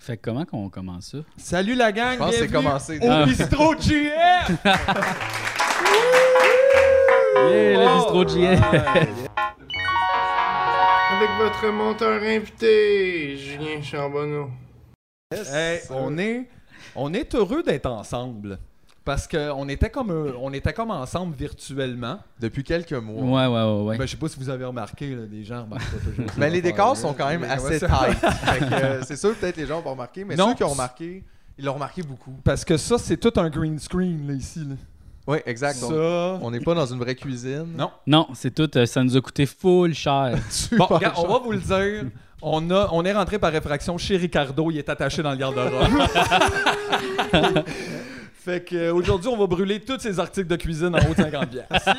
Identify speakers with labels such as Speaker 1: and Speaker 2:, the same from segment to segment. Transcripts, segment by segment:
Speaker 1: Fait que comment qu'on commence ça?
Speaker 2: Salut la gang,
Speaker 3: Je pense que c'est
Speaker 2: bienvenue
Speaker 3: commencé.
Speaker 2: au
Speaker 1: Ah.
Speaker 2: bistrot de JF!
Speaker 1: Yeah, le bistrot de JF.
Speaker 2: Alright.
Speaker 4: Avec votre monteur invité, Julien Charbonneau.
Speaker 2: Hey, on est on est heureux d'être ensemble parce que on était comme euh, on était comme ensemble virtuellement.
Speaker 3: Depuis quelques mois.
Speaker 1: Ouais, ouais, ouais, ouais.
Speaker 2: Ben, je sais pas si vous avez remarqué là, les gens remarquent pas toujours. ces
Speaker 3: Mais Ben, les
Speaker 2: affaires-là.
Speaker 3: décors sont quand même
Speaker 2: Mais
Speaker 3: assez
Speaker 2: ouais, ça-
Speaker 3: tight. Fait que, euh, c'est sûr, peut-être les gens vont remarquer, mais
Speaker 2: Non.
Speaker 3: ceux qui ont remarqué, ils l'ont remarqué beaucoup.
Speaker 2: Parce que ça c'est tout un green screen là, ici. là.
Speaker 3: Oui, exact. On-
Speaker 2: Ça.
Speaker 3: On n'est pas dans une vraie cuisine.
Speaker 2: Non.
Speaker 1: Non, c'est tout. euh, ça nous a coûté full cher.
Speaker 2: Bon, regarde, on va vous le dire. On, a, on est rentré par effraction chez Ricardo, il est attaché dans le garde-robe. fait que euh, aujourd'hui, on va brûler tous ces articles de cuisine en haut de 50 piastres.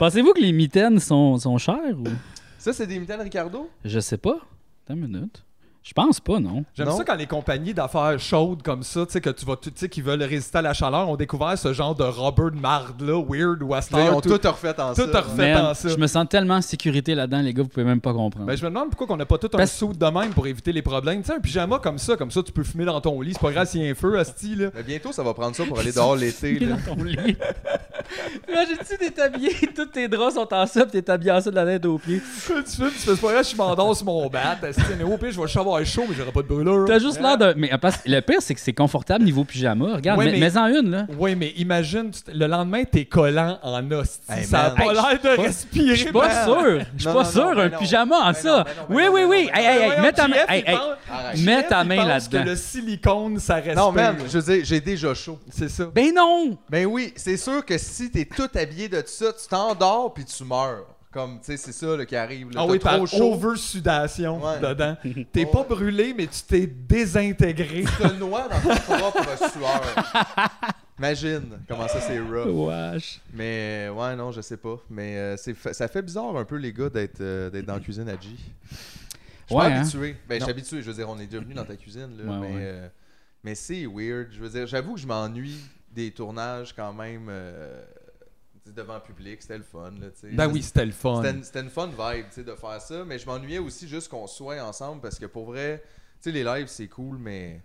Speaker 1: Pensez-vous que les mitaines sont, sont chères ou?
Speaker 3: Ça, c'est des mitaines Ricardo?
Speaker 1: Je sais pas. Attends une minute. Je pense pas, non.
Speaker 2: J'aime
Speaker 3: Non.
Speaker 2: ça quand les compagnies d'affaires chaudes comme ça, tu sais, que tu vas tout, tu sais, qui veulent résister à la chaleur, ont découvert ce genre de rubber de marde là, weird ou à cette
Speaker 3: Là, ils
Speaker 2: heure,
Speaker 3: ont
Speaker 2: tout-
Speaker 3: tout refait en
Speaker 2: tout
Speaker 3: ça.
Speaker 2: refait. Faites en
Speaker 1: Man,
Speaker 2: ça.
Speaker 1: je me sens tellement en sécurité là-dedans, les gars, vous pouvez même pas comprendre.
Speaker 2: Ben, je me demande pourquoi qu'on n'a pas tout un
Speaker 1: Parce-
Speaker 2: saut de même pour éviter les problèmes. Tu sais, un pyjama comme ça, comme ça, tu peux fumer dans ton lit, c'est pas grave s'il y a un feu, asti, là.
Speaker 3: Mais bientôt, ça va prendre ça pour aller dehors l'été.
Speaker 1: T'es
Speaker 3: là.
Speaker 1: dans ton lit. Imagine-tu, t'es habillé, tous tes draps sont en ça, pis t'es habillé en ça de la tête aux pieds.
Speaker 2: Tu fais- tu fais, tu fais, c'est pas grave, je m'endors sur mon bat. esti, mais au pire, je vais le savoir chaud, mais j'aurai pas de brûlure.
Speaker 1: T'as juste l'air d'un. Mais ah, parce- le pire, c'est que c'est confortable niveau pyjama. Regarde,
Speaker 2: Ouais,
Speaker 1: mais-
Speaker 2: mais-
Speaker 1: mets-en une, là.
Speaker 2: Oui, mais imagine, tu t- le lendemain, t'es collant en hostie.
Speaker 3: Hey,
Speaker 2: ça a
Speaker 3: man.
Speaker 2: pas
Speaker 3: Hey,
Speaker 2: l'air de respirer.
Speaker 1: Je suis pas sûr. Je suis
Speaker 3: Ben, Non,
Speaker 1: pas
Speaker 3: non,
Speaker 1: sûr.
Speaker 3: non,
Speaker 1: Un
Speaker 3: ben non.
Speaker 1: pyjama en
Speaker 3: Ben
Speaker 1: ça.
Speaker 3: non, ben non, ben
Speaker 1: Oui,
Speaker 3: non,
Speaker 1: oui,
Speaker 3: ben
Speaker 1: oui.
Speaker 3: non, ben
Speaker 1: Hey, hey, hey, mets ta main.
Speaker 2: Jeff,
Speaker 1: hey,
Speaker 2: il
Speaker 1: hey,
Speaker 2: pense-
Speaker 3: Arrête.
Speaker 2: Jeff,
Speaker 1: Mets ta
Speaker 2: il
Speaker 1: main
Speaker 2: pense
Speaker 1: là-dedans.
Speaker 2: que le silicone, ça respire.
Speaker 3: Non, man, je veux dire, j'ai déjà chaud.
Speaker 2: C'est ça.
Speaker 1: Ben non!
Speaker 3: Ben oui, c'est sûr que si t'es tout habillé de ça, tu t'endors puis tu meurs. Comme, tu sais, c'est ça là, qui arrive. Là.
Speaker 2: Ah
Speaker 3: T'as
Speaker 2: oui,
Speaker 3: trop
Speaker 2: par
Speaker 3: chaud.
Speaker 2: over-sudation
Speaker 3: Ouais.
Speaker 2: dedans. T'es pas brûlé, mais tu t'es désintégré.
Speaker 3: Tu te noies dans ta propre sueur. Imagine comment ça, c'est rough.
Speaker 1: Wesh.
Speaker 3: Mais ouais, non, je sais pas. Mais euh, c'est fa- ça fait bizarre un peu, les gars, d'être euh, d'être dans la cuisine à G. Je suis
Speaker 1: Ouais,
Speaker 3: pas
Speaker 1: hein.
Speaker 3: habitué. Ben, je
Speaker 2: Non.
Speaker 3: suis habitué. Je veux dire, on est déjà venu dans ta cuisine, là.
Speaker 1: Ouais,
Speaker 3: mais
Speaker 1: ouais.
Speaker 3: euh, mais c'est weird. Je veux dire, j'avoue que je m'ennuie des tournages quand même euh, tu sais, devant public. C'était le fun, là, tu sais.
Speaker 2: Ben oui, c'était le fun.
Speaker 3: C'était une, c'était une fun vibe, tu sais, de faire ça. Mais je m'ennuyais aussi juste qu'on soit ensemble parce que pour vrai, tu sais, les lives, c'est cool, mais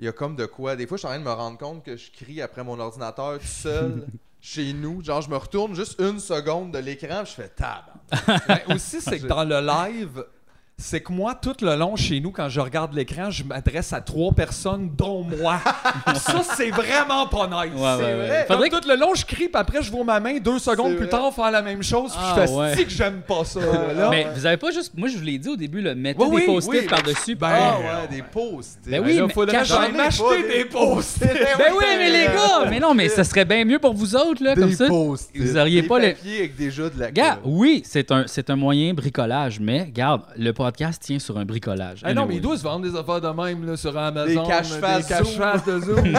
Speaker 3: il y a comme de quoi. Des fois, je suis en train de me rendre compte que je crie après mon ordinateur tout seul. Chez nous, genre, je me retourne juste une seconde de l'écran, puis je fais tab.
Speaker 2: Ben, aussi, c'est que dans le live, c'est que moi, tout le long chez nous, quand je regarde l'écran, je m'adresse à trois personnes, dont moi. ça, c'est vraiment pas nice.
Speaker 1: Ouais, ouais,
Speaker 3: vrai.
Speaker 1: ouais.
Speaker 2: Comme
Speaker 1: Faudrait que.
Speaker 2: tout le long, je crie, puis après, je vois ma main deux secondes
Speaker 3: C'est
Speaker 2: plus
Speaker 3: vrai.
Speaker 2: tard faire la même chose, puis
Speaker 1: Ah,
Speaker 2: je fais
Speaker 1: ouais.
Speaker 2: si que j'aime pas ça. là, là.
Speaker 1: Mais vous avez pas juste. Moi, je vous l'ai dit au début, là, mettez
Speaker 2: Oui,
Speaker 1: des
Speaker 2: oui,
Speaker 1: post-it
Speaker 3: oui.
Speaker 1: par-dessus.
Speaker 2: Ben,
Speaker 3: Ah ouais, des posts.
Speaker 1: Ben
Speaker 2: Ben
Speaker 1: oui,
Speaker 2: là,
Speaker 1: mais
Speaker 2: faudrait que
Speaker 1: cachez-
Speaker 2: j'aille
Speaker 3: J'en ai
Speaker 2: m'acheter
Speaker 3: pas
Speaker 2: des
Speaker 3: des-
Speaker 2: posts.
Speaker 1: Ben oui, mais les
Speaker 3: euh,
Speaker 1: gars! Mais non, mais ça serait bien mieux pour vous autres, là, comme
Speaker 3: Des
Speaker 1: ça.
Speaker 3: posts.
Speaker 1: vous auriez
Speaker 3: des
Speaker 1: pas le-
Speaker 3: papiers avec déjà de la
Speaker 1: Gars,
Speaker 3: colle.
Speaker 1: oui, c'est un, c'est un moyen bricolage, mais regarde, le podcast tient sur un bricolage.
Speaker 2: Ah non, mais
Speaker 1: Anyway.
Speaker 2: ils doivent se vendre des affaires de même là, sur Amazon.
Speaker 3: Des cache-faces
Speaker 2: des cache-faces de Zoom.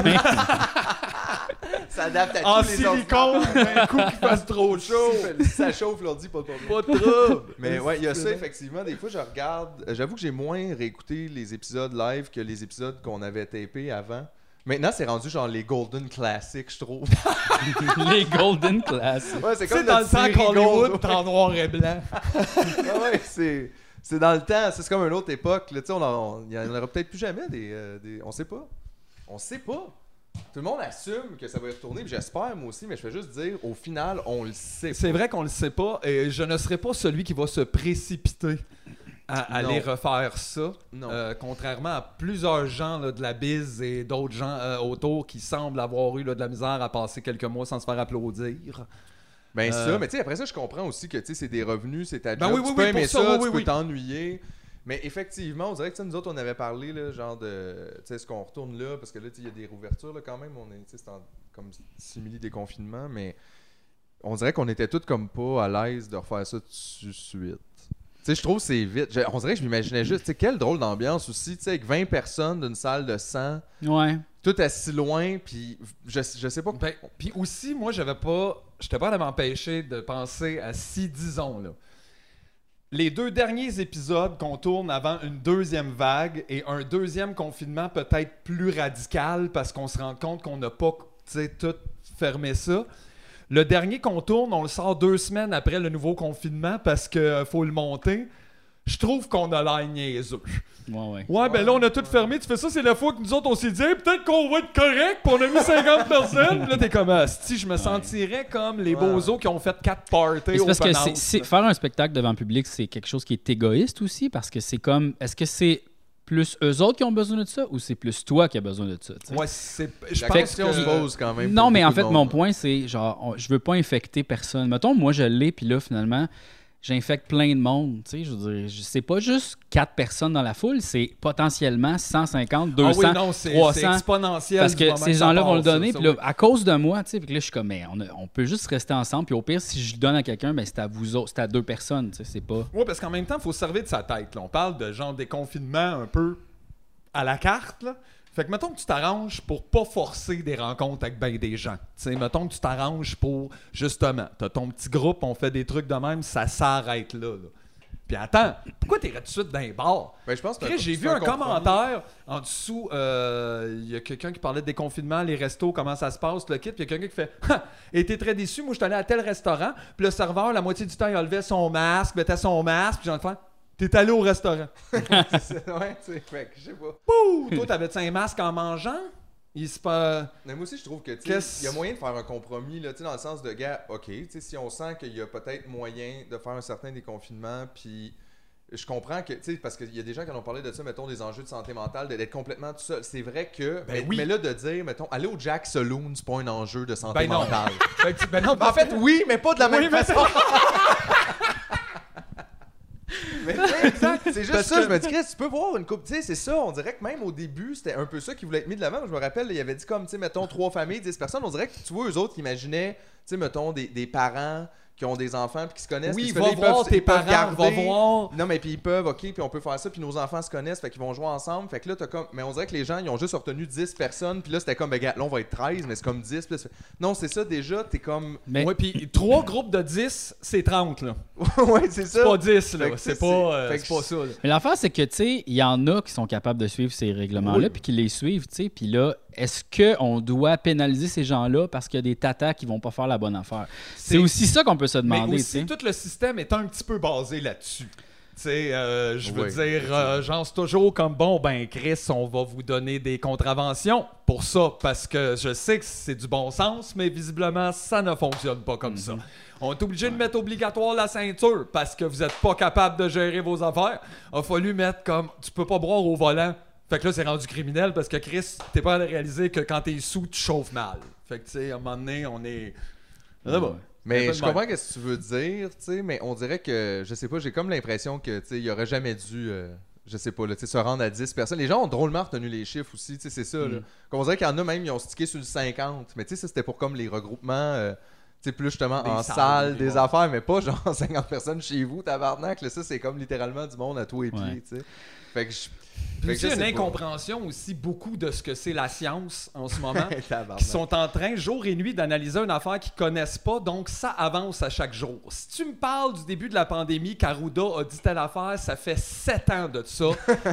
Speaker 3: Ça adapte à
Speaker 2: en
Speaker 3: tous les
Speaker 2: silicone, un coup qui fasse trop chaud.
Speaker 3: ordinateurs. Ça chauffe l'ordi, pas de problème.
Speaker 2: Pas de trouble.
Speaker 3: Mais ouais, il y a ça effectivement. Des fois, je regarde. euh, J'avoue que j'ai moins réécouté les épisodes live que les épisodes qu'on avait tapés avant. Maintenant, c'est rendu genre les Golden Classics, je trouve.
Speaker 1: Les Golden Class.
Speaker 3: Ouais, c'est
Speaker 2: C'est dans le
Speaker 3: notre
Speaker 2: temps
Speaker 3: série
Speaker 2: qu'Hollywood,
Speaker 3: Gold.
Speaker 2: t'es en noir et blanc.
Speaker 3: Ah ouais, c'est. C'est dans le temps, c'est comme une autre époque. Là, Tu sais, on en- on- il y en aura peut-être plus jamais des, euh, des- On sait pas. On sait pas. Tout le monde assume que ça va y retourner, puis j'espère moi aussi, mais je fais juste dire, au final, on le sait.
Speaker 2: C'est vrai qu'on le sait pas, et je ne serai pas celui qui va se précipiter à
Speaker 3: Non.
Speaker 2: aller refaire ça.
Speaker 3: Non.
Speaker 2: Euh, contrairement à plusieurs gens là, de la bise et d'autres gens euh, autour qui semblent avoir eu là, de la misère à passer quelques mois sans se faire applaudir.
Speaker 3: Ben
Speaker 2: Euh,
Speaker 3: ça, mais tu sais, après ça, je comprends aussi que tu sais, c'est des revenus, c'est ta job.
Speaker 2: Ben oui,
Speaker 3: tu
Speaker 2: oui,
Speaker 3: peux
Speaker 2: oui,
Speaker 3: aimer
Speaker 2: pour
Speaker 3: ça,
Speaker 2: ça, oui,
Speaker 3: tu
Speaker 2: oui,
Speaker 3: peux
Speaker 2: oui.
Speaker 3: t'ennuyer. Mais effectivement, on dirait que tu sais, nous autres, on avait parlé, là, genre de. Tu sais, ce qu'on retourne là, parce que là, tu sais, il y a des rouvertures, là, quand même. On est, tu sais, c'est en- comme simili déconfinement, mais on dirait qu'on était tous comme pas à l'aise de refaire ça tout de suite. Tu sais, je trouve que c'est vite. Je- on dirait que je m'imaginais juste, tu sais, quelle drôle d'ambiance aussi, tu sais, avec 20 personnes d'une salle de 100,
Speaker 1: Ouais.
Speaker 3: tout assis loin, puis je, je sais pas.
Speaker 2: Ben, puis aussi, moi, j'avais pas. J'étais pas à m'empêcher de penser à si, disons, là. Les deux derniers épisodes qu'on tourne avant une deuxième vague et un deuxième confinement peut-être plus radical parce qu'on se rend compte qu'on n'a pas tu sais, tout fermé ça. Le dernier qu'on tourne, on le sort deux semaines après le nouveau confinement parce que faut le euh, monter. je trouve qu'on a l'air niaiseux.
Speaker 1: Ouais, ouais.
Speaker 2: Ouais, ben là, on a tout fermé. Tu fais ça, c'est la fois que nous autres, on s'est dit, Hey, peut-être qu'on va être correct, puis on a mis 50 personnes. Puis là, t'es comme, ah, si je me sentirais comme les
Speaker 3: Ouais.
Speaker 2: beaux os qui ont fait 4 parties
Speaker 1: Mais
Speaker 2: au
Speaker 1: C'est parce que
Speaker 2: Penance.
Speaker 1: c'est- c'est- faire un spectacle devant le public, c'est quelque chose qui est égoïste aussi, parce que c'est comme. Est-ce que c'est plus eux autres qui ont besoin de ça ou c'est plus toi qui as besoin de ça? tu sais?
Speaker 2: Ouais, c'est. Je
Speaker 3: La
Speaker 2: pense
Speaker 3: question se
Speaker 2: que.
Speaker 3: pose quand même.
Speaker 1: Non,
Speaker 3: pour
Speaker 1: mais en
Speaker 3: beaucoup de
Speaker 1: fait,
Speaker 3: monde,
Speaker 1: mon
Speaker 3: là.
Speaker 1: point, c'est genre, on- je veux pas infecter personne. Mettons, moi, je l'ai, puis là, finalement, j'infecte plein de monde. Tu sais, je veux dire, je- c'est pas juste 4 personnes dans la foule, c'est potentiellement 150, 200,
Speaker 2: ah oui, non, c'est- c'est
Speaker 1: 300.
Speaker 2: exponentiel.
Speaker 1: Parce
Speaker 2: du
Speaker 1: que
Speaker 2: moment
Speaker 1: ces
Speaker 2: ça
Speaker 1: gens-là vont le
Speaker 2: passe,
Speaker 1: donner,
Speaker 2: ça,
Speaker 1: puis là,
Speaker 2: oui.
Speaker 1: à cause de moi, tu sais, puis que là, je suis comme, mais on, a- on peut juste rester ensemble, puis au pire, si je donne à quelqu'un, ben c'est à vous autres, c'est à deux personnes, tu sais, c'est pas.
Speaker 2: Ouais, parce qu'en même temps, il faut se servir de sa tête. là. On parle de genre déconfinement un peu à la carte. Là. Fait que mettons que tu t'arranges pour pas forcer des rencontres avec ben des gens. sais mettons que tu t'arranges pour justement, t'as ton petit groupe, on fait des trucs de même, ça s'arrête là. là. Puis attends, pourquoi t'es tout de suite dans les bars?
Speaker 3: Ben, je pense que c'est
Speaker 2: Après, j'ai
Speaker 3: c'est
Speaker 2: vu un,
Speaker 3: compromis.
Speaker 2: commentaire en dessous. euh, Il y a quelqu'un qui parlait de déconfinement, les restos, comment ça se passe, le kit. Puis il y a quelqu'un qui fait Ha! Était très déçu. Moi, je suis allé à tel restaurant. Puis le serveur, la moitié du temps, il enlevait son masque, mettait son masque. Puis j'en fais T'es allé au restaurant.
Speaker 3: C'est- ouais, tu sais, fait que je sais pas.
Speaker 2: Pouh Toi, t'avais-tu un masque en mangeant Il se pas.
Speaker 3: Mais moi aussi, je trouve que, tu sais,
Speaker 2: Qu'est-ce-
Speaker 3: il y a moyen de faire un compromis, là, tu sais, dans le sens de, gars, OK, tu sais, si on sent qu'il y a peut-être moyen de faire un certain déconfinement, puis je comprends que, tu sais, parce qu'il y a des gens qui en ont parlé de ça, mettons, des enjeux de santé mentale, de- d'être complètement tout seul. C'est vrai que, mais,
Speaker 2: Ben oui.
Speaker 3: mais là, de dire, mettons, aller au Jack Saloon, c'est pas un enjeu de santé
Speaker 2: Ben non.
Speaker 3: mentale.
Speaker 2: Ben, tu- ben non,
Speaker 3: Ben, en fait, oui, mais pas de la
Speaker 2: Oui,
Speaker 3: même
Speaker 2: mais-
Speaker 3: façon. Mais ouais, exact. C'est juste
Speaker 2: Parce
Speaker 3: ça,
Speaker 2: que-
Speaker 3: je me dis, Chris, tu peux voir une coupe. Tu sais, c'est ça, on dirait que même au début, c'était un peu ça qui voulait être mis de l'avant. Je me rappelle, il avait dit comme, tu sais, mettons, trois familles, 10 personnes. On dirait que tu vois, eux autres, qui imaginaient, tu sais, mettons, des, des parents qui ont des enfants puis qui se connaissent.
Speaker 2: oui,
Speaker 3: puis
Speaker 2: va
Speaker 3: là, ils peuvent-
Speaker 2: voir
Speaker 3: ils
Speaker 2: tes
Speaker 3: peuvent
Speaker 2: parents, va
Speaker 3: garder.
Speaker 2: voir.
Speaker 3: Non, mais puis ils peuvent, ok, puis on peut faire ça, puis nos enfants se connaissent, fait qu'ils vont jouer ensemble. Fait que là, t'as comme. Mais on dirait que les gens, ils ont juste retenu 10 personnes, puis là, c'était comme, ben, gars, là, on va être 13, mais c'est comme 10. puis là, c'est- non, c'est ça, déjà, t'es comme.
Speaker 1: Mais
Speaker 2: Ouais, puis trois groupes de 10, c'est 30. là.
Speaker 3: ouais, c'est
Speaker 2: C'est
Speaker 3: ça.
Speaker 2: pas 10,
Speaker 3: Fait
Speaker 2: là.
Speaker 3: que
Speaker 2: C'est
Speaker 3: c'est-
Speaker 2: pas, euh,
Speaker 3: fait que
Speaker 2: c'est pas ça. là.
Speaker 1: Mais l'affaire, c'est que, tu sais, il y en a qui sont capables de suivre ces règlements-là,
Speaker 2: Oui.
Speaker 1: puis qui les suivent, tu sais. Puis là, est-ce qu'on doit pénaliser ces gens-là parce qu'il y a des tatas qui vont pas faire la bonne affaire? C'est aussi ça qu'on peut se
Speaker 2: Mais
Speaker 1: demander, tu
Speaker 2: aussi,
Speaker 1: sais.
Speaker 2: tout le système est un petit peu basé là-dessus. Tu sais, euh, je veux
Speaker 3: Oui,
Speaker 2: dire, euh, genre, c'est toujours comme bon, ben Chris, on va vous donner des contraventions pour ça, parce que je sais que c'est du bon sens, mais visiblement, ça ne fonctionne pas comme ça. On est obligé de mettre obligatoire la ceinture parce que vous n'êtes pas capable de gérer vos affaires. A fallu mettre comme tu peux pas boire au volant. Fait que là, c'est rendu criminel parce que Chris, t'es pas à réaliser que quand t'es sous, tu chauffes mal. Fait que tu sais, à un moment donné, on est. Là, bon. Y a pas
Speaker 3: Mais
Speaker 2: de
Speaker 3: je
Speaker 2: mal.
Speaker 3: comprends ce que tu veux dire, tu sais, mais on dirait que, je sais pas, j'ai comme l'impression que, tu sais, il aurait jamais dû, euh, je sais pas, là, tu sais, se rendre à 10 personnes. Les gens ont drôlement retenu les chiffres aussi, tu sais, c'est ça, là.
Speaker 2: Mm.
Speaker 3: Comme on dirait qu'il y en a même, ils ont stické sur le 50, mais tu sais, ça, c'était pour comme les regroupements, euh, tu sais, plus justement
Speaker 2: Des
Speaker 3: en
Speaker 2: salles,
Speaker 3: salle,
Speaker 2: des
Speaker 3: des
Speaker 2: bars.
Speaker 3: affaires, mais pas genre 50 personnes chez vous, tabarnak, là, ça, c'est comme littéralement du monde à tous les
Speaker 1: Ouais.
Speaker 3: pieds, tu sais. Fait que je...
Speaker 2: Puis
Speaker 3: fait que
Speaker 2: aussi une
Speaker 3: je sais pas.
Speaker 2: incompréhension aussi beaucoup de ce que c'est la science en ce moment,
Speaker 3: Tabarnak.
Speaker 2: qui sont en train jour et nuit d'analyser une affaire qu'ils connaissent pas, donc ça avance à chaque jour. Si tu me parles du début de la pandémie, Caruda a dit telle affaire, ça fait sept ans de ça,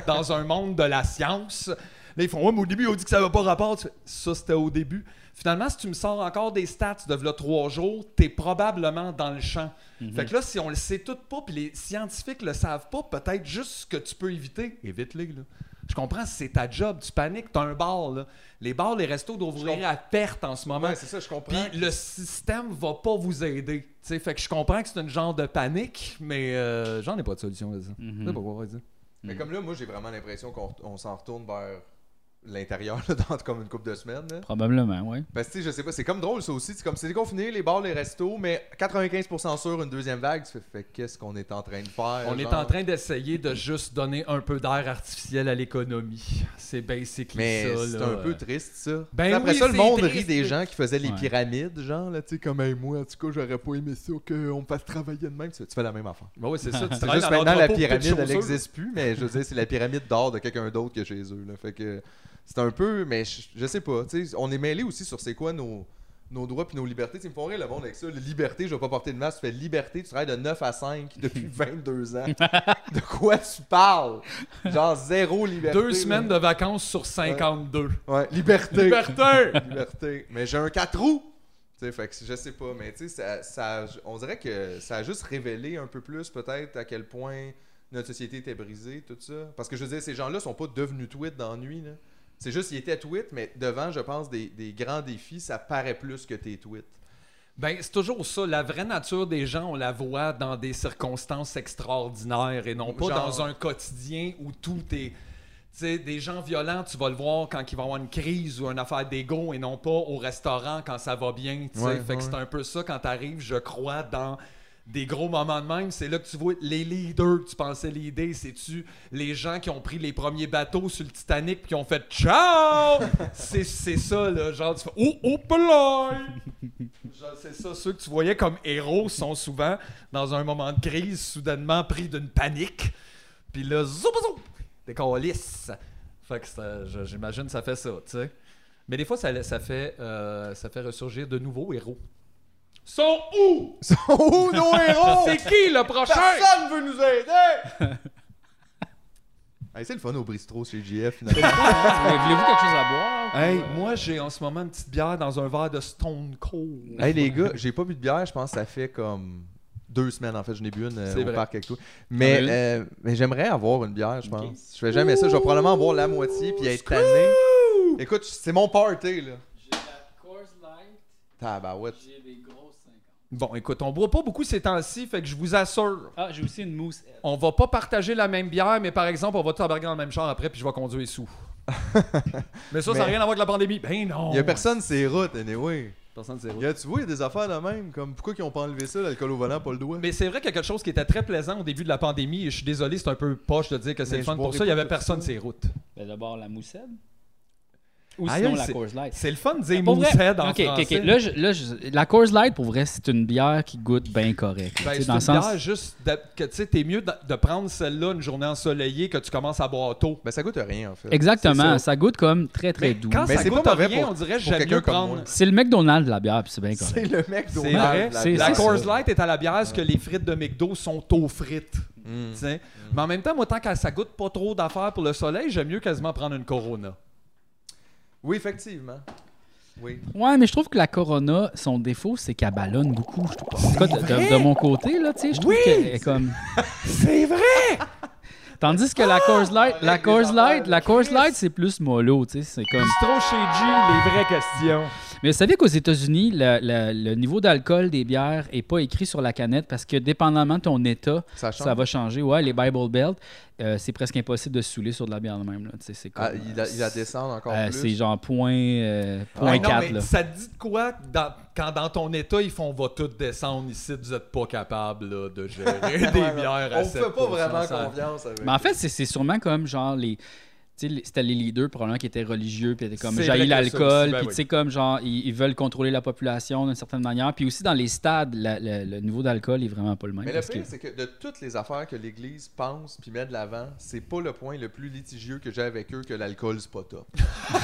Speaker 2: dans un monde de la science. Là, ils font Ouais, mais au début, ils ont dit que ça n'avait pas rapport. Tu fais, Ça, c'était au début. Finalement, si tu me sors encore des stats de v'là trois jours, t'es probablement dans le champ. Fait que là, si on le sait tout pas, puis les scientifiques le savent pas, peut-être juste ce que tu peux éviter, évite-les. là. Je comprends, c'est ta job, tu paniques, t'as un bar. Là. Les bars, les restos doivent ouvrir à perte en ce moment.
Speaker 3: Ouais, c'est ça, je comprends.
Speaker 2: Puis le système va pas vous aider. Tu sais, fait que je comprends que c'est une genre de panique, mais euh, j'en ai pas de solution à ça. Je
Speaker 1: Mhm.
Speaker 3: Hmm.
Speaker 2: sais pas quoi dire.
Speaker 3: Mais comme là, moi, j'ai vraiment l'impression qu'on on s'en retourne vers l'intérieur là, dans comme une couple de semaines. là.
Speaker 1: Probablement, oui.
Speaker 3: Parce que, tu sais, je sais pas, c'est comme drôle ça aussi. C'est comme c'est déconfiné, les bars, les restos, mais 95% sûr, une deuxième vague. Tu fais, fait qu'est-ce qu'on est en train de faire?
Speaker 2: On est
Speaker 3: genre?
Speaker 2: en train d'essayer de juste donner un peu d'air artificiel à l'économie. C'est basically
Speaker 3: Mais
Speaker 2: ça.
Speaker 3: c'est
Speaker 2: là.
Speaker 3: un peu triste ça.
Speaker 2: Ben
Speaker 3: Puis après
Speaker 2: oui,
Speaker 3: ça, le
Speaker 2: c'est
Speaker 3: monde rit
Speaker 2: triste.
Speaker 3: des gens qui faisaient les
Speaker 1: Ouais.
Speaker 3: pyramides, genre, là, tu sais, comme hey, moi, en tout cas, j'aurais pas aimé ça qu'on me fasse travailler de même. Tu fais, tu fais la même affaire.
Speaker 2: Ben oui, c'est ça. tu
Speaker 3: C'est
Speaker 2: travailles
Speaker 3: juste
Speaker 2: dans
Speaker 3: maintenant, la
Speaker 2: l'entrepôt de petites
Speaker 3: pyramide, elle
Speaker 2: chaussures.
Speaker 3: n'existe plus, mais je veux dire, c'est la pyramide d'or de quelqu'un d'autre que chez eux. Là. Fait que c'est un peu, mais je, je sais pas. tu sais, On est mêlé aussi sur c'est quoi nos, nos droits puis nos libertés. Tu sais, ils me font rire le monde avec ça. le liberté, je vais pas porter de masque. Tu fais liberté, tu travailles de 9 à 5 depuis 22 ans. de quoi tu parles? Genre zéro liberté.
Speaker 2: Deux semaines
Speaker 3: là.
Speaker 2: de vacances sur 52.
Speaker 3: Ouais, liberté.
Speaker 2: Liberté!
Speaker 3: liberté. Mais j'ai un 4 roues. Tu sais, fait que je sais pas, mais tu sais, ça, ça- on dirait que ça a juste révélé un peu plus peut-être à quel point notre société était brisée, tout ça. Parce que je veux dire, ces gens-là sont pas devenus tweets d'ennui. là. C'est juste, ils étaient tweets, mais devant, je pense, des, des grands défis, ça paraît plus que tes tweets.
Speaker 2: Ben, c'est toujours ça. La vraie nature des gens, on la voit dans des circonstances extraordinaires et non pas
Speaker 3: Genre-
Speaker 2: dans un quotidien où tout est. Tu sais, des gens violents, tu vas le voir quand il va y avoir une crise ou une affaire d'ego et non pas au restaurant quand ça va bien. tu sais.
Speaker 3: Ouais,
Speaker 2: fait que
Speaker 3: ouais.
Speaker 2: c'est un peu ça quand t'arrives, je crois, dans des gros moments de même. C'est là que tu vois les leaders que tu pensais l'idée. C'est-tu les gens qui ont pris les premiers bateaux sur le Titanic puis qui ont fait ciao C'est c'est ça, là. Genre, tu fais oh, oh, play! Genre, C'est ça, ceux que tu voyais comme héros sont souvent dans un moment de crise, soudainement pris d'une panique. Puis là, zoup, zoup, des câlisses. Fait que ça- je- j'imagine que ça fait ça, tu sais. Mais des fois, ça, ça, fait, euh, ça fait ressurgir de nouveaux héros. Sont où?
Speaker 3: Sont où nos héros?
Speaker 2: C'est qui le prochain?
Speaker 3: Personne veut nous aider! Hey, c'est le fun au bistrot chez JF, finalement.
Speaker 1: Mais Voulez-vous quelque chose à boire?
Speaker 2: Hey, moi, j'ai en ce moment une petite bière dans un verre de Stone Cold.
Speaker 3: hey, les gars, j'ai pas bu de bière, je pense que ça fait comme deux semaines, en fait. Je n'ai bu une euh,
Speaker 2: C'est
Speaker 3: au
Speaker 2: vrai.
Speaker 3: parc avec toi.
Speaker 1: T'en
Speaker 3: Mais,
Speaker 1: veux
Speaker 3: euh, mais j'aimerais avoir une bière, je pense.
Speaker 1: Ok.
Speaker 3: Je fais jamais ça. Je vais probablement avoir la moitié puis être tanné. Écoute, c'est mon party, là.
Speaker 2: Hein?
Speaker 1: J'ai la Coors Light,
Speaker 3: Tabarouette.
Speaker 1: j'ai des grosses 50.
Speaker 2: Bon, écoute, on boit pas beaucoup ces temps-ci, fait que je vous assure,
Speaker 1: Ah, j'ai aussi une mousse.
Speaker 2: on va pas partager la même bière, mais par exemple, on va tabarguer dans le même char après, puis je vais conduire sous. mais ça, ça n'a
Speaker 3: Mais-
Speaker 2: rien à voir avec la pandémie. Ben non!
Speaker 3: Il y a personne sur les routes, anyway.
Speaker 2: Personne zéro.
Speaker 3: Y a, tu vois, il y a des affaires de même. Comme pourquoi ils ont pas enlevé ça, l'alcool au volant, pas le doigt?
Speaker 2: Mais c'est vrai qu'il y a quelque chose qui était très plaisant au début de la pandémie, et je suis désolé, c'est un peu poche de dire que c'est
Speaker 3: Mais
Speaker 2: le fun.
Speaker 3: je
Speaker 2: Pour
Speaker 3: boirai
Speaker 2: ça, il y
Speaker 3: pas
Speaker 2: avait
Speaker 3: tout
Speaker 2: personne sur les routes.
Speaker 1: Ben, D'abord la moussette. Ou
Speaker 2: Ah,
Speaker 1: sinon
Speaker 2: elle,
Speaker 1: la
Speaker 2: c'est-
Speaker 1: Coors Light.
Speaker 2: C'est le fun de dire
Speaker 1: Pour vrai-
Speaker 2: moussette en
Speaker 1: ok, ok, ok.
Speaker 2: français.
Speaker 1: Là, je- là, je- la Coors Light, pour vrai, c'est une bière qui goûte bien correct. Tu
Speaker 2: Ben, c'est
Speaker 1: sais,
Speaker 2: une
Speaker 1: dans le sens,
Speaker 2: bière juste de- que tu sais, t'es mieux de, de prendre celle-là une journée ensoleillée que tu commences à boire tôt.
Speaker 3: Ben, ça goûte à rien, en fait.
Speaker 1: exactement,
Speaker 2: c'est ça.
Speaker 1: ça. goûte comme très très
Speaker 2: Mais
Speaker 1: doux.
Speaker 2: quand
Speaker 3: Mais
Speaker 2: ça
Speaker 3: c'est
Speaker 2: goûte
Speaker 3: pas
Speaker 2: à
Speaker 3: mauvais
Speaker 2: rien,
Speaker 3: pour-
Speaker 2: on dirait
Speaker 3: pour
Speaker 2: j'aime
Speaker 3: quelqu'un
Speaker 2: mieux
Speaker 3: comme
Speaker 2: prendre.
Speaker 3: moi.
Speaker 1: C'est le McDonald's de la bière, puis c'est bien correct.
Speaker 3: C'est le mec
Speaker 2: C'est vrai.
Speaker 1: C'est-
Speaker 2: La
Speaker 1: c'est ça.
Speaker 2: Coors Light est à la bière ce que les frites de McDo sont aux frites.
Speaker 3: Hmm. Mm.
Speaker 2: tu sais. Mais en même temps, moi, tant que ça goûte pas trop d'affaires pour le soleil, j'aime mieux quasiment prendre une Corona.
Speaker 3: Oui, effectivement. Oui.
Speaker 1: Ouais, mais je trouve que la Corona, son défaut, c'est qu'elle ballonne beaucoup. Je trouve. En tout cas, de, de- de mon côté, là, tu sais, je trouve
Speaker 2: Oui!
Speaker 1: qu'elle est comme.
Speaker 2: C'est vrai! Ah!
Speaker 1: Tandis que la Coors Light,
Speaker 3: Avec
Speaker 1: la
Speaker 3: des
Speaker 1: Coors
Speaker 3: affaires
Speaker 1: Light,
Speaker 3: de
Speaker 1: la Coors
Speaker 3: Chris.
Speaker 1: Light, c'est plus mollo, tu sais, c'est comme.
Speaker 2: trop chez G, les vraies questions.
Speaker 1: Mais vous savez qu'aux États-Unis, le, le- le niveau d'alcool des bières est pas écrit sur la canette parce que dépendamment de ton état,
Speaker 3: Ça change.
Speaker 1: ça va changer. Ouais, les Bible Belt, euh, c'est presque impossible de se saouler sur de la bière de même. Là. Tu sais, C'est comme,
Speaker 3: Ah, il, la, il la descend encore
Speaker 1: euh,
Speaker 3: plus.
Speaker 1: c'est genre point, euh, point
Speaker 2: Ah, non,
Speaker 1: 4.
Speaker 2: mais
Speaker 1: là.
Speaker 2: ça te dit de quoi que dans- quand dans ton état, ils font « va tout descendre ici, vous êtes pas capable là, de gérer des
Speaker 3: Ouais,
Speaker 2: bières à
Speaker 3: On fait pas
Speaker 2: 7%,
Speaker 3: vraiment
Speaker 2: ça-
Speaker 3: confiance avec.
Speaker 1: Mais en fait, c'est- c'est sûrement comme genre les. tu sais, les- C'était les leaders probablement qui étaient religieux, puis étaient comme
Speaker 2: C'est
Speaker 1: jaillit
Speaker 2: vrai que ça aussi,
Speaker 1: l'alcool,
Speaker 2: ben
Speaker 1: puis
Speaker 2: oui.
Speaker 1: tu sais, comme genre ils, ils veulent contrôler la population d'une certaine manière. Puis aussi dans les stades, la- la- le niveau d'alcool est vraiment pas le même.
Speaker 3: Mais le
Speaker 1: parce
Speaker 3: pire,
Speaker 1: que-
Speaker 3: c'est que de toutes les affaires que l'Église pense puis met de l'avant, c'est pas le point le plus litigieux que j'ai avec eux que l'alcool, c'est pas top.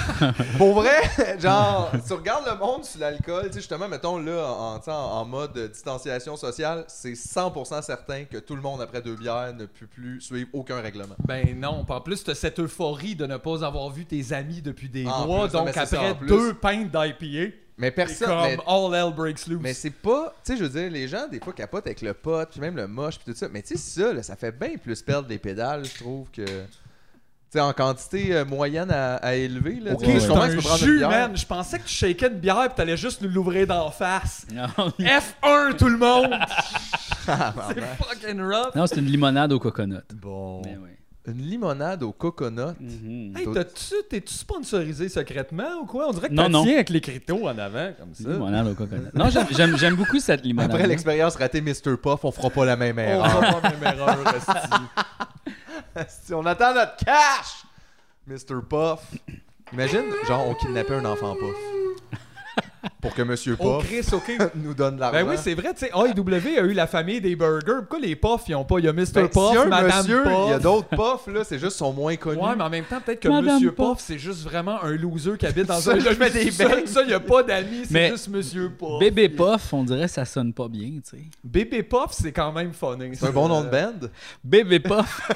Speaker 3: Pour vrai, genre, tu regardes le monde sur l'alcool, tu sais, justement, mettons là, en, tu sais, en- en mode euh, distanciation sociale, c'est 100% certain que tout le monde après deux bières ne peut plus suivre aucun règlement.
Speaker 2: Ben non, puis en plus, t'as cette euphorie de ne pas avoir vu tes amis depuis des
Speaker 3: Ah, En
Speaker 2: mois,
Speaker 3: plus,
Speaker 2: donc
Speaker 3: mais c'est ça,
Speaker 2: après
Speaker 3: en plus.
Speaker 2: deux pintes d'IPA,
Speaker 3: Mais
Speaker 2: c'est
Speaker 3: personne.
Speaker 2: comme
Speaker 3: mais-
Speaker 2: all hell breaks loose.
Speaker 3: Mais c'est pas, tu sais, je veux dire, les gens des fois capotent avec le pote, puis même le moche, puis tout ça. Mais tu sais, ça, là, ça fait bien plus perdre des pédales, je trouve que, tu sais, en quantité euh, moyenne à, à élever. Là,
Speaker 2: Ok,
Speaker 3: tu sais,
Speaker 2: c'est
Speaker 3: comment
Speaker 2: un
Speaker 3: tu peux prendre une
Speaker 2: jus,
Speaker 3: bière?
Speaker 2: man. Je pensais que tu shakais une bière pis t'allais juste nous l'ouvrir d'en face.
Speaker 1: Non,
Speaker 2: F1, tout le monde!
Speaker 3: Ah,
Speaker 2: c'est
Speaker 3: maman.
Speaker 2: fucking rough!
Speaker 1: non, c'est une limonade au coconut. Ben
Speaker 2: Bon.
Speaker 1: Mais ouais.
Speaker 3: Une limonade au coconut.
Speaker 1: Mhm.
Speaker 2: Hey, t'as-tu- t'es-tu sponsorisé secrètement ou quoi? On dirait que
Speaker 1: Non,
Speaker 2: t'en
Speaker 1: non.
Speaker 2: tiens avec les hein? cryptos en avant, comme ça.
Speaker 1: Limonade au coconut. Non, j'aime- j'aime j'aime beaucoup cette limonade.
Speaker 3: Après l'expérience ratée Mr. Puff, on fera pas la même
Speaker 2: On
Speaker 3: erreur.
Speaker 2: va pas même erreur, esti.
Speaker 3: Si on attend notre cash! Mr. Puff. Imagine, genre, on kidnappait un enfant Puff. Pour que Monsieur
Speaker 2: Oh,
Speaker 3: Puff
Speaker 2: Chris, OK.
Speaker 3: nous donne l'argent.
Speaker 2: Ben oui, c'est vrai, tu sais, AEW a eu la famille des burgers. Pourquoi les puffs, ils ont pas... Il y a Mr.
Speaker 3: Ben,
Speaker 2: Puff,
Speaker 3: si un
Speaker 2: Madame
Speaker 3: monsieur,
Speaker 2: Puff.
Speaker 3: il y a d'autres puffs, là, c'est juste sont moins connus.
Speaker 2: Ouais, mais en même temps, peut-être que
Speaker 1: Madame
Speaker 2: Monsieur
Speaker 1: Puff.
Speaker 2: Puff, c'est juste vraiment un loser qui habite dans
Speaker 3: Ça,
Speaker 2: un
Speaker 3: je fais des
Speaker 2: ça,
Speaker 3: becs.
Speaker 2: ça, y a pas d'amis, c'est
Speaker 1: Mais-
Speaker 2: juste Monsieur Puff.
Speaker 1: Bébé Puff, on dirait que ça sonne pas bien, tu sais.
Speaker 2: Bébé Puff, c'est quand même funny.
Speaker 3: C'est un bon nom de band.
Speaker 1: Bébé Puff,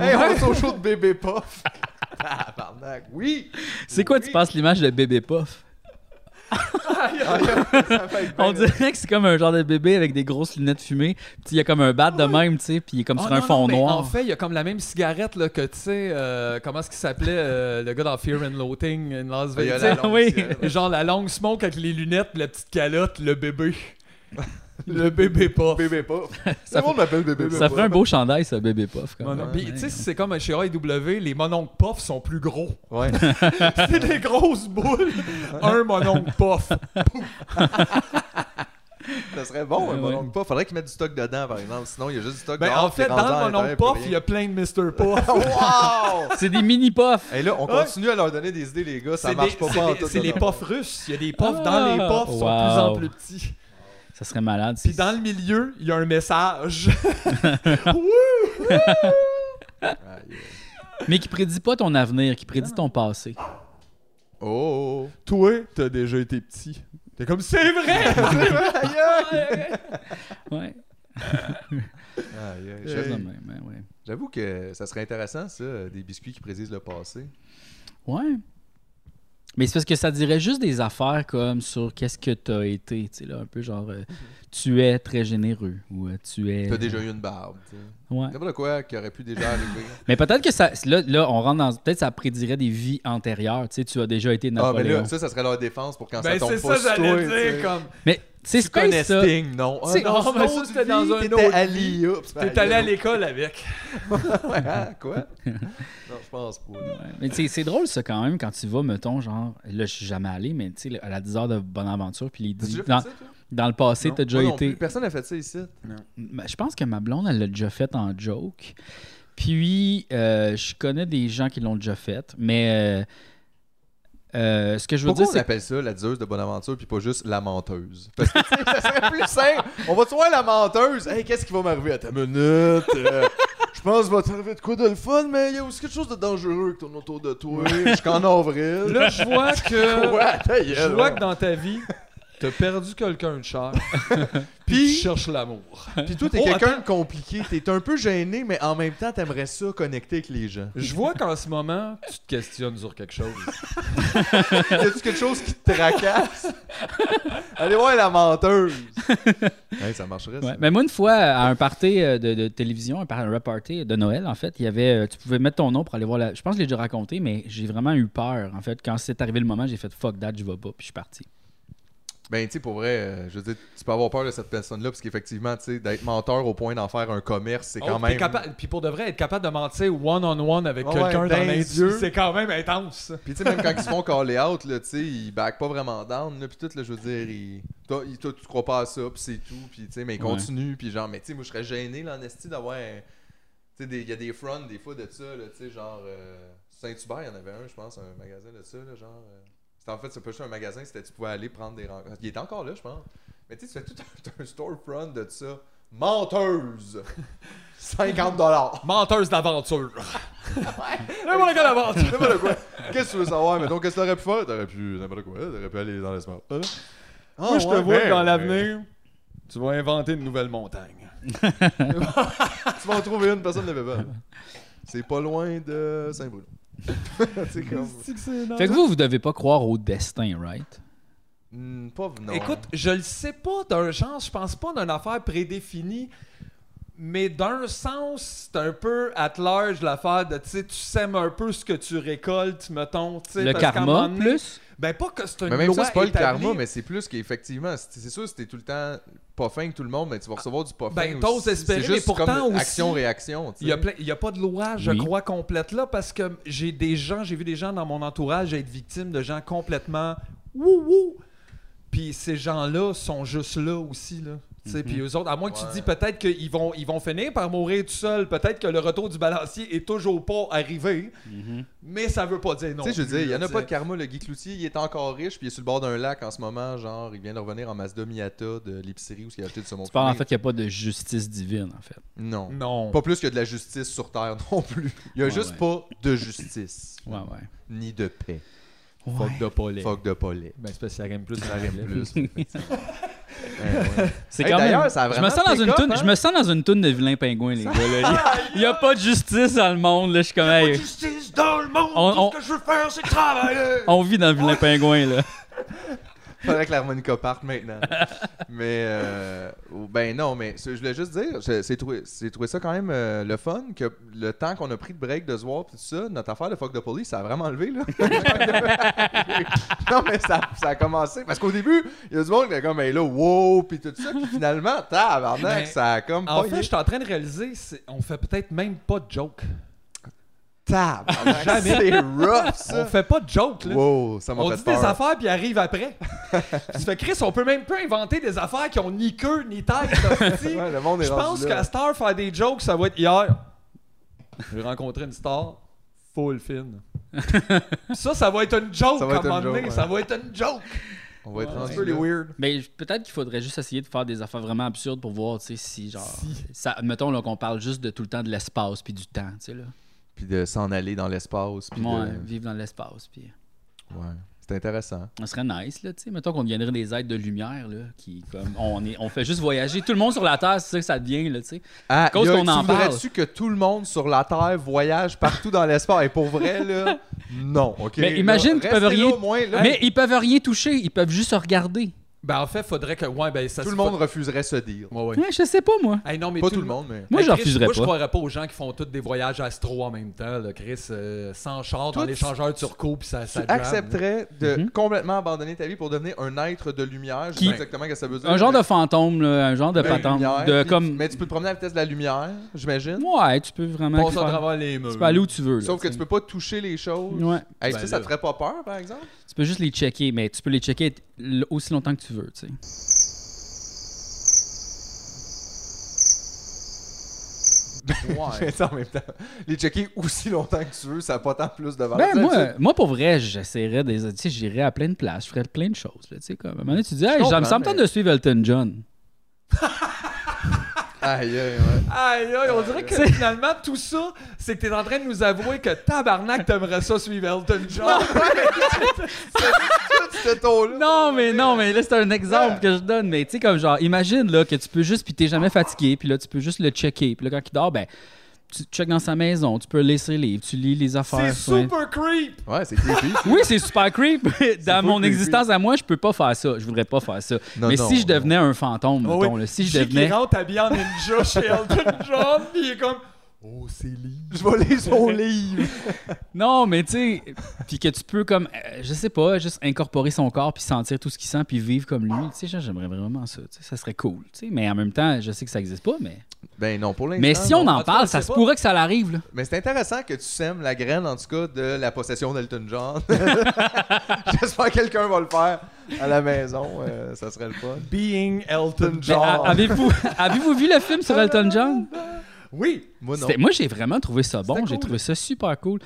Speaker 2: Euh,
Speaker 3: hey, on est au show de Bébé Puff. Tabarnak, oui.
Speaker 1: c'est quoi, tu
Speaker 3: Oui.
Speaker 1: passes l'image de Bébé Puff? On dirait que c'est comme un genre de bébé avec des grosses lunettes fumées. Puis il y a comme un bat de même, tu sais, puis il est comme
Speaker 2: Ah,
Speaker 1: sur
Speaker 2: non,
Speaker 1: un
Speaker 2: non,
Speaker 1: fond
Speaker 2: mais
Speaker 1: noir.
Speaker 2: En fait, il y a comme la même cigarette là, que, tu sais, euh, comment est-ce qu'il s'appelait euh, le gars dans Fear and Loathing in Las
Speaker 3: Ah, Il y a
Speaker 1: Oui.
Speaker 2: Vegas?
Speaker 3: la longue
Speaker 1: Oui.
Speaker 3: cigarette.
Speaker 2: Genre la longue smoke avec les lunettes, la petite calotte, le bébé. le bébé pas.
Speaker 3: Bébé Puff. Tout le monde m'appelle Bébé
Speaker 1: Ça
Speaker 3: Puff.
Speaker 1: ferait un beau chandail, ça, bébé puff. Quand même.
Speaker 2: Monon- Puis, tu sais, si c'est comme chez AEW, les mononcles puffs sont plus gros.
Speaker 3: Ouais.
Speaker 2: c'est des grosses boules. Un mononcle puff.
Speaker 3: Ça serait bon, un
Speaker 1: Ouais,
Speaker 3: Mononcle Puff. Faudrait qu'ils mettent du stock dedans, par exemple. Sinon, il y a juste du stock
Speaker 2: Ben,
Speaker 3: dehors,
Speaker 2: en fait, dans
Speaker 3: puis rendu
Speaker 2: le
Speaker 3: à l'intérieur,
Speaker 2: mononcle puff, il y a plein de Mr. Puff.
Speaker 3: plus rien. Wow!
Speaker 1: C'est des mini puffs.
Speaker 3: Et là, on
Speaker 2: Ouais.
Speaker 3: continue à leur donner des idées, les gars. Ça
Speaker 2: C'est
Speaker 3: marche
Speaker 2: des-
Speaker 3: pas
Speaker 2: c'est
Speaker 3: pas en
Speaker 2: des-
Speaker 3: tout.
Speaker 2: C'est
Speaker 3: non,
Speaker 2: les
Speaker 3: non.
Speaker 2: puffs russes. Il y a des puffs dans les
Speaker 1: Ah,
Speaker 2: puffs, ils sont de plus
Speaker 1: wow.
Speaker 2: en plus petits.
Speaker 1: Ça serait malade.
Speaker 2: Puis dans le milieu, il y a un message.
Speaker 3: Aïe.
Speaker 1: Mais qui prédit pas ton avenir, qui prédit ton passé.
Speaker 3: Oh!
Speaker 2: Toi, t'as déjà été petit. T'es comme, c'est vrai!
Speaker 1: Ouais.
Speaker 3: Aïe,
Speaker 2: Euh,
Speaker 3: aïe.
Speaker 1: Chose de
Speaker 3: J'avoue-
Speaker 1: même, hein, ouais.
Speaker 3: J'avoue que ça serait intéressant, ça, des biscuits qui prédisent le passé.
Speaker 1: Ouais. Mais c'est parce que ça dirait juste des affaires comme sur qu'est-ce que t'as été, tu sais, là, un peu genre euh,
Speaker 2: Mm-hmm.
Speaker 1: tu es très généreux ou euh, tu es.
Speaker 3: T'as déjà eu une barbe. tu sais.
Speaker 1: Ouais.
Speaker 3: N'importe quoi qui aurait pu déjà arriver.
Speaker 1: Mais peut-être que ça. Là, là, on rentre dans. Peut-être ça prédirait des vies antérieures. Tu sais, tu as déjà été
Speaker 3: Ah, mais
Speaker 1: Napoléon.
Speaker 3: là, ça, ça serait leur défense pour quand
Speaker 2: ben,
Speaker 3: ça
Speaker 2: c'est
Speaker 3: tombe
Speaker 2: ça,
Speaker 3: pas sur toi.
Speaker 2: j'allais
Speaker 3: tu sais.
Speaker 2: dire. Comme,
Speaker 1: mais c'est
Speaker 3: Tu connais
Speaker 1: space ça.
Speaker 3: Sting, non?
Speaker 1: C'est-
Speaker 3: non,
Speaker 2: Ah, ben, ça, c'était dans un autre
Speaker 3: Ali. Oups,
Speaker 2: t'es allé à l'école avec.
Speaker 3: Ah, quoi? non, je pense pas. non.
Speaker 1: Ouais. Mais tu sais, c'est drôle ça quand même quand tu vas, mettons, genre, là je suis jamais allé, mais tu sais, à la 10 heures de Bonaventure, puis les
Speaker 3: T'as
Speaker 1: dix-
Speaker 3: déjà fait
Speaker 1: dans,
Speaker 3: ça, toi?
Speaker 1: dans le passé,
Speaker 3: Non,
Speaker 1: t'as déjà
Speaker 3: moi non
Speaker 1: été.
Speaker 3: plus. Personne n'a fait ça ici.
Speaker 1: Ben, Je pense que ma blonde, elle l'a déjà fait en joke. Puis, euh, je connais des gens qui l'ont déjà fait, mais euh, euh, ce que je veux
Speaker 3: Pourquoi
Speaker 1: dire,
Speaker 3: on
Speaker 1: c'est
Speaker 3: appelle ça la diseuse de Bonaventure puis pas juste la menteuse? Parce que tu sais, ça serait plus simple. On va trouver la menteuse. Hey, qu'est-ce qui va m'arriver à ta minute? Euh, je pense que va t'arriver de quoi de le fun, mais il y a aussi quelque chose de dangereux qui tourne autour de toi jusqu'en avril.
Speaker 2: Là, je vois que.
Speaker 3: Ouais, ta gueule,
Speaker 2: Je vois
Speaker 3: ouais.
Speaker 2: que dans ta vie, t'as perdu quelqu'un de cher. Puis tu
Speaker 3: Puis,
Speaker 2: cherches l'amour.
Speaker 3: puis toi, t'es
Speaker 2: Oh,
Speaker 3: quelqu'un de compliqué. T'es un peu gêné, mais en même temps, t'aimerais ça connecter avec les gens.
Speaker 2: Je vois qu'en ce moment, tu te questionnes sur quelque chose.
Speaker 3: Y a-tu quelque chose qui te tracasse? Allez voir la menteuse. Hey, ça marcherait, ça.
Speaker 1: Ouais. Ben, moi, une fois, à un party euh, de, de télévision, un, par- un rap party de Noël, en fait, il y avait, euh, tu pouvais mettre ton nom pour aller voir la. Je pense que je l'ai déjà raconté, mais j'ai vraiment eu peur. En fait, quand c'est arrivé le moment, j'ai fait fuck that, je vais pas, puis je suis parti.
Speaker 3: Ben, tu sais, pour vrai, euh, je veux dire, tu peux avoir peur de cette personne-là, parce qu'effectivement, tu sais, d'être menteur au point d'en faire un commerce, c'est quand
Speaker 2: Oh, t'es
Speaker 3: même.
Speaker 2: capa- Puis pour de vrai, être capable de mentir one-on-one avec
Speaker 3: Ouais,
Speaker 2: quelqu'un
Speaker 3: ouais,
Speaker 2: dans
Speaker 3: dans les
Speaker 2: l'industrie,
Speaker 3: yeux.
Speaker 2: c'est quand même intense.
Speaker 3: Puis, tu sais, même quand ils se font call out, là, tu sais, ils back pas vraiment down, là, puis tout, là, je veux dire, ils- toi, ils- toi, tu crois pas à ça, puis c'est tout, puis, tu sais, mais ils
Speaker 1: Ouais.
Speaker 3: continuent, puis genre, mais tu sais, moi, je serais gêné, là, en esti, d'avoir. un- Tu sais, des- il y a des fronts, des fois, de ça, là, tu sais, genre. euh, Saint-Hubert, il y en avait un, je pense, un magasin de ça, là, genre. euh, c'était en fait, c'est pas juste un magasin, c'était tu pouvais aller prendre des rencontres. Il était encore là, je pense. Mais tu sais, tu fais tout un, un storefront de ça. Menteuse! 50 dollars.
Speaker 2: Menteuse d'aventure. Là, mon gars d'aventure.
Speaker 3: N'importe quoi. Qu'est-ce que tu veux savoir? Mettons, qu'est-ce que t'aurais pu faire? T'aurais pu, n'importe quoi, t'aurais pu aller dans l'espace. Ah,
Speaker 2: Moi, je te
Speaker 3: ouais, Ben,
Speaker 2: vois
Speaker 3: mais-
Speaker 2: dans l'avenir, tu vas inventer une nouvelle montagne.
Speaker 3: Tu vas en trouver une, personne ne l'avait pas. C'est pas loin de Saint-Bruno. c'est comme.
Speaker 1: Fait que vous, vous devez pas croire au destin, right?
Speaker 3: Hmm, pas non.
Speaker 2: Écoute, je le sais pas d'un genre, je pense pas d'une affaire prédéfinie, mais d'un sens, c'est un peu at large l'affaire de, tu sais, tu sèmes un peu ce que tu récoltes, mettons, tu sais.
Speaker 1: Le
Speaker 2: parce qu'à un moment
Speaker 1: karma,
Speaker 2: donné-
Speaker 1: plus?
Speaker 2: Ben pas que c'est une
Speaker 3: Mais même
Speaker 2: loi
Speaker 3: ça, c'est pas
Speaker 2: établie.
Speaker 3: le karma, mais c'est plus qu'effectivement, c'est c'est sûr, si t'es tout le temps pas fin que tout le monde, mais tu vas recevoir du pas fin.
Speaker 2: Ben,
Speaker 3: aussi.
Speaker 2: t'oses espérer,
Speaker 3: C'est
Speaker 2: mais
Speaker 3: juste
Speaker 2: pourtant
Speaker 3: comme
Speaker 2: aussi,
Speaker 3: action-réaction. tu
Speaker 2: Il y, a
Speaker 3: sais.
Speaker 2: plein- il y a pas de loi, je
Speaker 1: Oui.
Speaker 2: crois, complète là, parce que j'ai des gens, j'ai vu des gens dans mon entourage être victimes de gens complètement wouh wouh. Puis ces gens-là sont juste là aussi, là. Tu sais,
Speaker 3: Mhm.
Speaker 2: Puis eux autres, à moins que tu
Speaker 3: Ouais.
Speaker 2: te dis peut-être qu'ils vont, ils vont finir par mourir tout seuls, peut-être que le retour du balancier est toujours pas arrivé,
Speaker 1: Mhm.
Speaker 2: mais ça veut pas dire non.
Speaker 3: Tu sais, je veux
Speaker 2: plus,
Speaker 3: dire, il y en
Speaker 2: là,
Speaker 3: a
Speaker 2: tu
Speaker 3: pas
Speaker 2: sais.
Speaker 3: de karma. Le Guy Cloutier, il est encore riche, puis il est sur le bord d'un lac en ce moment. Genre, il vient de revenir en Mazda Miata de l'épicerie où il a acheté du saumon
Speaker 1: Tu parles en
Speaker 3: fumé.
Speaker 1: fait qu'il n'y a pas de justice divine, en fait.
Speaker 3: Non.
Speaker 2: Non.
Speaker 3: Pas plus que de la justice sur Terre non plus. Il y a
Speaker 1: Ouais,
Speaker 3: juste
Speaker 1: ouais.
Speaker 3: pas de justice,
Speaker 1: Ouais, ouais.
Speaker 3: ni de paix.
Speaker 2: Fuck de polé.
Speaker 3: Fuck de polé.
Speaker 2: Ben, c'est parce que ça rime plus.
Speaker 3: Ça rime plus. effectivement. Ouais, ouais.
Speaker 1: C'est
Speaker 3: Hey,
Speaker 1: quand
Speaker 3: d'ailleurs,
Speaker 1: même.
Speaker 3: ça a
Speaker 1: je me
Speaker 3: vraiment
Speaker 1: sens dans
Speaker 3: pick
Speaker 1: une
Speaker 3: up,
Speaker 1: toune,
Speaker 3: hein?
Speaker 1: je me sens dans une toune de vilain pingouin les gars. là. Il n'y a, pas de justice dans le monde. Là. Je suis comme, hey,
Speaker 2: Justice dans le monde,
Speaker 1: On-
Speaker 2: tout
Speaker 1: on-
Speaker 2: ce que je veux faire, c'est travailler.
Speaker 1: on vit dans le vilain pingouin là.
Speaker 3: Faudrait que l'harmonica parte maintenant. mais, euh, ou- ben non, mais ce- je voulais juste dire, je- c'est trouvé, c'est trouvé ça quand même euh, le fun, que le temps qu'on a pris de break de se voir, pis tout ça, notre affaire de fuck the police, ça a vraiment levé, là. non, mais ça, ça a commencé, parce qu'au début, il y a du monde qui était comme, hey là, wow, pis tout ça, pis finalement, tabarnak,
Speaker 1: Ben,
Speaker 2: Mais,
Speaker 3: ça a comme
Speaker 2: En
Speaker 3: pogné.
Speaker 2: fait, je suis en train de réaliser, c'est- on fait peut-être même pas de joke.
Speaker 3: Tabarnak,
Speaker 2: Jamais.
Speaker 3: c'est rough, ça.
Speaker 2: On fait pas de joke, là.
Speaker 3: Wow, ça m'a
Speaker 2: On
Speaker 3: fait
Speaker 2: dit
Speaker 3: peur.
Speaker 2: des affaires puis arrive après. tu fais Chris, on peut même pas inventer des affaires qui ont ni queue ni tête. hostie.
Speaker 3: Ouais, le monde est
Speaker 2: Je pense
Speaker 3: rendu là.
Speaker 2: qu'à Star faire des jokes, ça va être hier. J'ai rencontré une star full fine. Puis ça, ça va être une joke
Speaker 3: Ça va
Speaker 2: à un
Speaker 3: être une
Speaker 2: moment donné.
Speaker 3: joke, ouais.
Speaker 2: Ça va être une joke.
Speaker 3: On va être
Speaker 2: Ouais.
Speaker 3: rendu
Speaker 2: C'est really
Speaker 3: là.
Speaker 2: weird.
Speaker 1: Mais Ben, je- peut-être qu'il faudrait juste essayer de faire des affaires vraiment absurdes pour voir, tu sais, si genre. Ça, mettons là, qu'on parle juste de tout le temps de l'espace puis du temps, tu sais, là.
Speaker 3: Puis de s'en aller dans l'espace. Puis
Speaker 1: Moi,
Speaker 3: de-
Speaker 1: vivre dans l'espace. Puis
Speaker 3: Ouais. C'est intéressant.
Speaker 1: on serait nice, là, tu sais. Mettons qu'on deviendrait des êtres de lumière, là, qui, comme, on, est, on fait juste voyager. Tout le monde sur la Terre, c'est ça que ça devient, là, tu sais.
Speaker 3: Ah,
Speaker 1: cause
Speaker 3: là,
Speaker 1: qu'on en
Speaker 3: tu
Speaker 1: parle.
Speaker 3: voudrais-tu que tout le monde sur la Terre voyage partout dans l'espace? Et pour vrai, là, non. ok
Speaker 1: Mais
Speaker 3: Là,
Speaker 1: imagine qu'ils peuvent
Speaker 3: restez là
Speaker 1: rien-
Speaker 3: au moins, là,
Speaker 1: Mais ils peuvent rien toucher, ils peuvent juste regarder.
Speaker 2: Ben en fait, faudrait que. Ouais, ben ça
Speaker 3: tout
Speaker 2: se
Speaker 3: le monde refuserait ce deal.
Speaker 2: fa- Ouais, ouais.
Speaker 1: Ouais, je sais pas, moi.
Speaker 2: Hey, non, mais
Speaker 3: Pas tout le monde, mais.
Speaker 1: Moi,
Speaker 2: Hey,
Speaker 1: je
Speaker 2: Ben, Chris,
Speaker 1: refuserais
Speaker 2: Moi, je
Speaker 1: pas.
Speaker 2: croirais pas aux gens qui font tous des voyages astro en même temps, là, Chris, euh, sans char, dans
Speaker 3: Toi,
Speaker 2: l'échangeur turco, puis ça,
Speaker 3: Tu
Speaker 2: ça jam, là. Mm-hmm.
Speaker 3: accepterais de
Speaker 1: Mhm.
Speaker 3: complètement abandonner ta vie pour devenir un être de lumière? Je sais
Speaker 1: Qui-
Speaker 3: pas exactement ce que ça veut dire.
Speaker 1: Un genre
Speaker 3: mais-
Speaker 1: de fantôme, là, un genre de
Speaker 3: mais
Speaker 1: patente.
Speaker 3: lumière,
Speaker 1: De
Speaker 3: puis-
Speaker 1: comme.
Speaker 3: Mais tu peux te promener à la vitesse de la lumière, j'imagine.
Speaker 1: Ouais, tu peux vraiment.
Speaker 2: Passe à
Speaker 1: faire-
Speaker 2: travers les murs.
Speaker 1: Tu peux aller où tu veux. là,
Speaker 3: Sauf que
Speaker 1: sais.
Speaker 3: tu peux pas toucher les choses.
Speaker 1: Ouais.
Speaker 3: Hey,
Speaker 2: Ben
Speaker 3: ça, ça
Speaker 2: là.
Speaker 3: te ferait pas peur, par exemple?
Speaker 1: Tu peux juste les checker, mais tu peux les checker l- aussi longtemps que tu veux, tu sais.
Speaker 3: Ouais. en même temps, les checker aussi longtemps que tu veux, ça n'a pas tant plus de valeur.
Speaker 1: Ben,
Speaker 3: Bah, Tu sais,
Speaker 1: moi, moi, pour vrai, j'essaierais des. Tu sais, j'irais à plein de places, je ferais plein de choses. Là, tu sais, comme. À un moment donné, tu dis, hey, ça me
Speaker 3: comprends,
Speaker 1: semble
Speaker 3: mais-
Speaker 1: tente de suivre Elton John.
Speaker 3: Aïe, aïe, ouais.
Speaker 2: Aïe, aïe,
Speaker 1: Euh,
Speaker 2: on dirait que finalement, tout ça, c'est que t'es en train de nous avouer que tabarnak, t'aimerais ça suivre Elton John.
Speaker 3: Tout ce taux-là.
Speaker 1: Non, mais non, mais là, c'est un exemple que je donne. Mais tu sais, comme genre, imagine là, que tu peux juste, puis t'es jamais fatigué, puis là, tu peux juste le checker. Puis là, quand il dort, ben, tu checkes dans sa maison, tu peux laisser les livres, tu lis les
Speaker 2: C'est
Speaker 1: affaires. ouais.
Speaker 2: super creep.
Speaker 3: Ouais, c'est creepy. ça.
Speaker 1: Oui, c'est super creep. Dans
Speaker 3: full
Speaker 1: mon
Speaker 3: creepy.
Speaker 1: existence à moi, je peux pas faire ça. Je voudrais pas faire ça.
Speaker 3: Non,
Speaker 1: mais
Speaker 3: non,
Speaker 1: si je
Speaker 3: non.
Speaker 1: devenais un fantôme,
Speaker 2: Ah
Speaker 1: mettons,
Speaker 2: oui.
Speaker 1: là, si je
Speaker 2: Chic,
Speaker 1: devenais.
Speaker 2: Il rentre habillé en ninja chez Elton John, pis il est comme. Oh, c'est libre.
Speaker 3: Je vais lire son livre.
Speaker 1: Non, mais tu sais, puis que tu peux comme, euh, je sais pas, juste incorporer son corps puis sentir tout ce qu'il sent puis vivre comme lui. Tu sais, genre, j'aimerais vraiment ça. tu sais, ça serait cool. Tu sais, mais en même temps, je sais que ça existe pas. Mais
Speaker 3: Ben non, pour l'instant.
Speaker 1: mais si on
Speaker 3: non.
Speaker 1: en
Speaker 2: en tout cas, on
Speaker 1: parle,
Speaker 2: sait
Speaker 1: ça se
Speaker 2: pas.
Speaker 1: pourrait que ça l'arrive. Là.
Speaker 3: Mais c'est intéressant que tu sèmes la graine, en tout cas, de la possession d'Elton John. J'espère que quelqu'un va le faire à la maison. euh, ça serait le fun.
Speaker 2: Being Elton
Speaker 1: Mais
Speaker 2: John.
Speaker 1: a- avez-vous avez-vous vu le film sur Elton John
Speaker 2: Oui.
Speaker 3: Moi, non.
Speaker 1: C'était- Moi, j'ai vraiment trouvé ça bon.
Speaker 2: C'était
Speaker 1: J'ai
Speaker 2: cool.
Speaker 1: trouvé ça super cool.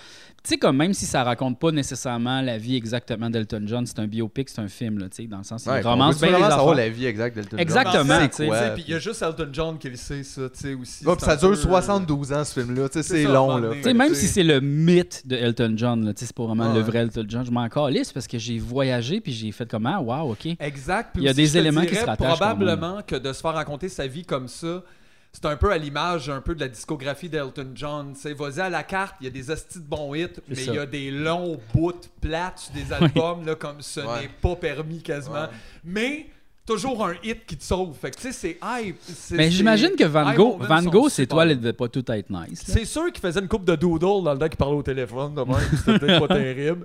Speaker 1: Tu sais, comme même si ça raconte pas nécessairement la vie exactement d'Elton John, c'est un biopic, c'est un film, là, tu sais, dans le sens, il
Speaker 3: Ouais, on
Speaker 1: romance
Speaker 3: veut-tu
Speaker 1: bien les
Speaker 3: vraiment savoir
Speaker 1: affaires.
Speaker 3: la vie exacte d'Elton John.
Speaker 1: Exactement,
Speaker 3: C'est
Speaker 1: tu sais,
Speaker 3: quoi?
Speaker 2: Tu sais, Pis il y a juste Elton John qui le sait, ça, tu sais, aussi.
Speaker 3: Ouais, puis
Speaker 2: c'est
Speaker 3: ça
Speaker 2: un
Speaker 3: dure
Speaker 2: peu- euh,
Speaker 3: 72 ans, ce film-là. Tu sais,
Speaker 2: C'est
Speaker 3: C'est
Speaker 2: ça,
Speaker 3: long,
Speaker 2: un moment
Speaker 3: là.
Speaker 2: donné.
Speaker 1: Tu sais,
Speaker 3: Fait que,
Speaker 1: même
Speaker 3: tu sais,
Speaker 1: si c'est le mythe de Elton John, là, tu sais, c'est pas vraiment
Speaker 3: Ouais.
Speaker 1: le vrai Elton John, je m'en calisse parce que j'ai voyagé puis j'ai fait comme ah wow, ok.
Speaker 2: Exact. puis
Speaker 1: Il y a
Speaker 2: aussi,
Speaker 1: des
Speaker 2: je te
Speaker 1: éléments qui
Speaker 2: dirais,
Speaker 1: se rattachent quand même.
Speaker 2: Probablement que de se faire raconter sa vie comme ça, c'est un peu à l'image un peu de la discographie d'Elton John. C'est vas-y à la carte, il y a des hosties de bons hits, mais
Speaker 1: ça.
Speaker 2: il y a des longs bouts plates sur des albums là, comme ce
Speaker 3: Ouais.
Speaker 2: n'est pas permis quasiment.
Speaker 3: Ouais.
Speaker 2: Mais toujours un hit qui te sauve. Fait que tu sais, c'est hype. C'est-
Speaker 1: Mais
Speaker 2: c'est-
Speaker 1: j'imagine que Van
Speaker 2: High
Speaker 1: Gogh,
Speaker 2: moments
Speaker 1: Van
Speaker 2: sont
Speaker 1: Gogh, ses
Speaker 2: super.
Speaker 1: toiles elles devaient pas tout être nice. là.
Speaker 2: C'est sûr qu'il faisait une coupe de doodle dans le temps qu'il parlait au téléphone, de même, c'était peut-être pas terrible.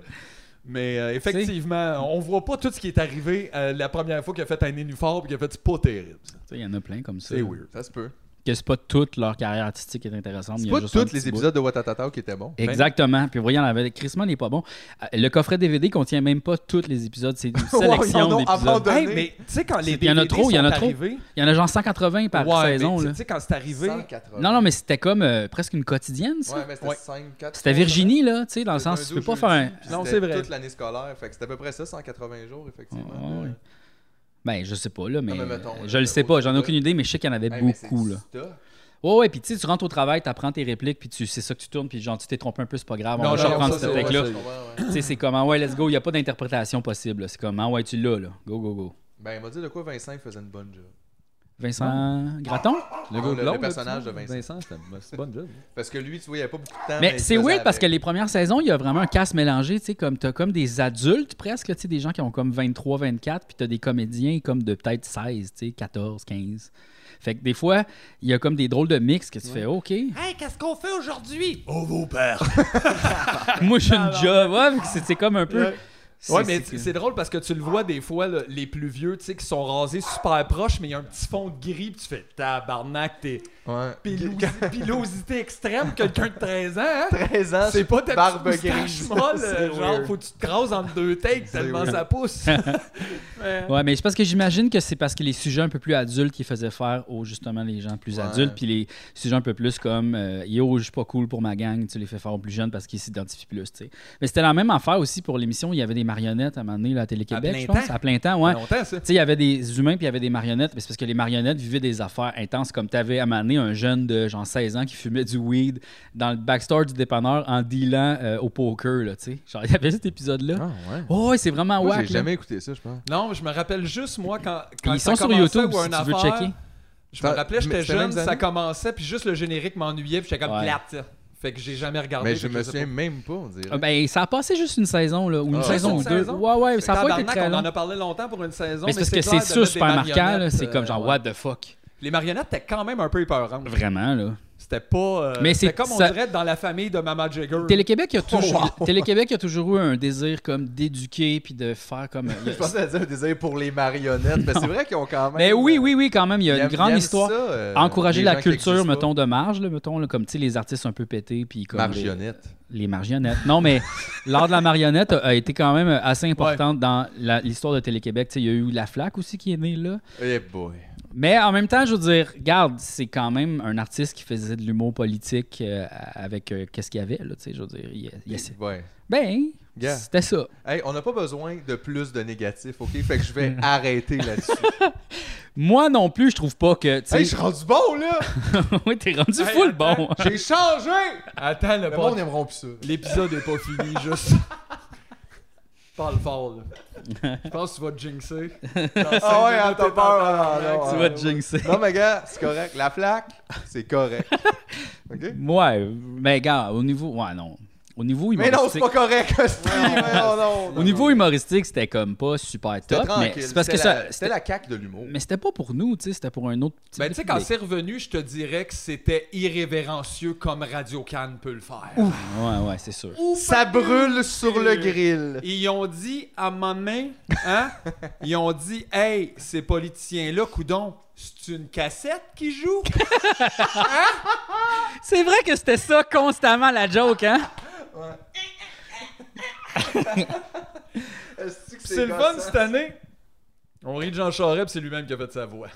Speaker 2: Mais euh, effectivement, on voit pas tout ce qui est arrivé euh, la première fois qu'il a fait un nénuphar et qu'il a fait c'est pas terrible. ça.
Speaker 1: Tu sais, Il y en a plein comme ça.
Speaker 2: C'est weird.
Speaker 3: Ça se peut.
Speaker 1: Que c'est pas toute leur carrière artistique qui est intéressante.
Speaker 3: C'est
Speaker 1: il y a
Speaker 3: pas
Speaker 1: juste un
Speaker 3: tous
Speaker 1: petit
Speaker 3: les
Speaker 1: bout.
Speaker 3: épisodes de Watatata qui étaient bons.
Speaker 2: Ben.
Speaker 1: Exactement. Puis voyons, avec Chrisman n'est pas bon. Euh, Le coffret DVD contient même pas tous les épisodes, c'est une
Speaker 3: ils en
Speaker 1: sélection
Speaker 3: ont
Speaker 1: d'épisodes.
Speaker 3: abandonné.
Speaker 2: Hey, mais tu sais, quand les
Speaker 1: Il y en a
Speaker 2: DVD
Speaker 1: trop, il y en a
Speaker 2: sont
Speaker 1: trop.
Speaker 2: arrivés-
Speaker 1: Il y en a genre 180 par
Speaker 2: Ouais, mais
Speaker 1: saison.
Speaker 2: tu-
Speaker 1: là.
Speaker 2: Tu sais, quand c'est arrivé.
Speaker 3: 180.
Speaker 1: Non, non, mais c'était comme euh, presque une quotidienne, ça.
Speaker 3: Ouais, mais c'était
Speaker 2: Ouais.
Speaker 3: 5, 4.
Speaker 1: C'était Virginie, là, tu sais, dans le sens, tu peux pas faire un.
Speaker 2: Non,
Speaker 3: Non,
Speaker 2: c'est
Speaker 3: c'est
Speaker 2: vrai.
Speaker 3: toute l'année scolaire. Fait que c'était à peu près ça, 180 jours, effectivement.
Speaker 1: Ah, ouais.
Speaker 3: Euh,
Speaker 1: Ben, je sais pas, là, mais.
Speaker 3: mais mettons,
Speaker 1: euh,
Speaker 3: là,
Speaker 1: je le sais
Speaker 3: au
Speaker 1: pas, j'en ai
Speaker 3: total.
Speaker 1: aucune idée, mais je sais qu'il y en avait
Speaker 3: hey, mais c'est
Speaker 1: beaucoup, là.
Speaker 3: du stock.
Speaker 1: Ouais, ouais, puis tu sais, tu rentres au travail, t'apprends tes répliques, puis tu c'est ça que tu tournes, puis genre, tu t'es trompé un peu, c'est pas grave,
Speaker 2: Non,
Speaker 1: on va
Speaker 2: non,
Speaker 1: juste reprendre
Speaker 2: ça,
Speaker 1: cette
Speaker 2: c'est-
Speaker 1: tech-là.
Speaker 2: ouais,
Speaker 1: Tu
Speaker 3: Ouais, ouais.
Speaker 1: sais, c'est comme, ah ouais, let's go, il y a pas d'interprétation possible, là. C'est comme, ah ouais, tu l'as, là. Go, go, go.
Speaker 3: Ben, il m'a dit de quoi Vincent il faisait une bonne job.
Speaker 1: Vincent Gratton.
Speaker 3: Le,
Speaker 2: gars
Speaker 3: le
Speaker 2: blond, là,
Speaker 3: personnage
Speaker 2: tu
Speaker 3: de
Speaker 2: sais.
Speaker 3: Vincent.
Speaker 2: Vincent, c'était une- c'est une bonne job.
Speaker 3: Parce que lui, tu vois, il n'y a pas beaucoup de
Speaker 2: Ah,
Speaker 3: temps.
Speaker 1: Mais c'est weird parce que
Speaker 3: les
Speaker 1: les premières saisons, il y a vraiment un casse mélangé, tu sais, comme t'as comme des adultes presque, là, tu sais, des gens qui ont comme 23, 24, puis t'as des comédiens comme de peut-être 16, tu sais, 14, 15. Fait que des fois, il y a comme des drôles de mix que tu fais, OK.
Speaker 5: Hey, qu'est-ce qu'on fait aujourd'hui?
Speaker 2: Oh,
Speaker 1: Moi, j'ai une job. Ouais, mais c'est c'est comme un peu. c'est-
Speaker 2: Ah, Ouais, mais
Speaker 1: c'est-
Speaker 2: c'est drôle parce que tu le vois des fois, là, les plus vieux, tu sais, qui sont rasés super proches, mais il y a un petit fond de gris, puis tu fais tabarnak, t'es
Speaker 3: Ouais.
Speaker 2: pilosi- pilosité extrême, quelqu'un de 13 ans, hein?
Speaker 3: 13 ans,
Speaker 2: C'est pas ta
Speaker 3: barbe
Speaker 2: petite moustache
Speaker 3: grise.
Speaker 2: molle, euh,
Speaker 3: C'est
Speaker 2: genre,
Speaker 3: weird.
Speaker 2: faut que tu te crases entre deux takes tellement
Speaker 3: weird.
Speaker 2: ça pousse.
Speaker 1: Ouais, mais c'est parce que j'imagine que c'est parce que les sujets un peu plus adultes qui faisaient faire aux justement les gens plus
Speaker 3: Ouais.
Speaker 1: adultes, puis les sujets un peu plus comme euh, yo, je suis pas cool pour ma gang, tu les fais faire aux plus jeunes parce qu'ils s'identifient plus, tu sais. Mais c'était la même affaire aussi pour l'émission, il y avait des marionnettes à un moment donné là, à Télé-Québec,
Speaker 2: plein
Speaker 1: je pense,
Speaker 2: temps.
Speaker 1: à plein temps, ouais.
Speaker 2: longtemps, ça.
Speaker 1: Tu sais, il y avait des humains puis il y avait des marionnettes, mais c'est parce que les marionnettes vivaient des affaires intenses. Comme tu avais à un moment donné un jeune de genre 16 ans qui fumait du weed dans le backstore du dépanneur en dealant euh, au poker, là, tu sais. Genre, il y avait cet épisode-là.
Speaker 3: Ah ouais.
Speaker 1: Oh, ouais, c'est vraiment
Speaker 3: Moi,
Speaker 1: wack.
Speaker 3: J'ai
Speaker 1: là.
Speaker 3: jamais écouté ça, je pense.
Speaker 2: Non, je me rappelle juste, moi, quand, quand
Speaker 1: Ils
Speaker 2: ça
Speaker 1: sont sur
Speaker 2: commençait
Speaker 1: YouTube
Speaker 2: ou
Speaker 1: si
Speaker 2: un
Speaker 1: tu veux
Speaker 2: affaire,
Speaker 1: checker.
Speaker 2: Je me
Speaker 3: Ça-
Speaker 2: rappelais,
Speaker 3: mais
Speaker 2: j'étais
Speaker 3: c'était les
Speaker 2: jeune,
Speaker 3: mêmes
Speaker 2: ça
Speaker 3: années?
Speaker 2: commençait, puis juste le générique m'ennuyait, puis j'étais comme
Speaker 1: Ouais.
Speaker 2: plate. Fait que j'ai jamais regardé.
Speaker 3: Mais
Speaker 2: fait
Speaker 3: je
Speaker 2: que
Speaker 3: me
Speaker 2: sais
Speaker 3: souviens
Speaker 2: pas.
Speaker 3: même pas, on dirait.
Speaker 1: Ah, ben, ça a passé juste une saison, là, ou une
Speaker 3: Ah,
Speaker 1: saison ou
Speaker 2: juste une
Speaker 1: deux.
Speaker 2: saison?
Speaker 1: Ouais, ouais, ça a pas été
Speaker 2: Tabarnak,
Speaker 1: très
Speaker 2: on
Speaker 1: long.
Speaker 2: en a parlé longtemps pour une saison.
Speaker 1: Mais c'est parce que
Speaker 2: clair
Speaker 1: c'est
Speaker 2: de
Speaker 1: ça
Speaker 2: mettre des
Speaker 1: super marquant,
Speaker 2: marionnettes,
Speaker 1: là, c'est
Speaker 2: euh,
Speaker 1: comme genre,
Speaker 2: ouais.
Speaker 1: what the fuck.
Speaker 2: Les marionnettes, t'es quand même un peu épeurant.
Speaker 1: Vraiment, là.
Speaker 2: C'était pas. euh,
Speaker 1: Mais
Speaker 2: c'était
Speaker 1: c'est-
Speaker 2: comme on
Speaker 1: ça-
Speaker 2: dirait dans la famille de Mama Jagger.
Speaker 1: Télé-Québec il y a toujours, Télé-Québec il y a toujours eu un désir comme d'éduquer puis de faire comme. euh,
Speaker 3: Je pensais à dire un désir pour les marionnettes, mais c'est vrai qu'ils ont quand même. euh,
Speaker 1: Mais oui, oui, oui, quand même, il y a
Speaker 3: Ils
Speaker 1: une
Speaker 3: aiment- ils
Speaker 1: grande
Speaker 3: aiment
Speaker 1: histoire.
Speaker 3: ça, euh,
Speaker 1: Encourager
Speaker 3: les
Speaker 1: la
Speaker 3: gens qui
Speaker 1: culture,
Speaker 3: existent
Speaker 1: mettons, de marge, là, mettons, là, comme tu sais, les artistes un peu pétés. Puis comme
Speaker 3: pas. Marionnette.
Speaker 1: Les, les marionnettes. Non, mais l'art de la marionnette a, a été quand même assez importante dans la- l'histoire de Télé-Québec. Tu sais, Il y a eu La Flaque aussi qui est née là.
Speaker 3: Eh boy.
Speaker 1: Mais en même temps, je veux dire, regarde, c'est quand même un artiste qui faisait de l'humour politique euh, avec euh, qu'est-ce qu'il y avait, là, tu sais, je veux dire. il- il essaie-
Speaker 3: Ouais.
Speaker 1: Ben,
Speaker 3: Yeah.
Speaker 1: c'était ça.
Speaker 3: Eh Hey, on n'a pas besoin de plus de négatifs, ok? Fait que je
Speaker 1: Mm.
Speaker 3: vais arrêter là-dessus.
Speaker 1: Moi non plus, je trouve pas que, tu sais,
Speaker 3: hey, je suis rendu bon, là!
Speaker 1: oui, t'es rendu
Speaker 2: Hey,
Speaker 1: full
Speaker 2: attends.
Speaker 1: bon.
Speaker 3: J'ai changé!
Speaker 2: Attends, le
Speaker 3: Le
Speaker 2: pod-
Speaker 3: monde n'aimeront plus ça.
Speaker 2: L'épisode est pas fini, juste. Parle fort, là. Je pense que tu vas te jinxer.
Speaker 3: Ah ouais, hein, t'as peur, ah, non,
Speaker 1: tu
Speaker 3: ah,
Speaker 1: vas
Speaker 3: ouais.
Speaker 1: te jinxer.
Speaker 3: Non, mais gars, c'est correct. La flaque, c'est correct. OK?
Speaker 1: Ouais, mais gars, au niveau, ouais non, au niveau
Speaker 3: Mais non,
Speaker 1: humoristique,
Speaker 3: c'est pas correct, hostie, mais non, non, non,
Speaker 1: au niveau
Speaker 3: non.
Speaker 1: humoristique, c'était comme pas super
Speaker 3: C'était
Speaker 1: top, mais
Speaker 3: tranquille,
Speaker 1: c'est parce que
Speaker 3: c'était
Speaker 1: ça,
Speaker 3: la-
Speaker 1: c'était-
Speaker 3: C'était la caque de l'humour.
Speaker 1: mais c'était pas pour nous, tu sais, c'était pour un autre. type de
Speaker 2: Ben, tu sais, quand
Speaker 1: public.
Speaker 2: c'est revenu, je te dirais que c'était irrévérencieux comme Radio Cannes peut le faire.
Speaker 1: Ouais, ouais, c'est sûr.
Speaker 3: Ça brûle sur le grill.
Speaker 2: Ils ont dit à ma main, hein? Ils ont dit, hey, ces politiciens-là, coudon, c'est une cassette qui joue?
Speaker 1: C'est vrai que c'était ça constamment la joke, hein.
Speaker 3: Est-ce que
Speaker 2: C'est le fun cette année. On rit de Jean Charest, puis c'est lui-même qui a fait sa voix.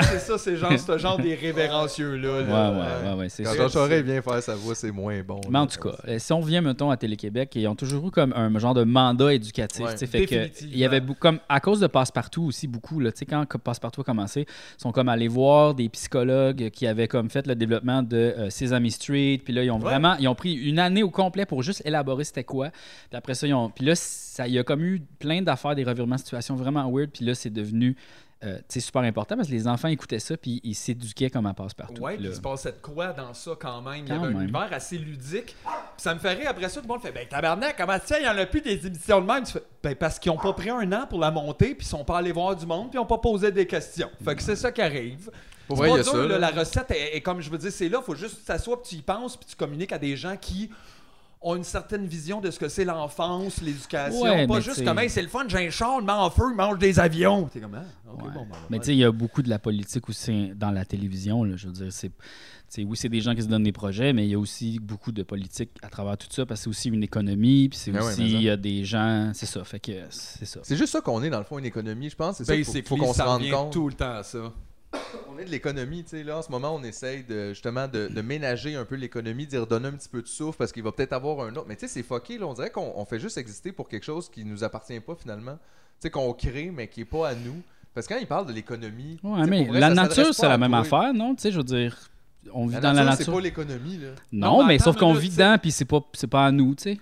Speaker 2: c'est ça, c'est genre, ce genre des révérencieux-là.
Speaker 1: Ouais,
Speaker 2: là.
Speaker 1: ouais, ouais, ouais, c'est
Speaker 3: Quand
Speaker 1: sûr.
Speaker 3: Jean Charest vient faire sa voix, c'est moins bon.
Speaker 1: Mais en
Speaker 3: là.
Speaker 1: tout cas, euh, si on revient, mettons, à Télé-Québec, ils ont toujours eu comme un genre de mandat éducatif.
Speaker 3: Ouais,
Speaker 1: tu sais, fait que,
Speaker 2: définitivement.
Speaker 1: il y avait beaucoup- comme, à cause de Passepartout aussi, beaucoup, là, tu sais, quand Passepartout a commencé, ils sont comme allés voir des psychologues qui avaient comme fait le développement de euh, Sesame Street. Puis là, ils ont vraiment, ils ont pris une année au complet pour juste élaborer c'était quoi. Puis après ça, ils ont, puis là, ça, il y a comme eu plein d'affaires, des revirements de situation vraiment weird. Puis là, c'est devenu, euh, tu sais, super important parce que les enfants écoutaient ça, puis ils s'éduquaient comme à Passepartout.
Speaker 2: Ouais,
Speaker 1: Puis
Speaker 2: puis
Speaker 1: là-
Speaker 2: il se passait de quoi dans ça quand même? Il y
Speaker 1: Quand
Speaker 2: avait
Speaker 1: même.
Speaker 2: un univers assez ludique. Puis ça me fait rire après ça, tout le monde fait Ben tabarnak, comment ça, il y en a plus des émissions de même? Tu fais, ben parce qu'ils ont pas pris un an pour la monter, puis ils sont pas allés voir du monde, puis ils ont pas posé des questions. Fait que c'est ça qui arrive.
Speaker 3: Pour
Speaker 2: C'est
Speaker 3: vrai,
Speaker 2: pas
Speaker 3: il y a
Speaker 2: dur,
Speaker 3: ça,
Speaker 2: là,
Speaker 3: là.
Speaker 2: la recette est, est comme je veux dire, c'est là, faut juste que tu t'assoies, puis tu y penses, puis tu communiques à des gens qui ont une certaine vision de ce que c'est l'enfance, l'éducation,
Speaker 1: Ouais,
Speaker 2: pas
Speaker 1: mais
Speaker 2: juste
Speaker 1: t'sais-
Speaker 2: comme hey, c'est le fun, j'ai un char, il met en feu, il mange des avions. T'es comme ah, ok,
Speaker 1: Ouais.
Speaker 2: bon, ben,
Speaker 1: Mais
Speaker 2: ouais.
Speaker 1: tu sais, il y a beaucoup de la politique aussi dans la télévision. Là, je veux dire, c'est, tu sais, oui, c'est des gens qui se donnent des projets, mais il y a aussi beaucoup de politique à travers tout ça parce que c'est aussi une économie, puis c'est
Speaker 3: Ah ouais,
Speaker 1: aussi
Speaker 3: mais ça.
Speaker 1: il y a des gens, c'est ça. Fait que c'est ça.
Speaker 3: C'est juste ça qu'on est, dans le fond, une économie, je pense. C'est ça qu'il faut-
Speaker 2: Basically,
Speaker 3: faut, qu'on se
Speaker 2: ça
Speaker 3: rende
Speaker 2: revient
Speaker 3: compte.
Speaker 2: tout le temps à ça.
Speaker 3: On est de l'économie, tu sais, là, en ce moment, on essaye de, justement de, de ménager un peu l'économie, d'y redonner un petit peu de souffle parce qu'il va peut-être avoir un autre. Mais tu sais, c'est fucké, là, on dirait qu'on on fait juste exister pour quelque chose qui nous appartient pas finalement. Tu sais, qu'on crée, mais qui est pas à nous. Parce que quand il parle de l'économie.
Speaker 1: Ouais,
Speaker 3: tu sais,
Speaker 1: mais
Speaker 3: pour vrai,
Speaker 1: la
Speaker 3: ça s'adresse
Speaker 1: nature,
Speaker 3: pas
Speaker 1: c'est
Speaker 3: à
Speaker 1: la même
Speaker 3: toi.
Speaker 1: affaire, non? Tu sais, je veux dire, on vit
Speaker 3: La
Speaker 1: dans
Speaker 3: nature,
Speaker 1: la
Speaker 3: c'est
Speaker 1: nature.
Speaker 3: pas l'économie, là.
Speaker 1: Non,
Speaker 2: Non, mais
Speaker 1: mais
Speaker 2: attends
Speaker 1: sauf
Speaker 2: une
Speaker 1: qu'on
Speaker 2: minute,
Speaker 1: vit
Speaker 2: tu sais.
Speaker 1: dedans, puis c'est pas, c'est pas à nous, tu sais.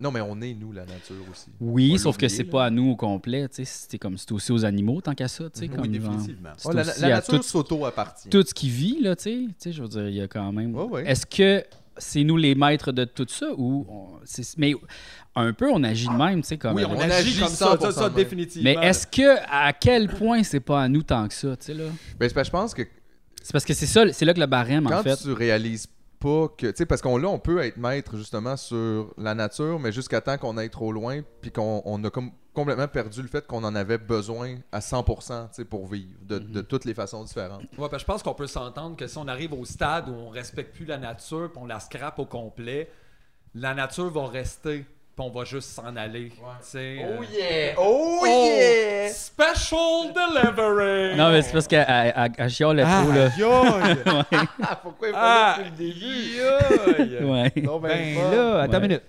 Speaker 3: Non, mais on est, nous, la nature aussi.
Speaker 1: Oui,
Speaker 3: On
Speaker 1: sauf que
Speaker 3: l'oublie,
Speaker 1: c'est
Speaker 3: là.
Speaker 1: pas à nous au complet. tu sais, C'est comme c'est aussi aux animaux tant qu'à ça. tu
Speaker 3: Mm-hmm.
Speaker 1: sais,
Speaker 2: Oui,
Speaker 1: comme, genre,
Speaker 2: définitivement.
Speaker 1: c'est
Speaker 3: Ouais, la,
Speaker 1: aussi
Speaker 3: la
Speaker 1: à
Speaker 3: nature
Speaker 1: tout-
Speaker 3: s'auto-appartient.
Speaker 1: tout ce qui vit, là, tu sais, tu sais, je veux dire, il y a quand même.
Speaker 3: Ouais, ouais.
Speaker 1: Est-ce que c'est nous les maîtres de tout ça ou. on- c'est- Mais un peu, on agit de même, tu sais, comme. euh,
Speaker 2: Oui, on,
Speaker 3: on
Speaker 2: agit,
Speaker 3: agit
Speaker 2: comme ça, ça,
Speaker 3: 100%
Speaker 2: ça,
Speaker 3: même.
Speaker 2: définitivement.
Speaker 1: Mais est-ce que, à quel point c'est pas à nous tant que ça, tu sais, là?
Speaker 3: Ben, c'est parce que je pense que
Speaker 1: C'est parce que c'est ça, c'est là que le barème,
Speaker 3: quand
Speaker 1: en fait.
Speaker 3: tu réalises pas que. Tu sais, parce qu'on là, on peut être maître justement sur la nature, mais jusqu'à temps qu'on aille trop loin, puis qu'on on a comme complètement perdu le fait qu'on en avait besoin à 100% tu sais, pour vivre, de, de toutes les façons différentes.
Speaker 2: Ouais, parce que je pense qu'on peut s'entendre que si on arrive au stade où on respecte plus la nature, puis on la scrape au complet, la nature va rester, puis on va juste s'en aller. tu sais,
Speaker 4: Oh
Speaker 2: euh,
Speaker 3: yeah! Oh,
Speaker 2: Special delivery!
Speaker 1: Non, mais c'est parce qu'elle elle- elle- elle chiale trop, là.
Speaker 3: Pourquoi il
Speaker 2: Ah,
Speaker 3: fallait depuis le début?
Speaker 2: aïe!
Speaker 1: Ouais.
Speaker 3: Non, ben,
Speaker 2: Ben
Speaker 3: pas.
Speaker 2: là, attends
Speaker 1: Ouais.
Speaker 2: une minute.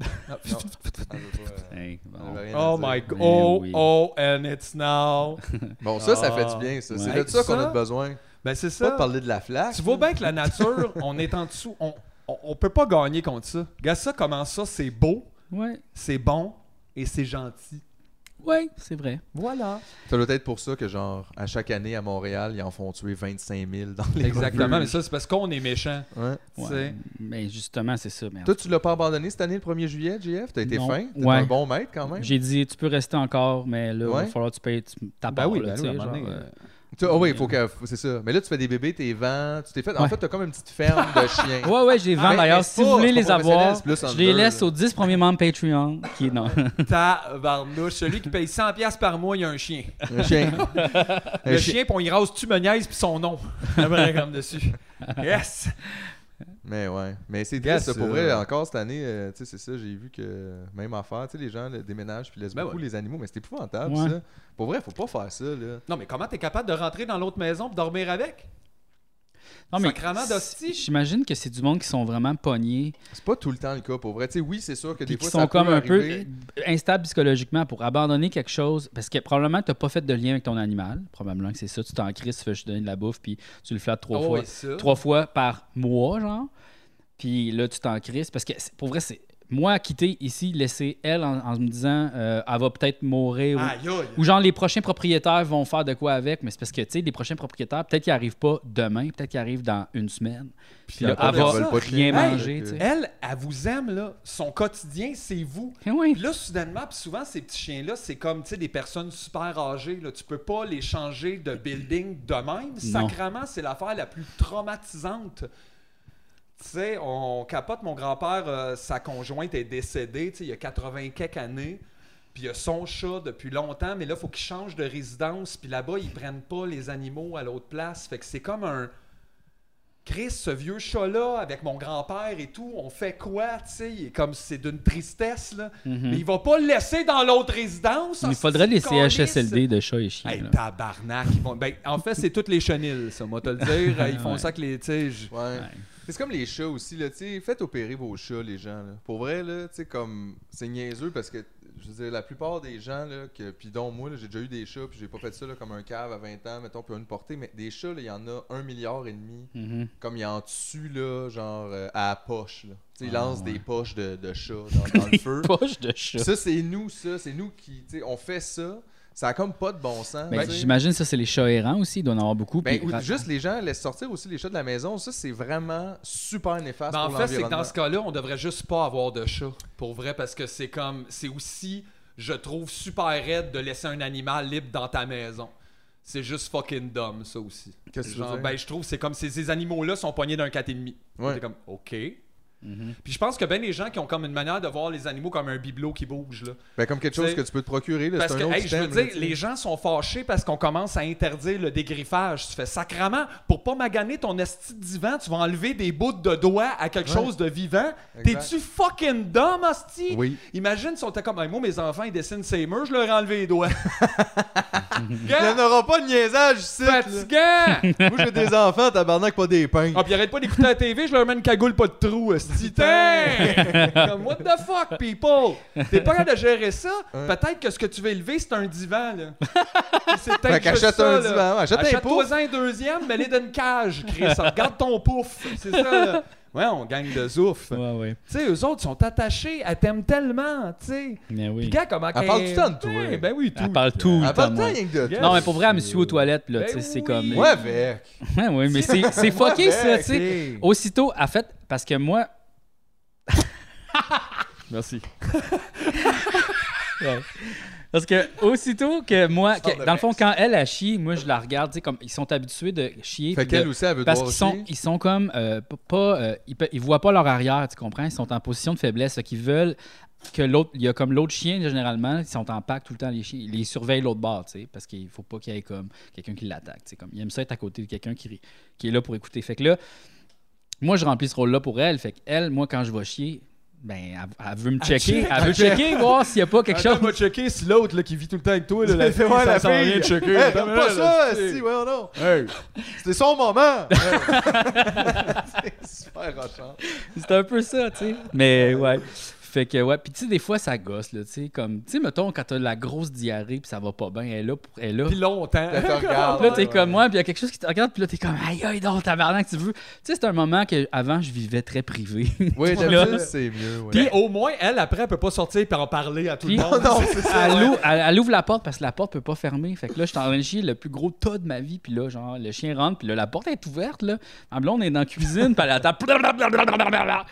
Speaker 3: Non, on veut pas-
Speaker 1: Hey, bon.
Speaker 3: on veut rien à
Speaker 2: Oh
Speaker 3: dire.
Speaker 2: my god.
Speaker 1: Mais
Speaker 2: Oh,
Speaker 1: oui.
Speaker 2: oh, and it's now.
Speaker 3: Bon, ça, ça fait
Speaker 2: Ah.
Speaker 3: du bien, ça.
Speaker 1: Ouais.
Speaker 3: C'est de ça qu'on a
Speaker 2: Ça?
Speaker 3: besoin.
Speaker 2: ben c'est
Speaker 3: Pas
Speaker 2: ça.
Speaker 3: de parler de la flaque.
Speaker 2: Tu vois bien que la nature, on est en dessous. On, on, on peut pas gagner contre ça. Regarde ça, comment ça, c'est beau,
Speaker 1: Ouais,
Speaker 2: c'est bon et c'est gentil.
Speaker 1: ouais, c'est vrai.
Speaker 2: Voilà.
Speaker 3: Ça doit être pour ça que, genre, à chaque année à Montréal, ils en font tuer 25 000 dans les
Speaker 2: Exactement. Mais ça, c'est parce qu'on est méchant.
Speaker 3: revues. Ouais.
Speaker 2: tu
Speaker 1: Ouais.
Speaker 2: sais.
Speaker 1: Mais justement, c'est ça, merde.
Speaker 3: Toi, tu l'as pas abandonné cette année, le 1er juillet, JF? T'as été
Speaker 1: Non.
Speaker 3: fin? T'es
Speaker 1: Ouais.
Speaker 3: un bon maître, quand même?
Speaker 1: J'ai dit, tu peux rester encore, mais là, il
Speaker 3: Ouais.
Speaker 1: va falloir que tu payes tu- ta
Speaker 2: Ben
Speaker 1: part,
Speaker 2: oui,
Speaker 1: là,
Speaker 2: ben
Speaker 1: tu
Speaker 2: oui, à
Speaker 1: sais,
Speaker 2: un moment
Speaker 1: genre,
Speaker 2: donné,
Speaker 1: euh,
Speaker 3: Tu- Ah oui, faut que... faut- c'est ça. Mais là, tu fais des bébés, t'es vends, tu t'es fait... En
Speaker 1: Ouais.
Speaker 3: fait, t'as comme une petite ferme de chiens.
Speaker 1: Ouais, ouais, je les vends
Speaker 3: mais-
Speaker 1: d'ailleurs.
Speaker 3: mais
Speaker 1: Si
Speaker 3: c'est
Speaker 1: vous
Speaker 3: pas-
Speaker 1: voulez
Speaker 3: c'est
Speaker 1: les
Speaker 3: pas professionnel,
Speaker 1: avoir,
Speaker 3: c'est plus
Speaker 1: je les
Speaker 3: under,
Speaker 1: laisse
Speaker 3: là.
Speaker 1: aux 10 premiers membres Patreon. Qui, non.
Speaker 2: Tabarnouche, celui qui paye 100$ piastres par mois, il y a un chien.
Speaker 3: Un chien.
Speaker 2: Le chien, puis on y rase Tumeniaise, puis son nom.
Speaker 1: Ah, ben,
Speaker 2: Après, comme dessus. Yes!
Speaker 3: Mais ouais. Mais c'est
Speaker 2: Yes,
Speaker 3: triste, ça, pour
Speaker 2: euh,
Speaker 3: vrai, encore cette année, euh, tu sais, c'est ça, j'ai vu que... Même affaire, tu sais, les gens le déménagent puis laissent
Speaker 2: Ben
Speaker 3: beaucoup
Speaker 2: ouais.
Speaker 3: les animaux, mais c'est épouvantable,
Speaker 1: Ouais.
Speaker 3: ça. Pour vrai, faut pas faire ça, là.
Speaker 2: Non, mais comment t'es capable de rentrer dans l'autre maison pour dormir avec?
Speaker 1: Non, mais
Speaker 2: Sacrement d'hostie.
Speaker 1: j'imagine que c'est du monde qui sont vraiment pognés,
Speaker 3: C'est pas tout le temps le cas, pour vrai. Tu sais, oui, c'est sûr que
Speaker 1: puis
Speaker 3: des
Speaker 1: qui
Speaker 3: fois,
Speaker 1: sont
Speaker 3: ça peut
Speaker 1: comme un
Speaker 3: arriver.
Speaker 1: peu instables psychologiquement pour abandonner quelque chose. Parce que probablement, tu n'as pas fait de lien avec ton animal. Probablement que c'est ça. Tu t'en crises, tu fais je te donne de la bouffe, puis tu le flattes trois
Speaker 2: Oh,
Speaker 1: fois.
Speaker 2: oui, ça.
Speaker 1: trois fois par mois, genre. Puis là, tu t'en crises. Parce que c'est- pour vrai, c'est moi quitter ici, laisser elle en, en me disant, euh, elle va peut-être mourir. ou-
Speaker 2: Aïe, aïe.
Speaker 1: Ou genre, les prochains propriétaires vont faire de quoi avec, mais c'est parce que, tu sais, les prochains propriétaires, peut-être qu'ils arrivent pas demain, peut-être qu'ils arrivent dans une semaine. Puis là,
Speaker 3: Ils veulent
Speaker 1: elle va
Speaker 3: pas de chien.
Speaker 1: rien
Speaker 2: Hey,
Speaker 1: manger,
Speaker 3: euh,
Speaker 1: tu sais.
Speaker 2: Elle, elle vous aime, là. Son quotidien, c'est vous.
Speaker 1: Eh oui.
Speaker 2: Puis là, soudainement, puis souvent, ces petits chiens-là, c'est comme, tu sais, des personnes super âgées, là. Tu peux pas les changer de building de même. Sacrament, c'est l'affaire la plus traumatisante. Tu sais, on capote, mon grand-père, euh, sa conjointe est décédée, tu sais, il y a 80 quelques années. Puis il y a son chat depuis longtemps, mais là, il faut qu'il change de résidence. Puis là-bas, ils prennent pas les animaux à l'autre place. Fait que c'est comme un... Chris, ce vieux chat-là, avec mon grand-père et tout, on fait quoi, tu sais? Il est Comme c'est d'une tristesse, là. Mais il va pas le laisser dans l'autre résidence.
Speaker 1: Hmm. Il Mhm. faudrait les
Speaker 2: hostie,
Speaker 1: CHSLD de chats et chiens.
Speaker 2: Hey,
Speaker 1: là.
Speaker 2: tabarnak. ils vont- ben, en fait, c'est toutes les chenilles, ça, moi, te le dire. Euh, Ils font ça que les. tu sais, je-
Speaker 3: Ouais. C'est comme les chats aussi, là, tu sais, faites opérer vos chats, les gens, là. Pour vrai, là, tu sais, comme, c'est niaiseux parce que, je veux dire, la plupart des gens, là, que, pis dont moi, là, j'ai déjà eu des chats, puis j'ai pas fait ça, là, comme un cave à 20 ans, mettons, puis une portée, mais des chats, là, il y en a un milliard et demi,
Speaker 1: Mhm.
Speaker 3: comme il y en dessus, là, genre, euh, à la poche, là. Tu sais, ils lancent
Speaker 1: Ah, ouais.
Speaker 3: des poches de, de chats dans, dans le feu.
Speaker 1: Poche de
Speaker 3: Puis
Speaker 1: chat.
Speaker 3: ça, c'est nous, ça, c'est nous qui, tu sais, on fait ça, ça a comme pas de bon sens,
Speaker 1: Ben,
Speaker 3: tu sais.
Speaker 1: J'imagine ça, c'est les chats errants aussi, il doit en avoir beaucoup.
Speaker 3: Ben,
Speaker 1: puis-
Speaker 3: ou- juste les gens laissent sortir aussi les chats de la maison, ça c'est vraiment super néfaste
Speaker 2: Ben, en
Speaker 3: pour
Speaker 2: fait, c'est que dans
Speaker 3: l'environnement.
Speaker 2: ce cas-là, on devrait juste pas avoir de chat. Pour vrai, parce que c'est comme. C'est aussi, je trouve, super raide de laisser un animal libre dans ta maison. C'est juste fucking dumb, ça aussi.
Speaker 3: Qu'est-ce que tu veux
Speaker 2: Genre,
Speaker 3: dire?
Speaker 2: ben, je trouve, c'est comme si ces animaux-là sont poignés d'un 4,5.
Speaker 3: Ouais.
Speaker 2: T'es comme, OK.
Speaker 1: Mhm.
Speaker 2: Puis je pense que ben les gens qui ont comme une manière de voir les animaux comme un bibelot qui bouge, là.
Speaker 3: Ben, comme quelque chose
Speaker 2: T'sais,
Speaker 3: que tu peux te procurer, là,
Speaker 2: Parce
Speaker 3: c'est
Speaker 2: que,
Speaker 3: un autre
Speaker 2: hey, je
Speaker 3: thème,
Speaker 2: veux
Speaker 3: là,
Speaker 2: dire,
Speaker 3: t'sais.
Speaker 2: les gens sont fâchés parce qu'on commence à interdire le dégriffage. Tu fais sacrament. Pour pas maganer ton esti de divan, tu vas enlever des bouts de doigts à quelque
Speaker 3: Ouais.
Speaker 2: chose de vivant.
Speaker 3: Exact.
Speaker 2: T'es-tu fucking dumb, esti?
Speaker 3: Oui.
Speaker 2: Imagine si on était comme, Hey, moi, mes enfants, ils dessinent ces murs, je leur ai enlevé les doigts. Gars,
Speaker 3: Il n'aura pas de niaisage ici! là.
Speaker 2: fatigant!
Speaker 3: Moi, j'ai des enfants, tabarnak, pas des pains.
Speaker 2: Ah, puis arrête pas d'écouter la TV, je leur mets une cagoule pas de trou, esti. Tiens! Comme, what the fuck, people? T'es pas capable de gérer ça?
Speaker 3: Ouais.
Speaker 2: Peut-être que ce que tu veux élever, c'est un divan, là. C'est peut-être
Speaker 3: Fait qu'achète
Speaker 2: juste ça,
Speaker 3: un
Speaker 2: là.
Speaker 3: divan, ouais, achète un
Speaker 2: Achète-toi
Speaker 3: pouf.
Speaker 2: un deuxième, mais les d'une cage, Chris. Regarde ton pouf. C'est ça, là. Ouais, on gagne de zouf.
Speaker 1: Ouais, ouais.
Speaker 2: Tu sais, eux autres sont attachés, elle t'aime tellement, tu sais.
Speaker 1: Mais
Speaker 2: Puis
Speaker 1: oui.
Speaker 2: gars, comment
Speaker 3: Elle parle tout le temps de toi.
Speaker 2: Ouais, Ben oui, tout.
Speaker 1: Elle parle tout
Speaker 3: À
Speaker 1: le
Speaker 3: Ah, pas
Speaker 1: temps.
Speaker 3: de
Speaker 1: de
Speaker 3: temps,
Speaker 1: moi.
Speaker 3: rien que de
Speaker 1: Non, mais pour vrai, elle me suit aux
Speaker 3: Ben
Speaker 1: toilettes, là, tu sais, c'est comme.
Speaker 3: Ouais, avec.
Speaker 1: Ouais, ouais, mais c'est c'est fucké, ça, tu sais.
Speaker 2: sais.
Speaker 1: Aussitôt, en fait, parce que moi.
Speaker 2: Merci.
Speaker 1: Parce que aussitôt que moi. que-
Speaker 3: Sors de
Speaker 1: dans le fond, quand elle a chié, moi, je la regarde, tu sais, comme ils sont habitués de chier. puis
Speaker 3: Fait
Speaker 1: de-
Speaker 3: qu'elle aussi, elle veut
Speaker 1: Parce
Speaker 3: devoir
Speaker 1: qu'ils sont,
Speaker 3: chier.
Speaker 1: ils sont comme euh, p- pas, euh, ils, pe- ils voient pas leur arrière, tu comprends Ils sont en position de faiblesse, fait qu'ils veulent que l'autre, il y a comme l'autre chien généralement, ils sont en pack tout le temps les chiens, ils les surveillent l'autre bord, tu sais, parce qu'il faut pas qu'il y ait comme quelqu'un qui l'attaque, tu sais, comme ils aiment ça être à côté de quelqu'un qui, ri- qui est là pour écouter. Fait que là, moi je remplis ce rôle-là pour elle, fait qu'elle, moi quand je vais chier, ben elle, elle veut me checker, elle veut checker Ah, voir s'il y a pas quelque chose.
Speaker 2: Attends, va checker si l'autre là, qui vit tout le temps avec toi, là, la fille,
Speaker 3: Fais voir
Speaker 2: ça
Speaker 3: la
Speaker 2: s'en
Speaker 3: fille.
Speaker 2: vient de checker.
Speaker 3: Hey,
Speaker 2: Attends,
Speaker 3: regarde
Speaker 2: là,
Speaker 3: pas ça,
Speaker 2: là, tu sais.
Speaker 3: si, ouais, non.
Speaker 2: Hey.
Speaker 3: C'était son moment. Ouais. C'est super rochant.
Speaker 1: C'est un peu ça, tu sais. Mais ouais. Fait que ouais, puis tu sais des fois ça gosse là, tu sais comme tu sais mettons quand t'as de la grosse diarrhée puis ça va pas bien, elle est là pour elle est là.
Speaker 2: Puis longtemps.
Speaker 3: Elle te regarde.
Speaker 1: Puis là, t'es
Speaker 3: Ouais,
Speaker 1: comme
Speaker 3: ouais.
Speaker 1: moi, puis il y a quelque chose qui te regarde, puis là, t'es comme, aïe, aïe, donc, tabarnak, tu veux. Tu sais, c'est un moment que avant je vivais très privé.
Speaker 3: Oui,
Speaker 1: Là.
Speaker 3: d'habitude, c'est mieux. ouais.
Speaker 2: Puis au moins, elle, après, elle peut pas sortir et en parler à tout le
Speaker 1: Puis-
Speaker 2: monde.
Speaker 3: Non, c'est ça.
Speaker 1: elle, ouvre, elle- elle ouvre la porte parce que la porte peut pas fermer. Fait que là, je suis en train de chier le plus gros tas de ma vie, puis là, genre, le chien rentre, puis là, la porte est ouverte, là. En blonde, on est dans la cuisine, puis elle attend. Blablabla.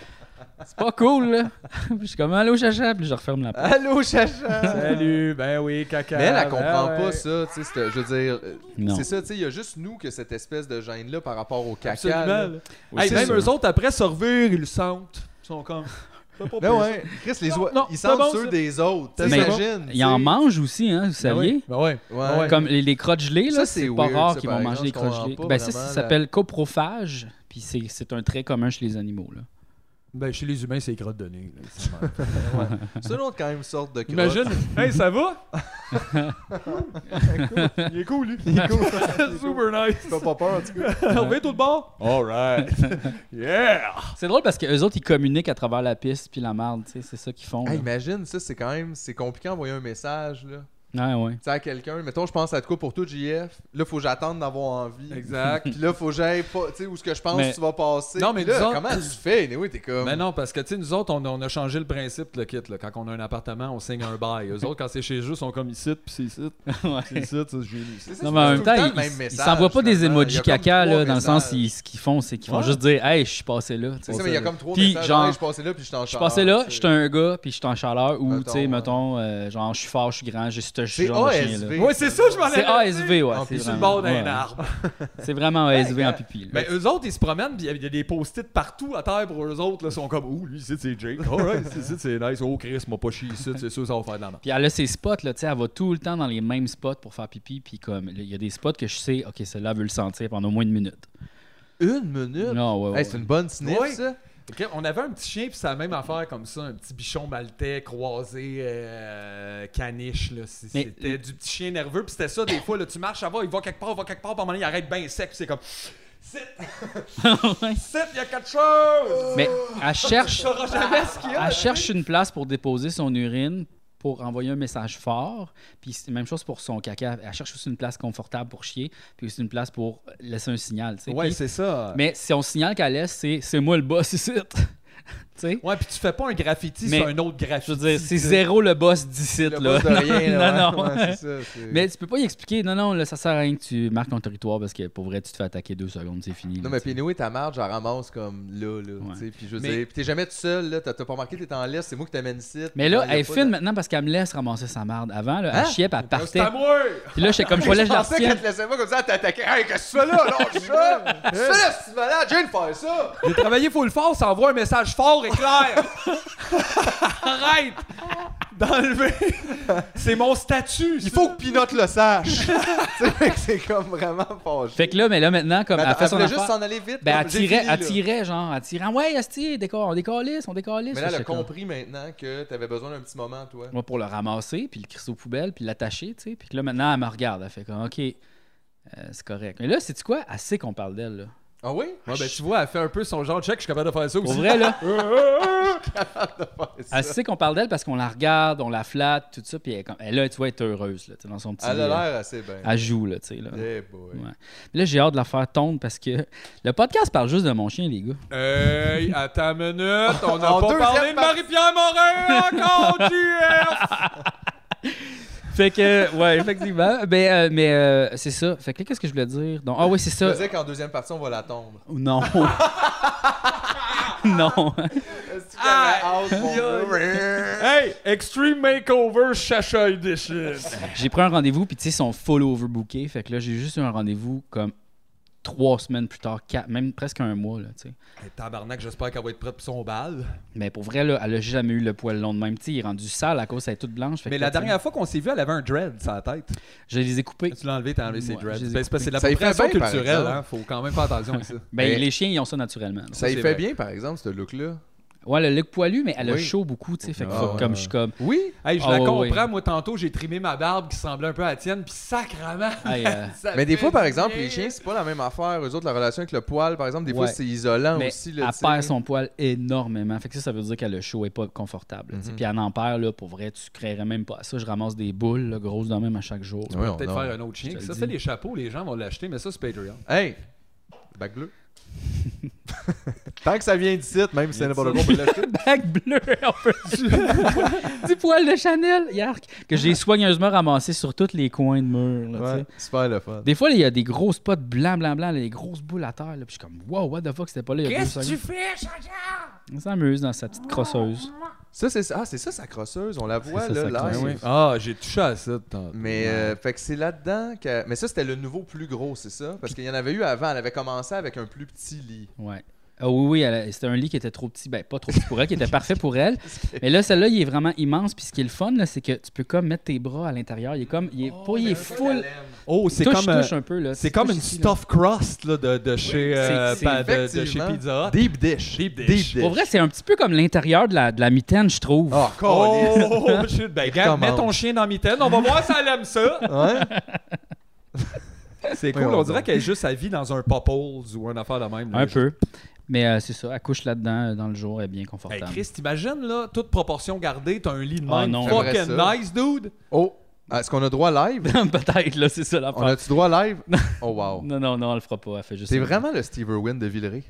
Speaker 1: C'est pas cool, là. Puis je suis comme, allô, chacha, puis je referme la porte.
Speaker 3: Allô, Chacha.
Speaker 2: Salut, ben oui, caca.
Speaker 3: Mais elle, elle
Speaker 2: ben
Speaker 3: comprend
Speaker 2: ouais.
Speaker 3: pas ça, tu sais, c'est- je veux dire, euh,
Speaker 1: Non.
Speaker 3: c'est ça, tu sais, il y a juste nous que cette espèce de gêne-là par rapport au caca.
Speaker 2: Absolument.
Speaker 3: là.
Speaker 2: là.
Speaker 3: Oui,
Speaker 2: Hey,
Speaker 3: c'est
Speaker 2: même
Speaker 3: ça.
Speaker 2: eux autres, après se revire, ils le sentent. Ils sont comme. C'est pas
Speaker 3: Ben
Speaker 2: pire.
Speaker 3: ouais, Chris, les
Speaker 2: Non,
Speaker 3: oies,
Speaker 2: non,
Speaker 3: ils
Speaker 2: c'est
Speaker 3: sentent
Speaker 2: bon,
Speaker 3: ceux
Speaker 2: ça.
Speaker 3: des autres,
Speaker 2: C'est
Speaker 3: t'imagines?
Speaker 1: Il en
Speaker 3: tu sais?
Speaker 1: mange aussi, hein, vous
Speaker 2: Ben
Speaker 1: saviez?
Speaker 2: oui. Ben ouais.
Speaker 3: Ouais.
Speaker 2: Ouais.
Speaker 1: Comme les, les crottes gelées, là,
Speaker 3: Ça,
Speaker 1: c'est
Speaker 3: c'est
Speaker 1: pas
Speaker 3: weird,
Speaker 1: rare
Speaker 3: ça,
Speaker 1: qu'ils
Speaker 3: par
Speaker 1: vont manger les
Speaker 3: exemple, je
Speaker 1: crottes
Speaker 3: comprends
Speaker 1: gelées. Ben,
Speaker 3: pas
Speaker 1: ça, ça
Speaker 3: vraiment la-
Speaker 1: s'appelle coprophage, puis c'est c'est un trait commun chez les animaux. Là.
Speaker 2: Ben chez les humains, c'est les crottes de nez. là, ça marche.
Speaker 3: C'est une autre, quand même, sorte de crotte.
Speaker 2: Imagine. hey, ça va?
Speaker 3: Il est cool, lui. Il est cool.
Speaker 2: Super nice.
Speaker 3: Tu fais pas peur, en tout cas.
Speaker 2: On vient tout le bord? Alright. yeah!
Speaker 1: C'est drôle parce que les autres, ils communiquent à travers la piste puis la marde, tu sais, c'est ça qu'ils font.
Speaker 3: Hey,
Speaker 1: là.
Speaker 3: imagine, ça, c'est quand même, c'est compliqué d'envoyer un message, là.
Speaker 1: Ouais, ouais.
Speaker 3: Tu sais, à quelqu'un, mettons, je pense à de quoi pour toi, JF. Là, faut que j'attende d'avoir envie.
Speaker 2: Exact.
Speaker 3: Puis là, faut que j'aille, pas- tu sais, où ce que je pense
Speaker 1: Mais-
Speaker 3: que tu vas passer.
Speaker 2: Non, mais
Speaker 3: Puis là,
Speaker 2: disons-
Speaker 3: comment tu fais? Oui, t'es comme.
Speaker 2: Mais Ben non, parce que, tu sais, nous autres, on, on a changé le principe, le kit. Là. Quand on a un appartement, on signe un bail. Eux autres, quand c'est chez eux, sont comme ici, puis c'est ici, puis c'est ici, ça, je
Speaker 3: C'est ça,
Speaker 1: Non, mais
Speaker 3: je
Speaker 1: en
Speaker 3: pense
Speaker 1: même
Speaker 3: tout le
Speaker 1: temps,
Speaker 3: le
Speaker 1: ils
Speaker 3: même
Speaker 1: ils
Speaker 3: message,
Speaker 1: s'envoient pas des
Speaker 3: finalement. Il y
Speaker 1: emojis
Speaker 3: a comme
Speaker 1: caca,
Speaker 3: trois
Speaker 1: là, dans le sens,
Speaker 3: messages.
Speaker 1: ils- ce qu'ils font, c'est qu'ils vont
Speaker 2: Ouais.
Speaker 1: juste dire, hey, je suis passé là. tu sais.
Speaker 3: C'est ça, mais il y a comme trois
Speaker 1: Puis,
Speaker 3: messages.
Speaker 1: genre,
Speaker 3: Hey, je passais là, puis je t'en
Speaker 1: Je suis passé là, je suis un gars, puis je suis en chaleur, ou, tu
Speaker 3: Mettons,
Speaker 1: sais,
Speaker 3: ouais.
Speaker 1: mettons, euh, genre, je suis fort, je suis grand, je suis ce
Speaker 3: C'est
Speaker 1: genre de chien, là.
Speaker 3: ASV.
Speaker 2: Ouais, c'est ça, je m'en allais.
Speaker 1: C'est ASV, ouais.
Speaker 3: En
Speaker 1: c'est
Speaker 3: plus,
Speaker 2: Sur le
Speaker 1: vraiment-
Speaker 2: bord d'un
Speaker 1: ouais.
Speaker 2: arbre.
Speaker 1: C'est vraiment ASV en pipi. là.
Speaker 3: Ben,
Speaker 2: Mais eux autres, ils se promènent, puis il y a- il y a des post-it partout à terre pour eux autres. Là, Ils sont comme, ouh, lui, ici, c'est Jake. Alright, ici, c'est nice. Oh, Chris, m'a pas chié ici, c'est sûr, ça va faire de la merde.
Speaker 1: Puis elle a ses spots, là, tu sais, elle va tout le temps dans les mêmes spots pour faire pipi. Puis comme, il y a des spots que je sais, OK, celle-là elle veut le sentir pendant au moins une minute.
Speaker 3: Une minute?
Speaker 1: Non, ouais, ouais.
Speaker 3: Hey, c'est une bonne sniff,
Speaker 2: Ouais.
Speaker 3: ça.
Speaker 2: Ok, on avait un petit chien, puis c'est la même affaire comme ça, un petit bichon maltais croisé, euh, caniche. là. C'est-
Speaker 1: Mais-
Speaker 2: C'était du petit chien nerveux, puis c'était ça, des fois, là, tu marches, ça va, il va quelque part, il va quelque part, puis à un moment donné, il arrête bien sec, puis c'est comme, sit, sit, il y a quelque chose!
Speaker 1: Mais elle
Speaker 2: Tu
Speaker 1: cherche,
Speaker 2: sauras jamais ce qu'il y
Speaker 3: hein?
Speaker 2: a.
Speaker 1: elle cherche une place pour déposer son urine pour envoyer un message fort. Puis c'est la même chose pour son caca. Elle cherche aussi une place confortable pour chier, puis aussi une place pour laisser un signal, tu sais. Puis-
Speaker 2: c'est ça.
Speaker 1: mais son signal qu'elle laisse, c'est « c'est moi le boss ici ». Tu sais?
Speaker 2: Ouais, puis tu fais pas un graffiti
Speaker 1: Mais-
Speaker 2: sur un autre graffiti.
Speaker 1: Je veux dire, c'est
Speaker 2: tu sais.
Speaker 1: zéro le boss d'ici, là.
Speaker 3: Le boss de rien,
Speaker 1: non,
Speaker 3: là.
Speaker 1: non.
Speaker 3: ouais. Ouais, c'est ça, c'est-
Speaker 1: Mais tu peux pas y expliquer, non, non, là, ça sert à rien que tu marques ton territoire parce que pour vrai, tu te fais attaquer deux secondes, c'est fini.
Speaker 3: Non,
Speaker 1: là,
Speaker 3: mais
Speaker 1: tu sais.
Speaker 3: Pinot et ta marge, je la ramasse comme là, là.
Speaker 1: Ouais.
Speaker 3: tu sais, Puis je veux
Speaker 2: Mais-
Speaker 3: dire, puis t'es jamais tout seul, là. T'as t'as pas remarqué, t'es en l'est, c'est moi qui t'amène ici.
Speaker 1: Mais là,
Speaker 3: Il y a
Speaker 1: elle est
Speaker 3: pas
Speaker 1: fine
Speaker 3: de-
Speaker 1: maintenant parce qu'elle me laisse ramasser sa marde. Avant, là,
Speaker 3: Hein?
Speaker 1: elle chiait, puis elle
Speaker 2: C'est
Speaker 1: partait.
Speaker 2: à moi!
Speaker 1: Puis là, j'étais comme, je vais laisser
Speaker 3: Je
Speaker 1: la
Speaker 3: pensais
Speaker 1: retienne.
Speaker 3: qu'elle te laissait pas comme ça, elle t'attaquait. Hey, qu'est-ce que tu fais là? Non, je suis là! Qu'est-ce que tu fais là, si malade? J'ai de faire ça!
Speaker 2: J'ai travaillé full fort, ça envoie un message fort et clair. Arrête d'enlever. C'est mon statut.
Speaker 3: Il faut que Pinot le sache! tu sais, c'est comme vraiment fâché.
Speaker 1: Fait que là, mais là, maintenant, comme
Speaker 3: Mais
Speaker 1: elle
Speaker 3: attends,
Speaker 1: fait son
Speaker 3: voulait juste
Speaker 1: affaire,
Speaker 3: s'en aller vite.
Speaker 1: ben, elle
Speaker 3: comme, j'ai
Speaker 1: tirait,
Speaker 3: fini,
Speaker 1: elle
Speaker 3: là.
Speaker 1: tirait, genre, elle tirait. Ouais, asti, décor, on décalisse, on décalisse.
Speaker 3: Mais là, elle a
Speaker 1: J'étais comme,
Speaker 3: compris maintenant que t'avais besoin d'un petit moment, toi.
Speaker 1: Moi, pour le ramasser, puis le crisser aux poubelles, puis l'attacher, tu sais. Puis que là, maintenant, elle me regarde. Elle fait comme, OK, euh, c'est correct. Mais là, c'est quoi? Elle sait qu'on parle d'elle, là.
Speaker 3: Ah oui?
Speaker 2: Ouais, ben, tu vois, elle fait un peu son genre de check, je suis capable de faire ça aussi.
Speaker 1: Pour vrai, là,
Speaker 3: Ouais, c'est
Speaker 1: elle
Speaker 3: ça.
Speaker 1: sait Ah, qu'on parle d'elle parce qu'on la regarde, on la flatte, tout ça, puis elle, est comme- elle, là, tu vois, elle est heureuse, là, tu sais, dans son petit...
Speaker 3: Elle a
Speaker 1: euh,
Speaker 3: l'air assez bien. Ah,
Speaker 1: elle joue, là, tu sais, là.
Speaker 3: Eh boy.
Speaker 1: Ouais. Là, j'ai hâte de la faire tondre parce que le podcast parle juste de mon chien, les gars.
Speaker 2: Hey, attends une minute, on n'a
Speaker 3: En
Speaker 2: pas
Speaker 3: deuxième
Speaker 2: parlé de
Speaker 3: partie.
Speaker 2: Marie-Pierre Morin encore, GF!
Speaker 1: Fait que, ouais, effectivement. Mais, euh, mais euh, c'est ça. Fait que là, qu'est-ce que je voulais dire? Donc, ah oui, c'est
Speaker 3: Je
Speaker 1: ça.
Speaker 3: disais qu'en deuxième partie, on va la tondre.
Speaker 1: Non. non.
Speaker 3: Est-ce que
Speaker 2: Ah,
Speaker 3: j'avais hâte, mon gars?
Speaker 2: Hey, Extreme Makeover Chacha Edition!
Speaker 1: J'ai pris un rendez-vous, puis tu sais, ils sont full overbookés. Fait que là, j'ai juste eu un rendez-vous comme trois semaines plus tard, quatre, même presque un mois, là, tu sais.
Speaker 2: Hey, tabarnak, j'espère qu'elle va être prête pour son bal.
Speaker 1: Mais pour vrai, là, elle a jamais eu le poil long de même. Tu sais, il est rendu sale à cause, elle est toute blanche. Fait
Speaker 2: Mais
Speaker 1: que
Speaker 2: la
Speaker 1: là, tu sais,
Speaker 2: dernière fois qu'on s'est vu, elle avait un dread sur la tête.
Speaker 1: Je les ai coupés.
Speaker 2: Tu l'as enlevé, t'as enlevé ses
Speaker 1: Ouais,
Speaker 2: dreads.
Speaker 1: je les ai
Speaker 2: Ben, c'est parce que c'est de la
Speaker 3: Ça y fait
Speaker 2: population
Speaker 3: bien, par
Speaker 2: culturelle,
Speaker 3: exemple.
Speaker 2: hein. Faut quand même faire attention avec ça.
Speaker 1: Ben,
Speaker 3: Mais-
Speaker 1: les chiens, ils ont ça naturellement. là.
Speaker 3: Ça y
Speaker 2: c'est
Speaker 3: fait
Speaker 2: vrai.
Speaker 3: bien, par exemple, ce look-là.
Speaker 1: Ouais, le look poilu, mais elle a
Speaker 3: Oui.
Speaker 1: chaud beaucoup, tu sais. Fait que
Speaker 3: Ah,
Speaker 1: faut-
Speaker 3: ouais,
Speaker 1: comme
Speaker 3: ouais.
Speaker 1: je suis comme.
Speaker 3: Oui.
Speaker 2: Hey, je
Speaker 1: Ah,
Speaker 2: la
Speaker 1: ouais,
Speaker 2: comprends.
Speaker 1: ouais.
Speaker 2: Moi, tantôt, j'ai trimé ma barbe qui semblait un peu à la tienne, puis sacrament!
Speaker 1: Hey, euh,
Speaker 2: ça
Speaker 3: Mais des
Speaker 2: fait
Speaker 3: fois, par
Speaker 2: du
Speaker 3: exemple,
Speaker 2: bien.
Speaker 3: les chiens, c'est pas la même affaire. Eux autres, la relation avec le poil, par exemple, des fois,
Speaker 1: Ouais.
Speaker 3: c'est isolant
Speaker 1: mais
Speaker 3: aussi. Là,
Speaker 1: elle
Speaker 3: tu sais.
Speaker 1: perd son poil énormément. Fait que ça, ça veut dire qu'elle a chaud et pas confortable. là, tu sais.
Speaker 3: Mhm.
Speaker 1: Puis elle en perd, là, pour vrai, tu créerais même pas ça. Je ramasse des boules, là, grosses de même à chaque jour.
Speaker 3: Ouais, on
Speaker 2: Peut-être
Speaker 3: a-
Speaker 2: faire un autre chien.
Speaker 1: Je te
Speaker 2: Ça,
Speaker 1: le
Speaker 2: c'est
Speaker 1: dis.
Speaker 2: les chapeaux, les gens vont l'acheter, mais ça, c'est Patreon.
Speaker 3: Hey! Bac bleu. Tant que ça vient d'ici, même si c'est n'importe quoi, on peut l'acheter.
Speaker 1: Bague bleue, on peut Du poil de Chanel, yark, que j'ai soigneusement ramassé sur tous les coins de mur. là, tu sais.
Speaker 3: Ouais, super le fun.
Speaker 1: Des fois, là, il y a des gros spots blancs, blancs, blancs, là, des grosses boules à terre. là, puis je suis comme, wow, what the fuck, c'était pas là il y a deux
Speaker 5: Qu'est-ce que tu
Speaker 1: secondes.
Speaker 5: fais, Chacha?
Speaker 1: On s'amuse dans sa petite crosseuse.
Speaker 3: Ça, c'est ça. Ah, c'est ça, sa crosseuse. On la voit,
Speaker 1: ça, sa
Speaker 3: là, live.
Speaker 1: crosseuse.
Speaker 2: Ah, j'ai touché à ça tantôt.
Speaker 3: Mais euh, fait que c'est là-dedans que. Mais ça, c'était le nouveau plus gros, c'est ça? Parce qu'il y en avait eu avant. Elle avait commencé avec un plus petit lit.
Speaker 1: Ouais. Ah oui, oui, elle a- c'était un lit qui était trop petit. Ben, pas trop petit pour elle, qui était parfait pour elle. Mais là, celle-là, il est vraiment immense. Puis ce qui est le fun, là, c'est que tu peux comme mettre tes bras à l'intérieur. Il est comme. Il est, pas, il est full.
Speaker 2: Oh, c'est
Speaker 1: touche,
Speaker 2: comme, euh,
Speaker 1: touche un peu. là.
Speaker 2: c'est
Speaker 1: Tu
Speaker 2: comme
Speaker 1: touches
Speaker 2: une
Speaker 1: ici, là.
Speaker 2: stuffed crust là, de, de chez, euh,
Speaker 1: c'est-
Speaker 2: pa- de, de chez
Speaker 3: effectivement.
Speaker 2: Pizza Hut.
Speaker 3: Deep dish.
Speaker 2: Deep dish.
Speaker 1: Ah, Pour vrai, c'est un petit peu comme l'intérieur de la, de la mitaine, je trouve.
Speaker 3: Oh,
Speaker 2: Oh,
Speaker 3: câlisse.
Speaker 2: oh, shit. Ben, regarde, mets
Speaker 3: Recommence.
Speaker 2: ton chien dans la mitaine. On va voir si elle aime ça.
Speaker 3: Ouais.
Speaker 2: C'est cool.
Speaker 3: Voyons
Speaker 2: on
Speaker 3: donc.
Speaker 2: dirait qu'elle est juste sa vie dans un Popples ou un affaire de même. là.
Speaker 1: Un peu. Mais euh, c'est ça, elle couche là-dedans euh, dans le jour, elle est bien
Speaker 2: Hey,
Speaker 1: confortable.
Speaker 2: Chris, t'imagines, là, toute proportion gardée, t'as un lit de même.
Speaker 1: Ah, non.
Speaker 2: Fucking
Speaker 3: J'aimerais ça.
Speaker 2: nice, dude.
Speaker 3: Oh, ah, est-ce qu'on a droit live?
Speaker 1: Peut-être, là, c'est ça
Speaker 3: On
Speaker 1: l'affaire.
Speaker 3: a-tu droit live? Oh, wow.
Speaker 1: Non, non, non, elle le fera pas, elle fait juste.
Speaker 3: C'est
Speaker 1: ça.
Speaker 3: vraiment le Steve Irwin de Villeray.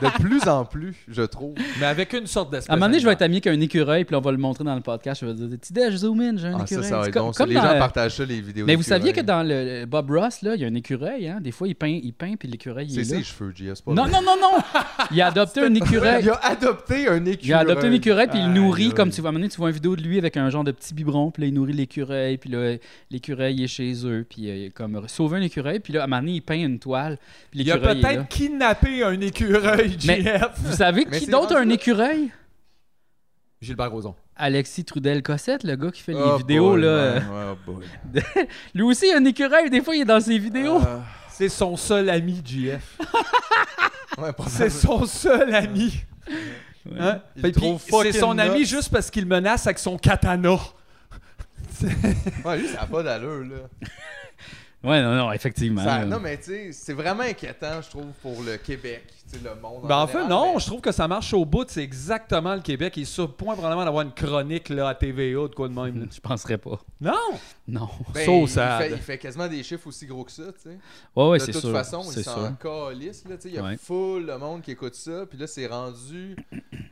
Speaker 3: de plus en plus, je trouve.
Speaker 1: Ah,
Speaker 2: Mais avec une sorte d'espèce.
Speaker 1: À un moment donné, je vais être ami avec un écureuil, puis on va le montrer dans le podcast. Je vais dire, tu je zoom in, j'ai un
Speaker 3: Ah, ça,
Speaker 1: écureuil.
Speaker 3: ça va
Speaker 1: C'est
Speaker 3: être
Speaker 1: co-
Speaker 3: bon. ça.
Speaker 1: comme
Speaker 3: Les
Speaker 1: dans,
Speaker 3: gens
Speaker 1: euh,
Speaker 3: partagent ça, les vidéos.
Speaker 1: Mais vous saviez que dans le, le Bob Ross, là, il y a un écureuil, hein? Des fois, il peint, il peint puis l'écureuil, il
Speaker 3: C'est
Speaker 1: est, là.
Speaker 3: ses cheveux, JS. pas
Speaker 1: Non,
Speaker 3: vrai.
Speaker 1: non, non, non! Il a adopté un écureuil.
Speaker 3: Il a adopté un écureuil.
Speaker 1: Il a adopté un écureuil, puis il
Speaker 2: Aïe,
Speaker 1: nourrit,
Speaker 2: aïe.
Speaker 1: comme tu vois, à un moment donné, tu vois une vidéo de lui avec un genre de petit biberon, puis là, il nourrit l'écureuil, puis là, l'écureuil est chez eux, puis euh, il est comme sauver un écureuil, puis là, à un moment donné, il peint une toile, puis
Speaker 2: Il a
Speaker 1: l'écureuil est là.
Speaker 2: peut-être kidnappé un écureuil,
Speaker 1: Mais-
Speaker 2: GF.
Speaker 1: Vous savez
Speaker 3: Mais
Speaker 1: qui
Speaker 3: c'est
Speaker 1: d'autre a un
Speaker 3: rendu-
Speaker 1: écureuil?
Speaker 2: Gilbert Rozon.
Speaker 1: Alexis Trudel-Cossette, le gars qui fait les
Speaker 3: Oh
Speaker 1: vidéos,
Speaker 3: boy,
Speaker 1: là.
Speaker 3: ouais, ouais, oh boy.
Speaker 1: Lui aussi, il a un écureuil, des fois, il est dans ses vidéos.
Speaker 3: Ah,
Speaker 2: C'est son seul ami, GF.
Speaker 3: ouais, pas
Speaker 2: C'est
Speaker 3: mal.
Speaker 2: son seul ami.
Speaker 3: Ah,
Speaker 2: Hein?
Speaker 3: Il
Speaker 2: Fait
Speaker 3: le
Speaker 2: puis,
Speaker 3: trouve
Speaker 2: C'est
Speaker 3: fucking
Speaker 2: son ami
Speaker 3: nuts.
Speaker 2: juste parce qu'il menace avec son katana.
Speaker 3: Ouais, lui, ça n'a pas d'allure, là.
Speaker 1: Ouais, non, non, effectivement.
Speaker 3: Ça-
Speaker 1: là.
Speaker 3: non, mais tu sais, c'est vraiment inquiétant, je trouve, pour le Québec, tu sais, le monde.
Speaker 2: Ben, en fait,
Speaker 3: général,
Speaker 2: non,
Speaker 3: mais-
Speaker 2: je trouve que ça marche au bout. C'est exactement le Québec. Il est sur le point probablement d'avoir une chronique là, à TVA ou de quoi de
Speaker 3: Mm-hmm.
Speaker 2: même. là.
Speaker 1: Je penserais pas.
Speaker 2: Non!
Speaker 1: Non.
Speaker 3: ben,
Speaker 2: so
Speaker 3: il,
Speaker 2: sad.
Speaker 3: fait, il fait quasiment des chiffres aussi gros que ça, tu sais.
Speaker 1: Ouais, ouais,
Speaker 3: de
Speaker 1: c'est
Speaker 3: toute
Speaker 1: sûr.
Speaker 3: façon,
Speaker 1: c'est
Speaker 3: ils
Speaker 1: sûr.
Speaker 3: s'en euh, calissent, là, tu sais, il y a
Speaker 1: Ouais.
Speaker 3: full le monde qui écoute ça, puis là, c'est rendu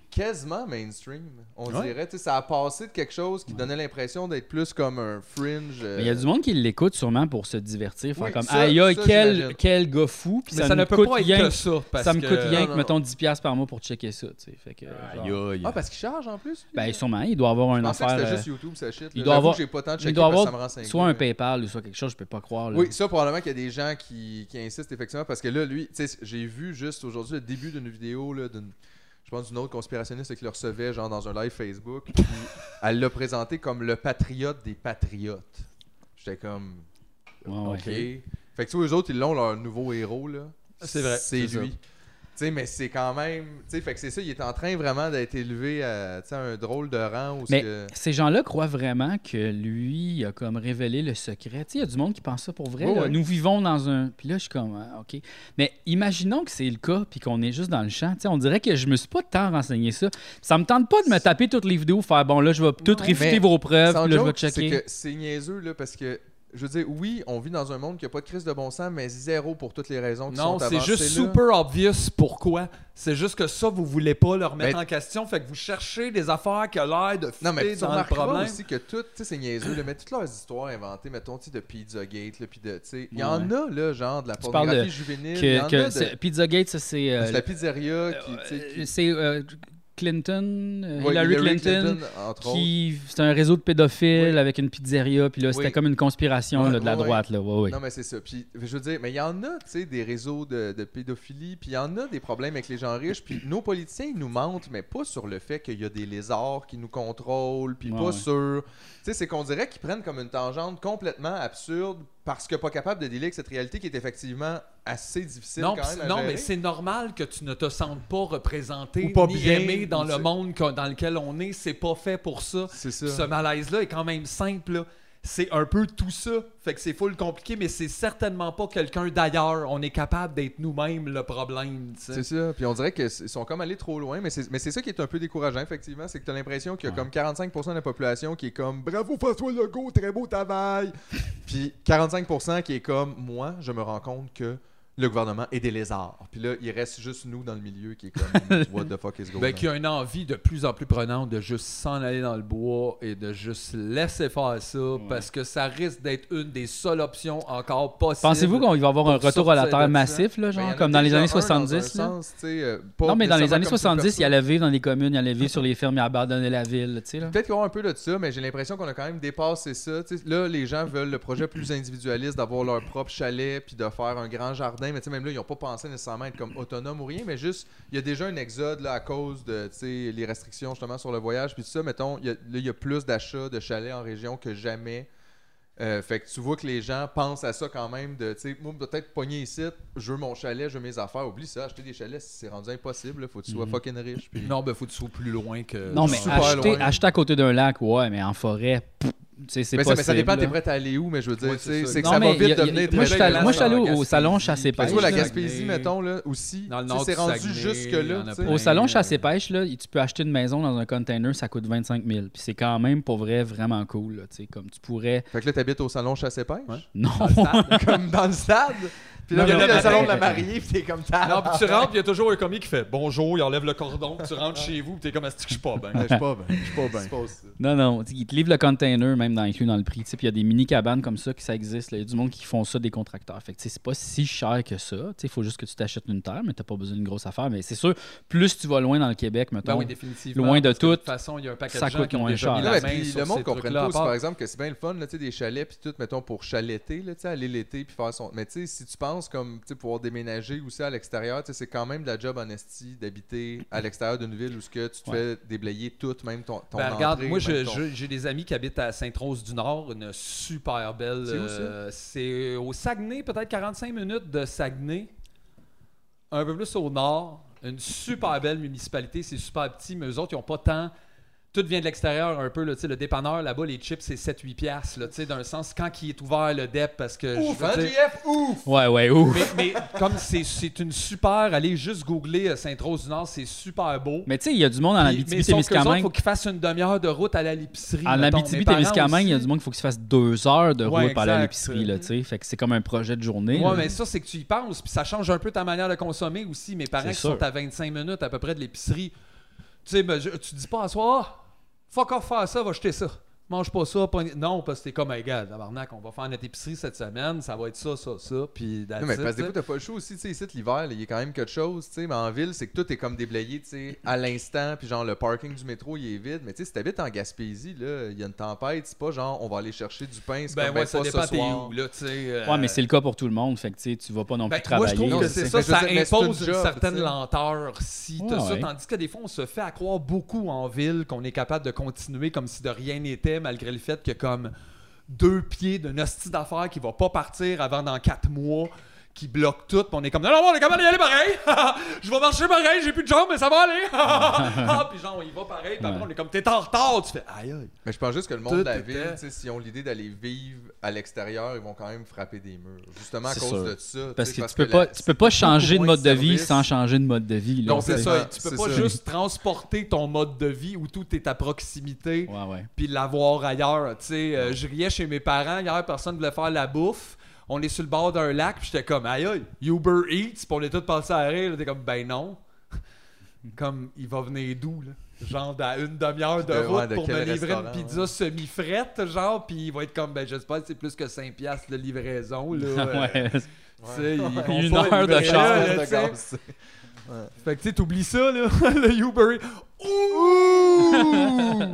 Speaker 3: quasiment mainstream, on
Speaker 2: Ouais.
Speaker 3: dirait, tu sais, ça a passé de quelque chose qui donnait l'impression d'être plus comme un fringe. euh,
Speaker 1: Mais il y a du monde qui l'écoute sûrement pour se divertir, faire
Speaker 3: Oui,
Speaker 1: comme
Speaker 3: ça-
Speaker 1: aïe aïe,
Speaker 3: ça,
Speaker 1: quel,
Speaker 3: j'imagine.
Speaker 1: quel gars fou, puis
Speaker 2: Mais
Speaker 1: ça,
Speaker 2: ça,
Speaker 1: me
Speaker 2: ne peut
Speaker 1: coûte
Speaker 2: pas
Speaker 1: rien
Speaker 2: être que
Speaker 1: que-
Speaker 2: ça. Parce
Speaker 1: ça me
Speaker 2: que-
Speaker 1: coûte rien
Speaker 3: non,
Speaker 1: que,
Speaker 3: non.
Speaker 1: mettons, 10$ piastres par mois pour checker ça, tu sais. Fait que, genre-
Speaker 3: Ah, parce qu'il charge en plus? lui?
Speaker 1: Ben, sûrement, il doit avoir
Speaker 3: Je
Speaker 1: un
Speaker 3: pensais que
Speaker 1: affaire.
Speaker 3: c'était
Speaker 1: euh,
Speaker 3: juste YouTube, ça shit.
Speaker 1: il doit
Speaker 3: Il doit
Speaker 1: avoir-
Speaker 3: j'ai pas tant de
Speaker 1: il
Speaker 3: checker
Speaker 1: doit
Speaker 3: parce que
Speaker 1: avoir
Speaker 3: ça me rend cinglé,
Speaker 1: soit un
Speaker 3: mais-
Speaker 1: PayPal ou soit quelque chose, je peux pas croire. là.
Speaker 3: Oui, ça, probablement qu'il y a des gens qui, qui insistent effectivement parce que là, lui, tu sais, j'ai vu juste aujourd'hui le début d'une vidéo, là, d'une, je pense, d'une autre conspirationniste qui le recevait, genre dans un live Facebook. puis elle l'a présenté comme le patriote des patriotes. J'étais comme,
Speaker 1: Ouais, ouais.
Speaker 3: OK. Fait que tous les autres, ils l'ont leur nouveau héros, là.
Speaker 2: C'est vrai,
Speaker 3: C'est
Speaker 2: c'est
Speaker 3: lui. sais, mais c'est quand même. Tu sais, fait que c'est ça, il est en train vraiment d'être élevé à tu sais, un drôle de rang. Où
Speaker 1: Mais
Speaker 3: ce que-
Speaker 1: ces gens-là croient vraiment que lui il a comme révélé le secret. Tu sais, il y a du monde qui pense ça pour vrai.
Speaker 3: Oui,
Speaker 1: là.
Speaker 3: oui.
Speaker 1: Nous vivons dans un. Puis là, je suis comme, ah, OK. Mais imaginons que c'est le cas, puis qu'on est juste dans le champ. Tu sais, on dirait que je me suis pas tant renseigné ça. Ça me tente pas de me taper toutes les vidéos, faire bon, là, je vais tout
Speaker 5: Non.
Speaker 1: réfuter
Speaker 3: Mais,
Speaker 1: vos preuves,
Speaker 3: Sans
Speaker 1: puis là, je vais
Speaker 3: joke, c'est
Speaker 1: checker.
Speaker 3: que c'est niaiseux, là, parce que. Je veux dire, oui, on vit dans un monde qui n'a pas de crise de bon sens, mais zéro pour toutes les raisons qui
Speaker 2: Non,
Speaker 3: sont
Speaker 2: c'est
Speaker 3: avancées.
Speaker 2: juste
Speaker 3: là.
Speaker 2: super obvious pourquoi. C'est juste que ça, vous voulez pas le remettre
Speaker 3: Mais-
Speaker 2: en question. Fait que vous cherchez des affaires qui ont l'air de
Speaker 3: Ben- Non, mais
Speaker 2: fitter
Speaker 3: tu
Speaker 2: dans le
Speaker 3: remarqueras
Speaker 2: problème.
Speaker 3: aussi que tout, tu sais, c'est niaiseux, là, mais toutes leurs histoires inventées, mettons, tu sais, de Pizzagate, là, puis de, tu sais, il y en a, là, genre, de la
Speaker 1: Tu parles
Speaker 3: pornographie
Speaker 1: de-
Speaker 3: juvénile, il y en
Speaker 1: Que,
Speaker 3: a
Speaker 1: que
Speaker 3: de,
Speaker 1: c'est- Pizzagate, ça, c'est. euh,
Speaker 3: de la pizzeria, qui, tu sais, qui-
Speaker 1: euh, c'est euh, Clinton, euh,
Speaker 3: Ouais,
Speaker 1: Hillary, Clinton.
Speaker 3: entre autres.
Speaker 1: Qui, c'est un réseau de pédophiles
Speaker 3: Oh. Oui.
Speaker 1: avec une pizzeria, puis là, c'était
Speaker 3: Oui.
Speaker 1: comme une conspiration
Speaker 3: Ouais,
Speaker 1: là, de la
Speaker 3: ouais, ouais.
Speaker 1: droite. Là. Ouais, ouais.
Speaker 3: Non, mais c'est ça. Puis, je veux dire, mais il y en a, tu sais, des réseaux de, de pédophilie, puis il y en a des problèmes avec les gens riches, puis nos politiciens, ils nous mentent, mais pas sur le fait qu'il y a des lézards qui nous contrôlent, puis
Speaker 1: Ouais,
Speaker 3: pas
Speaker 1: ouais.
Speaker 3: sur... Tu sais, c'est qu'on dirait qu'ils prennent comme une tangente complètement absurde parce que pas capable de délire avec cette réalité qui est effectivement assez difficile
Speaker 2: Non,
Speaker 3: quand même à
Speaker 2: non,
Speaker 3: gérer.
Speaker 2: mais c'est normal que tu ne te sentes pas représenté
Speaker 3: Ou pas
Speaker 2: ni
Speaker 3: bien,
Speaker 2: aimé dans
Speaker 3: ou
Speaker 2: le
Speaker 3: tu-
Speaker 2: monde que- dans lequel on est. C'est pas fait pour ça.
Speaker 3: C'est
Speaker 2: Puis Ce
Speaker 3: ça.
Speaker 2: malaise-là est quand même simple. là. C'est un peu tout ça. Fait que c'est full compliqué, mais c'est certainement pas quelqu'un d'ailleurs. On est capable d'être nous-mêmes le problème. tu sais.
Speaker 3: C'est ça. Puis on dirait qu'ils sont comme allés trop loin, mais c'est mais c'est ça qui est un peu décourageant, effectivement. C'est que tu as l'impression qu'il y a comme 45% de la population qui est comme Bravo François Legault, très beau travail. Puis 45% qui est comme Moi, je me rends compte que le gouvernement est des lézards. Puis là, il reste juste nous dans le milieu qui est comme What the fuck is going
Speaker 2: Ben,
Speaker 3: on?
Speaker 2: qu'il y a une envie de plus en plus prenante de juste s'en aller dans le bois et de juste laisser faire ça parce que ça risque d'être une des seules options encore possibles.
Speaker 1: Pensez-vous qu'on va avoir un
Speaker 2: pour
Speaker 1: retour à la
Speaker 2: sortir
Speaker 1: Terre
Speaker 2: de
Speaker 1: massif, là,
Speaker 3: Ben, il y
Speaker 1: genre,
Speaker 3: en a
Speaker 1: comme dans les
Speaker 3: déjà
Speaker 1: années
Speaker 3: un dans un
Speaker 1: 70? là?
Speaker 3: sens, tu sais, euh, pas
Speaker 1: Non, mais dans les années
Speaker 3: nécessairement comme tu le
Speaker 1: 70,
Speaker 3: perçois.
Speaker 1: il allait vivre dans les communes, il allait vivre sur les fermes, il abandonnait la ville, tu sais, là.
Speaker 3: Peut-être qu'il y aura un peu de ça, mais j'ai l'impression qu'on a quand même dépassé ça. Tu sais, là, les gens veulent le projet plus individualiste, d'avoir leur propre chalet, puis de faire un grand jardin. Mais tu sais, même là, ils n'ont pas pensé nécessairement être comme autonome ou rien, mais juste, il y a déjà un exode là, à cause de tu sais, les restrictions justement sur le voyage. Puis tout ça, mettons, il y a, là, il y a plus d'achats de chalets en région que jamais. Euh, fait que tu vois que les gens pensent à ça quand même de, tu sais, moi peut-être pogner ici, je veux mon chalet, je veux mes affaires, oublie ça, acheter des chalets, c'est rendu impossible, là, faut que tu sois
Speaker 1: Mhm.
Speaker 3: fucking riche. puis-
Speaker 2: Mm-hmm. Non, ben faut que tu sois plus loin que.
Speaker 1: Non, mais
Speaker 3: super
Speaker 1: acheter,
Speaker 3: loin.
Speaker 1: acheter à côté d'un lac, ouais, mais en forêt, pff, tu sais, c'est possible.
Speaker 3: Mais, ça, mais ça dépend,
Speaker 1: là.
Speaker 3: t'es prêt à aller où, mais je veux dire,
Speaker 2: Ouais,
Speaker 3: tu
Speaker 2: c'est
Speaker 3: sais,
Speaker 2: ça.
Speaker 3: c'est que
Speaker 1: Non,
Speaker 3: ça va
Speaker 1: mais y
Speaker 3: vite
Speaker 1: a- y a-
Speaker 3: devenir
Speaker 1: moi,
Speaker 3: très
Speaker 1: je suis allé-
Speaker 3: dégueulasse
Speaker 1: moi, je suis allé
Speaker 3: dans
Speaker 1: au-
Speaker 3: la
Speaker 1: au salon chasse et
Speaker 3: Gaspésie.
Speaker 1: pêche.
Speaker 3: Tu vois, la
Speaker 1: là.
Speaker 3: Gaspésie,
Speaker 2: Saguenay.
Speaker 3: mettons, là, aussi,
Speaker 2: Dans le
Speaker 3: tu sais,
Speaker 2: nord
Speaker 3: c'est
Speaker 2: du
Speaker 3: rendu
Speaker 2: Saguenay,
Speaker 3: jusque-là,
Speaker 2: il y en a
Speaker 3: tu sais.
Speaker 2: plein.
Speaker 1: Au salon chasse et pêche, là, tu peux acheter une maison dans un container, ça coûte 25 000. Puis c'est quand même, pour vrai, vraiment cool. là, tu sais, comme tu pourrais.
Speaker 3: Fait que là, t'habites au salon chasse et pêche,
Speaker 2: Ouais.
Speaker 1: Non,
Speaker 3: comme dans le stade. Puis là,
Speaker 1: Non,
Speaker 3: il y
Speaker 1: non,
Speaker 3: a
Speaker 1: mais-
Speaker 3: le salon de la mariée, puis t'es comme
Speaker 2: Non,
Speaker 3: ça.
Speaker 2: puis tu rentres, puis il y a toujours un commis qui fait bonjour, il enlève le cordon, puis tu rentres chez vous, puis t'es comme est-ce que je suis pas bien.
Speaker 3: Je suis pas bien, je suis pas bien.
Speaker 1: non, non. tu sais, Ils te livrent le container, même dans, inclus dans le prix. tu sais, Puis il y a des mini-cabanes comme ça qui ça existe. là. Il y a du monde qui font ça, des contracteurs. Fait que tu sais, c'est pas si cher que ça. Il faut juste que tu t'achètes une terre, mais t'as pas besoin d'une grosse affaire. Mais c'est sûr, plus tu vas loin dans le Québec, mettons.
Speaker 2: Ben oui, définitivement.
Speaker 1: Loin de
Speaker 2: parce que De
Speaker 1: tout,
Speaker 2: toute façon, il y a un paquet
Speaker 1: ça
Speaker 2: de gens
Speaker 1: coûte
Speaker 2: qui ont
Speaker 1: moins
Speaker 2: déjà
Speaker 1: cher.
Speaker 2: mis
Speaker 1: Là,
Speaker 2: la
Speaker 3: Là, ben,
Speaker 2: main
Speaker 3: puis
Speaker 2: sur
Speaker 3: le monde
Speaker 2: ces
Speaker 3: comprenne
Speaker 2: trucs-là,
Speaker 3: pas
Speaker 2: à
Speaker 3: aussi,
Speaker 2: part-
Speaker 3: par exemple, que c'est bien le fun, là, tu sais, des chalets, puis tout, mettons, pour chaleter, là, tu sais, aller l'été, puis faire son... Mais tu sais, si tu penses comme, tu sais, pouvoir déménager aussi à l'extérieur, tu sais, c'est quand même de la job en esti d'habiter à l'extérieur d'une ville où ce que tu te
Speaker 1: Ouais.
Speaker 3: fais déblayer tout, même ton, ton
Speaker 2: Ben, regarde,
Speaker 3: entrée,
Speaker 2: moi,
Speaker 3: même
Speaker 2: je-
Speaker 3: ton-
Speaker 2: je- j'ai des amis qui habitent à Sainte-Rose-du-Nord, une super belle.
Speaker 3: C'est où, ça?
Speaker 2: euh, C'est au Saguenay, peut-être 45 minutes de Saguenay, un peu plus au nord. Une super belle municipalité, c'est super petit, mais eux autres, ils n'ont pas tant. Tout vient de l'extérieur un peu, là, tu sais, le dépanneur là-bas, les chips, c'est 7-8 piastres, là, tu sais, d'un sens, quand il est ouvert le DEP, parce que... je
Speaker 3: Ouf,
Speaker 2: veux
Speaker 3: hein,
Speaker 2: dire-
Speaker 3: JF, ouf!
Speaker 1: Ouais, ouais, ouf.
Speaker 2: mais, mais comme c'est- c'est une super... Allez juste googler euh, Sainte-Rose-du-Nord, c'est super beau.
Speaker 1: Mais tu sais, il y a du monde en
Speaker 2: Puis- mais sauf qu'eux autres,
Speaker 1: Abitibi-Témiscamingue.
Speaker 2: faut qu'ils fassent une demi-heure de route à la l'épicerie.
Speaker 1: En
Speaker 2: mettons. Mes parents
Speaker 1: Abitibi-Témiscamingue, il y a
Speaker 2: aussi-
Speaker 1: du monde qu'il faut qu'il se fasse deux heures de
Speaker 2: Ouais,
Speaker 1: route par aller à
Speaker 2: exact.
Speaker 1: l'épicerie, là, tu sais. Fait que c'est comme un projet de journée.
Speaker 2: Ouais,
Speaker 1: là.
Speaker 2: mais ça, c'est que tu y penses, puis ça change un peu ta manière de consommer aussi. Mes parents
Speaker 1: C'est
Speaker 2: qui
Speaker 1: sûr.
Speaker 2: sont à 25 minutes à peu près de l'épicerie, tu sais, ben, je- tu dis pas à soi, Ah, fuck off, faire ça, va jeter ça. Mange pas ça, pas- non, parce que t'es comme, hey, gars, tabarnak, on va faire notre épicerie cette semaine, ça va être ça, ça, ça, puis that's
Speaker 3: Non, mais
Speaker 2: it,
Speaker 3: parce
Speaker 2: tu
Speaker 3: que des fois,
Speaker 2: sais.
Speaker 3: t'as pas le choix aussi, tu sais, ici, l'hiver, là, il y a quand même quelque chose, tu sais, mais en ville, c'est que tout est comme déblayé, tu sais, à l'instant, puis genre, le parking du métro, il est vide, mais tu sais, si t'habites en Gaspésie, là, il y a une tempête, c'est pas genre, on va aller chercher du pain, c'est
Speaker 2: Ben
Speaker 3: comme,
Speaker 2: ouais,
Speaker 3: ben,
Speaker 2: ça
Speaker 3: pas ce
Speaker 2: dépend t'es
Speaker 3: soir.
Speaker 2: où, là, tu sais. euh,
Speaker 1: Ouais, mais c'est le cas pour tout le monde. Fait que tu sais, tu vas pas non plus
Speaker 2: Ben,
Speaker 1: travailler.
Speaker 2: Moi, je trouve que
Speaker 3: là,
Speaker 2: c'est
Speaker 3: c'est-
Speaker 2: ça,
Speaker 3: mais je
Speaker 2: ça
Speaker 3: veux dire, mais c'est
Speaker 2: impose
Speaker 3: une
Speaker 2: une
Speaker 3: job,
Speaker 2: certaine
Speaker 3: tu sais.
Speaker 2: lenteur si t'as
Speaker 1: Ouais,
Speaker 2: ça.
Speaker 1: ouais.
Speaker 2: Tandis que des fois, on se fait à croire beaucoup en ville qu'on est capable de continuer comme si de rien n'était, malgré le fait que comme deux pieds d'un hostie d'affaires qui va pas partir avant dans quatre mois, qui bloque tout, puis on est comme non, non, on est capable d'y aller pareil. je vais marcher pareil, j'ai plus de jambes, mais ça va aller. ah, puis genre, on y va pareil, puis après,
Speaker 1: Ouais.
Speaker 2: on est comme t'es en retard. Tu fais aïe aïe.
Speaker 3: Mais je pense juste que le
Speaker 2: Tout
Speaker 3: monde de la
Speaker 2: était-
Speaker 3: ville, tu sais, s'ils ont l'idée d'aller vivre à l'extérieur, ils vont quand même frapper des murs. Justement à
Speaker 1: C'est
Speaker 3: cause
Speaker 1: sûr.
Speaker 3: de ça. tu
Speaker 1: Parce
Speaker 3: sais,
Speaker 1: que tu peux pas,
Speaker 3: la-
Speaker 1: tu peux pas changer de
Speaker 3: beaucoup
Speaker 1: mode de
Speaker 3: moins de
Speaker 1: vie
Speaker 3: services.
Speaker 1: sans changer de mode de vie. là,
Speaker 2: Non, c'est
Speaker 1: tu sais.
Speaker 2: ça. Tu peux
Speaker 3: C'est
Speaker 2: pas
Speaker 3: ça.
Speaker 2: juste transporter ton mode de vie où tout est à proximité
Speaker 1: Ouais, ouais.
Speaker 2: puis l'avoir ailleurs. Tu sais, euh, je riais chez mes parents. Hier, personne voulait faire la bouffe. On est sur le bord d'un lac, puis j'étais comme, aïe aïe, Uber Eats, puis on est tous passés à rire. là. T'es comme, ben non. Comme, il va venir d'où, là? Genre, dans une demi-heure de
Speaker 3: De-
Speaker 2: route
Speaker 3: ouais, de
Speaker 2: pour me
Speaker 3: quel
Speaker 2: livrer une
Speaker 3: restaurant,
Speaker 2: pizza semi-frette, genre, puis il va être comme, ben j'espère que c'est plus que 5$ piastres de livraison, là. Euh,
Speaker 1: Ouais.
Speaker 2: tu sais, ils vont
Speaker 1: Une
Speaker 2: pas
Speaker 1: heure de
Speaker 2: livrer,
Speaker 1: char.
Speaker 2: là,
Speaker 3: Une heure de
Speaker 2: tu sais.
Speaker 3: gaz.
Speaker 2: Fait que tu sais, t'oublies ça, là, le Uber Eats. Ouh!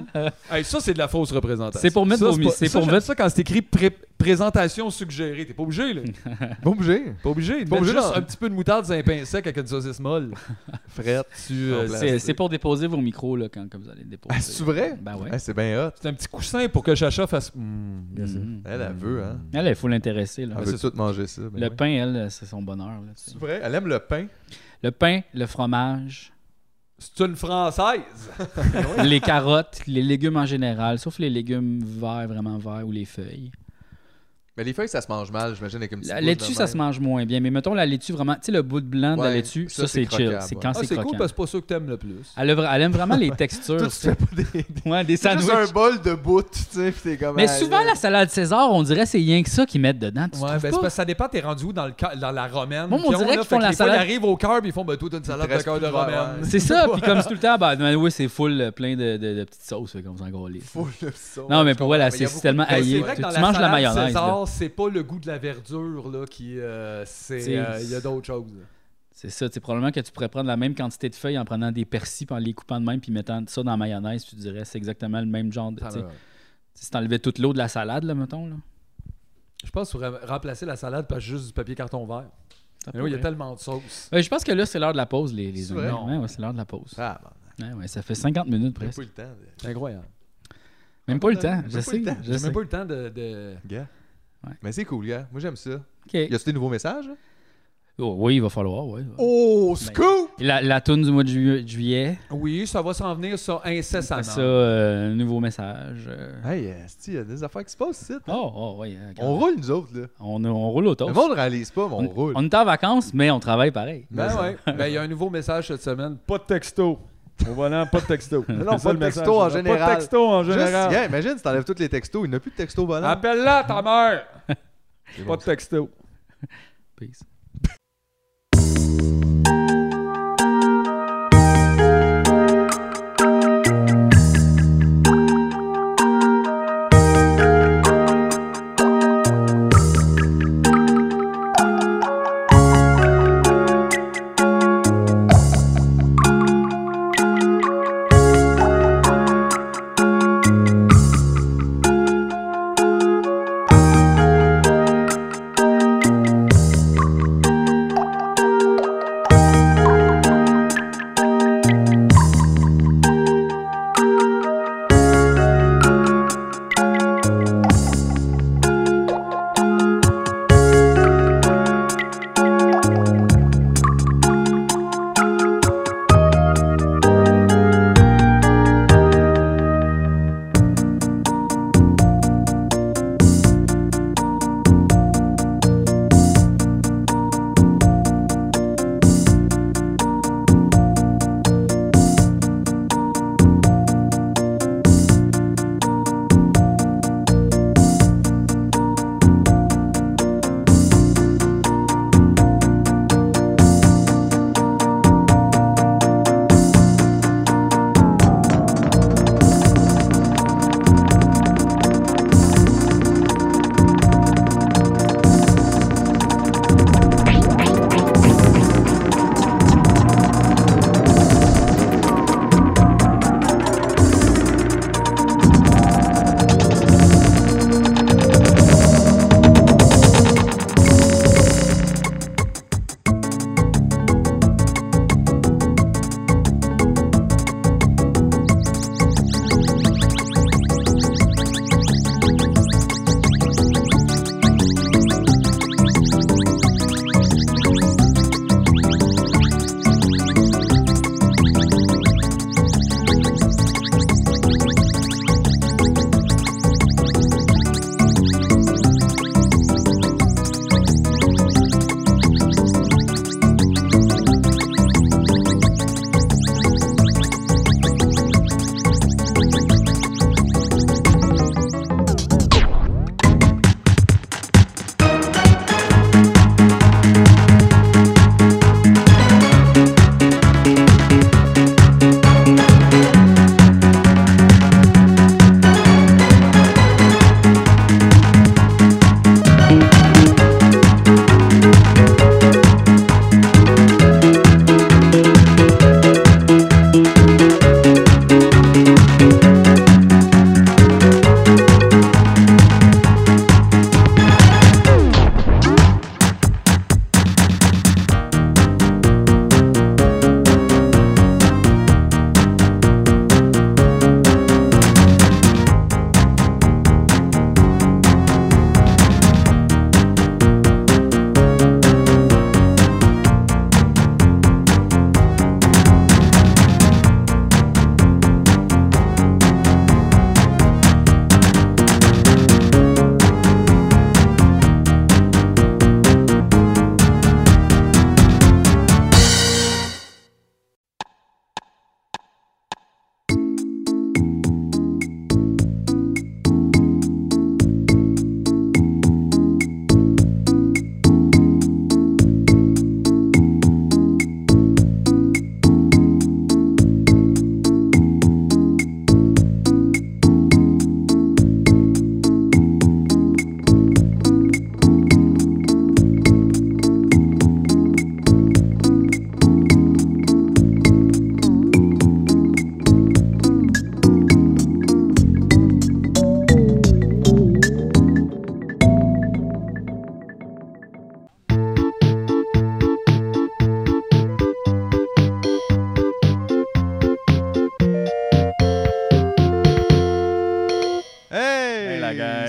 Speaker 2: Hey, ça, c'est de la fausse représentation.
Speaker 1: C'est pour mettre
Speaker 2: ça,
Speaker 1: vos mi-
Speaker 2: pas-
Speaker 1: c'est
Speaker 2: ça,
Speaker 1: pour
Speaker 2: j'aime
Speaker 1: mettre-
Speaker 2: ça quand c'est écrit pré- présentation suggérée. T'es pas obligé, là.
Speaker 1: Hmm.
Speaker 3: Pas obligé.
Speaker 2: Pas obligé.
Speaker 3: Pas
Speaker 2: Pas
Speaker 3: obligé
Speaker 2: juste
Speaker 1: hein.
Speaker 3: d'en-
Speaker 2: un petit peu de moutarde dans un pain sec avec une saucisse molle.
Speaker 3: Frette.
Speaker 2: Tu, euh,
Speaker 3: En place.
Speaker 1: C'est, c'est pour déposer vos micros là, quand, quand vous allez le déposer.
Speaker 3: Ah, c'est vrai?
Speaker 1: Ben ouais.
Speaker 3: Ah, c'est bien hot.
Speaker 2: c'est un petit coussin pour que Chacha fasse. Hmm.
Speaker 1: Mhm.
Speaker 3: Elle, elle veut, hein.
Speaker 1: Elle, il faut l'intéresser. Là.
Speaker 3: Elle veut tout manger ça. ben
Speaker 1: Le
Speaker 3: oui.
Speaker 1: pain, elle, c'est son bonheur. là, tu sais.
Speaker 3: C'est vrai? Elle aime le pain.
Speaker 1: le pain, le fromage,
Speaker 2: C'est une française.
Speaker 1: Ah,
Speaker 3: Ah
Speaker 1: les carottes, les légumes en général, sauf les légumes verts, vraiment verts, ou les feuilles.
Speaker 3: Mais les feuilles, ça se mange mal, j'imagine, avec une petite
Speaker 1: La
Speaker 3: boule
Speaker 1: laitue,
Speaker 3: de
Speaker 1: ça
Speaker 3: même.
Speaker 1: se mange moins bien. Mais mettons la laitue, vraiment, tu sais, le bout de blanc de la
Speaker 3: Ouais,
Speaker 1: laitue, ça,
Speaker 3: ça,
Speaker 1: c'est
Speaker 3: c'est
Speaker 1: chill.
Speaker 3: croquable,
Speaker 1: C'est
Speaker 3: ouais.
Speaker 1: quand
Speaker 2: Ah,
Speaker 1: c'est
Speaker 2: c'est cool
Speaker 1: croquant.
Speaker 2: parce que c'est pas ça que t'aimes le plus.
Speaker 1: elle, a- elle aime vraiment les textures.
Speaker 3: Toi, tu
Speaker 1: tu sais.
Speaker 3: fais pas des- des-
Speaker 1: Ouais, des
Speaker 3: juste
Speaker 1: sandwichs.
Speaker 3: un bol de bout, tu sais, pis t'es comme.
Speaker 1: Mais
Speaker 3: ah,
Speaker 1: souvent,
Speaker 3: là.
Speaker 1: la salade César, on dirait c'est rien que ça qu'ils mettent dedans. Tu
Speaker 2: Ouais, ben
Speaker 1: trouves
Speaker 2: c'est
Speaker 1: pas?
Speaker 2: parce que ça dépend, t'es rendu où dans, le ca- dans la romaine.
Speaker 1: Moi, on
Speaker 2: qu'ils ont,
Speaker 1: dirait
Speaker 2: là,
Speaker 1: qu'ils font
Speaker 2: fait que
Speaker 1: la
Speaker 2: des fois,
Speaker 1: salade-
Speaker 2: Ils arrivent au cœur puis ils font, ben, toi, t'as une salade de
Speaker 3: reste
Speaker 2: cœur de
Speaker 3: plus de verre,
Speaker 2: romaine.
Speaker 3: ouais.
Speaker 1: C'est ça, puis comme c'est tout le temps, ben, ben oui, c'est full euh, plein de, de- de petites sauces, fait qu'on s'en calisse.
Speaker 3: Faut le son.
Speaker 1: Non, mais pour elle,
Speaker 3: mais il y a
Speaker 1: c'est
Speaker 3: beaucoup
Speaker 1: tellement
Speaker 2: Mais
Speaker 1: haï.
Speaker 2: c'est
Speaker 1: Tu,
Speaker 2: vrai que dans
Speaker 1: tu
Speaker 2: la
Speaker 1: manges la
Speaker 2: salade
Speaker 1: mayonnaise. là.
Speaker 2: César, c'est pas le goût de la verdure là, qui euh, c'est
Speaker 1: C'est-
Speaker 2: euh, il y a d'autres choses.
Speaker 1: C'est ça, c'est probablement que tu pourrais prendre la même quantité de feuilles en prenant des persils, puis en les coupant de même, puis mettant ça dans la mayonnaise, tu dirais c'est exactement le même genre de. tu sais. Si t'enlevais toute l'eau de la salade, là, mettons. Là,
Speaker 2: Je pense qu'il faudrait remplacer la salade par juste du papier carton vert.
Speaker 1: ça
Speaker 2: Mais oui, il y a
Speaker 1: pourrait.
Speaker 2: tellement de sauce.
Speaker 1: Ouais, je pense que là, c'est l'heure de la pause, les, les
Speaker 3: C'est
Speaker 1: amis.
Speaker 3: vrai?
Speaker 1: Ouais, ouais, c'est l'heure de la pause.
Speaker 3: Ah, bon,
Speaker 1: Ouais, ouais, ça fait 50 minutes
Speaker 3: j'ai
Speaker 1: presque.
Speaker 3: pas eu le temps. de-
Speaker 2: C'est incroyable.
Speaker 1: Même pas le temps,
Speaker 3: Même
Speaker 1: je
Speaker 3: pas
Speaker 1: sais.
Speaker 3: le temps.
Speaker 1: Je
Speaker 2: J'ai
Speaker 1: sais.
Speaker 2: même pas eu le temps de, de-
Speaker 3: Gars.
Speaker 1: Ouais.
Speaker 3: Mais c'est cool, gars. Moi, j'aime ça.
Speaker 1: Ok.
Speaker 3: Y a-tu des nouveaux messages? là?
Speaker 1: Oh, oui, il va falloir, ouais. ouais. Ben,
Speaker 3: Oh, scoop!
Speaker 1: La, la toune du mois de ju- juillet.
Speaker 2: Oui, ça va s'en venir ça incessamment.
Speaker 1: Après ça, euh, un nouveau message. euh.
Speaker 3: Hey, esti, y a des affaires qui se passent ici.
Speaker 1: Oh, oh, oui. euh,
Speaker 3: On roule, nous autres, là.
Speaker 1: On, on roule au toast.
Speaker 3: Le monde réalise pas, mais on
Speaker 1: on,
Speaker 3: roule.
Speaker 1: on est en vacances, mais on travaille pareil.
Speaker 2: Ben ouais. Ben, il y a un nouveau message cette semaine. Pas de texto. Au volant, pas de texto.
Speaker 3: Non, pas de texto en
Speaker 2: Pas de
Speaker 3: général.
Speaker 2: texto en
Speaker 3: Juste,
Speaker 2: général.
Speaker 3: gars, imagine, si t'enlèves tous les textos, il n'y a plus de textos
Speaker 2: Ah
Speaker 1: Ah, ben-
Speaker 3: volants.
Speaker 2: Appelle-la ta mère.
Speaker 3: C'est
Speaker 2: Pas
Speaker 3: bon.
Speaker 2: de texto.
Speaker 1: Peace.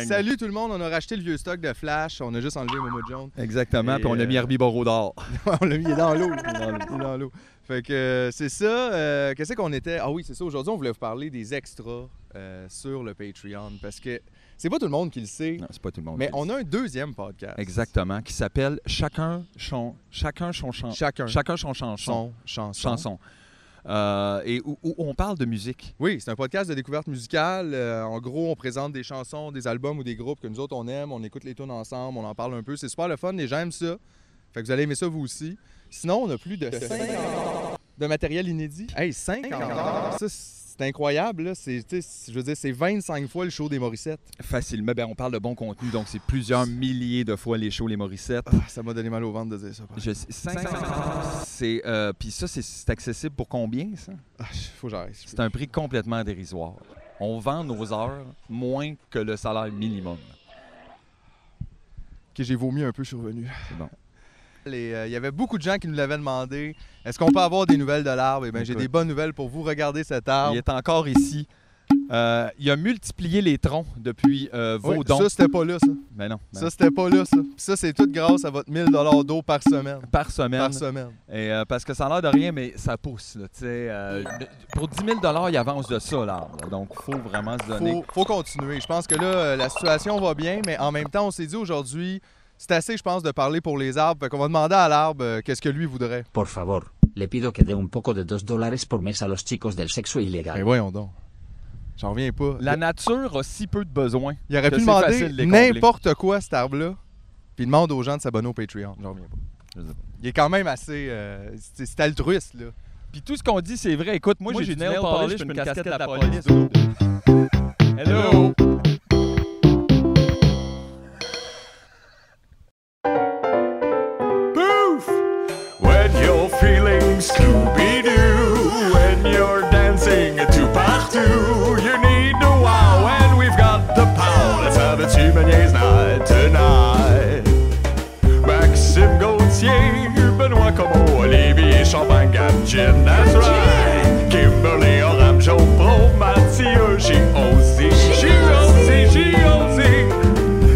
Speaker 3: Salut tout le monde, on a racheté le vieux stock de Flash, on a juste enlevé Momo Jones.
Speaker 6: Exactement,
Speaker 3: Et,
Speaker 6: puis on a mis
Speaker 3: euh,
Speaker 6: Herbie Borodor.
Speaker 3: on l'a mis, il Ah, est dans l'eau. Il est dans l'eau, il est dans l'eau. Fait que euh, c'est ça. euh, Qu'est-ce qu'on était. Ah oui, c'est ça. Aujourd'hui, on voulait vous parler des extras euh, sur le Patreon parce que c'est pas tout le monde qui le sait,
Speaker 6: Non, c'est pas tout le monde.
Speaker 3: mais
Speaker 6: qui le
Speaker 3: on a un deuxième podcast.
Speaker 6: sait. Exactement, qui s'appelle Chacun son Chacun son chan-
Speaker 3: Chacun.
Speaker 6: Chacun son chanson.
Speaker 3: Son, chanson.
Speaker 6: Chanson. Euh, et où, où on parle de musique.
Speaker 3: Oui, c'est un podcast de découverte musicale. Euh, en gros, on présente des chansons, des albums ou des groupes que nous autres on aime. On écoute les tunes ensemble, on en parle un peu. C'est super le fun. Les gens aiment ça. Fait que vous allez aimer ça vous aussi. Sinon, on a plus de 50 de matériel inédit. Hey, 50 Ça, c'est incroyable. là. C'est, tu sais, je veux dire, c'est 25 fois le show des Morissettes.
Speaker 6: Facilement, ben, on parle de bon contenu, donc c'est plusieurs milliers de fois les shows, les Morissettes.
Speaker 3: Ah, ça m'a donné mal au ventre de dire ça. par
Speaker 6: Je sais- 500. C'est euh, puis ça c'est- c'est accessible pour combien ça
Speaker 3: Ah, faut que j'arrête.
Speaker 6: C'est un prix complètement dérisoire. On vend nos heures moins que le salaire minimum.
Speaker 3: Ok, j'ai vomi un peu, je suis revenu.
Speaker 6: C'est bon.
Speaker 3: Les, euh, Il y avait beaucoup de gens qui nous l'avaient demandé. Est-ce qu'on peut avoir des nouvelles de l'arbre? Eh bien, j'ai
Speaker 6: Écoute.
Speaker 3: des bonnes nouvelles pour vous. Regardez cet arbre.
Speaker 6: Il est encore ici. Euh, il a multiplié les troncs depuis euh, vos
Speaker 3: Oui,
Speaker 6: dons.
Speaker 3: Ça, c'était pas là, ça.
Speaker 6: Mais non, mais
Speaker 3: Ça, c'était pas là, ça. Puis ça, c'est tout grâce à votre 1000 d'eau par semaine.
Speaker 6: non. par semaine.
Speaker 3: Par semaine.
Speaker 6: Et, euh, parce que ça a l'air de rien, mais ça pousse. Là, tu sais, euh, pour 10 000 il avance de ça, l'arbre. là. Donc, faut vraiment se donner.
Speaker 3: Faut, faut continuer. Je pense que là, euh, la situation va bien, mais en même temps, on s'est dit aujourd'hui, c'est assez, je pense, de parler pour les arbres. Fait qu'on va demander à l'arbre euh, qu'est-ce que lui voudrait.
Speaker 7: Por favor, le pido que dé un poco de dos dólares por mes a los chicos del sexo
Speaker 3: Ben
Speaker 7: ilegal.
Speaker 3: voyons donc. J'en reviens pas.
Speaker 6: La nature a si peu de besoins.
Speaker 3: Il aurait
Speaker 6: que
Speaker 3: pu
Speaker 6: c'est
Speaker 3: demander
Speaker 6: facile de les combler.
Speaker 3: n'importe quoi, cet arbre-là, puis il demande aux gens de s'abonner au Patreon. J'en reviens pas.
Speaker 6: Je sais pas.
Speaker 3: Il est quand même assez... euh, c'est c'est altruiste, là.
Speaker 6: Puis tout ce qu'on dit, c'est vrai. Écoute, moi, j'ai du nail polish, puis une casquette de la police. Hello!
Speaker 8: When you're feeling Scooby Doo, when you're dancing to partout, you need the wow, and we've got the power. Let's have a Tumanier's night tonight. Maxime Gauthier, Benoît Como, Olivier Champagne, Gab Gin, that's right. Kimberly Oram, Joe Pro, Mathieu, J.O.C. J.O.C. J.O.C.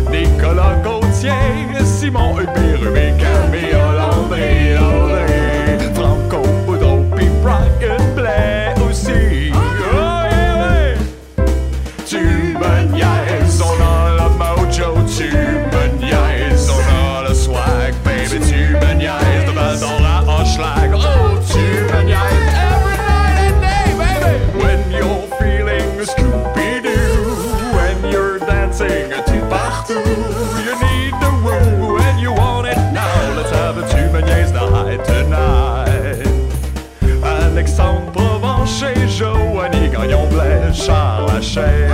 Speaker 8: Nicolas Gauthier, Simon Hubert, Rubé, Camille Hollandais, Hollandais, Franco Boudreau, puis Brian Blais aussi. Oh, yeah, ouais. Tu me niaises, on a la mojo, tu me niaises, on a le swag, baby, tu me niaises, demain dans la Hochelag, oh, tu me niaises, every night and day, baby. When you're feeling Scooby-Doo, when you're dancing to partout, you need the woo, and you want it now, let's have a tu me niaises night tonight. Alexandre Provencher, Joanie Gagnon-Blais, Charles Lachaise,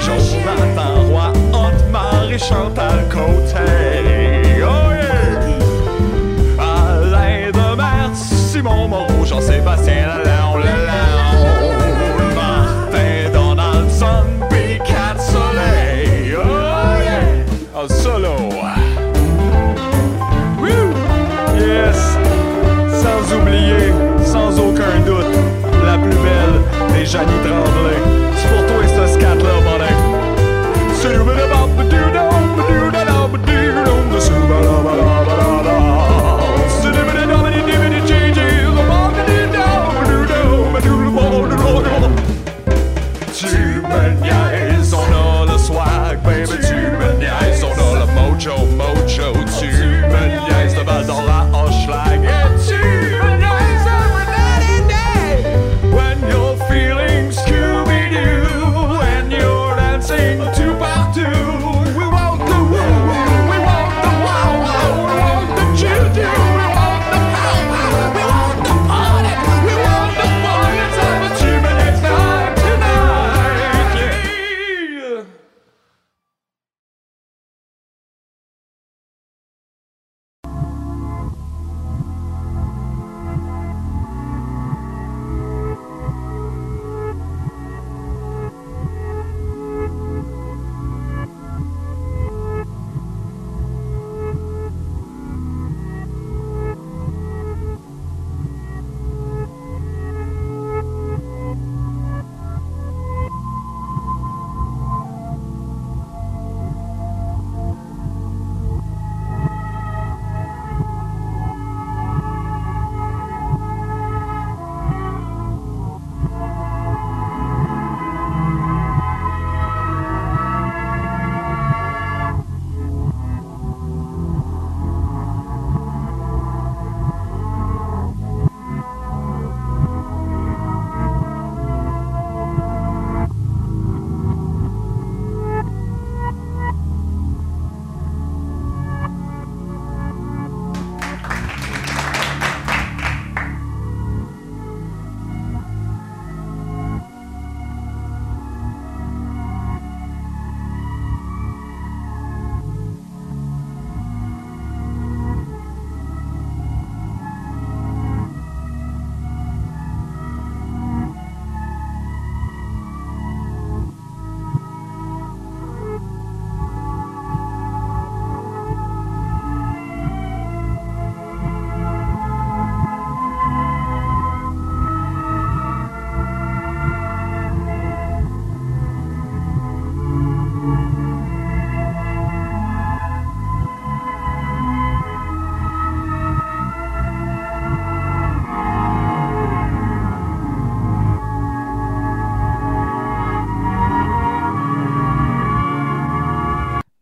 Speaker 8: Jonathan Roy, Otmar et Chantal Côté. Oh yeah! Alain Demers, Simon Moreau, Jean-Sébastien Lalonde, Lalonde, Martin Donaldson, puis Cat Soleil. Oh yeah! En solo. Woo! Yes! Sans oublier, sans aucun doute, la plus belle des Janie Tremblay. C'est pour toi ce scat-là, bordel. Tu me niaises, on a le swag, baby. Tu me niaises, on a le mojo, mojo. Tu me niaises, de balle dans la hochelag. Et tu me niaises, every night and day. When you're feeling Scooby-Doo, when you're dancing two by two, we want the woo, we want the wow, wow, we want the choo-choo, we want the pow, wow, we want the party, we want the fun. It's time to tonight, tonight, yeah.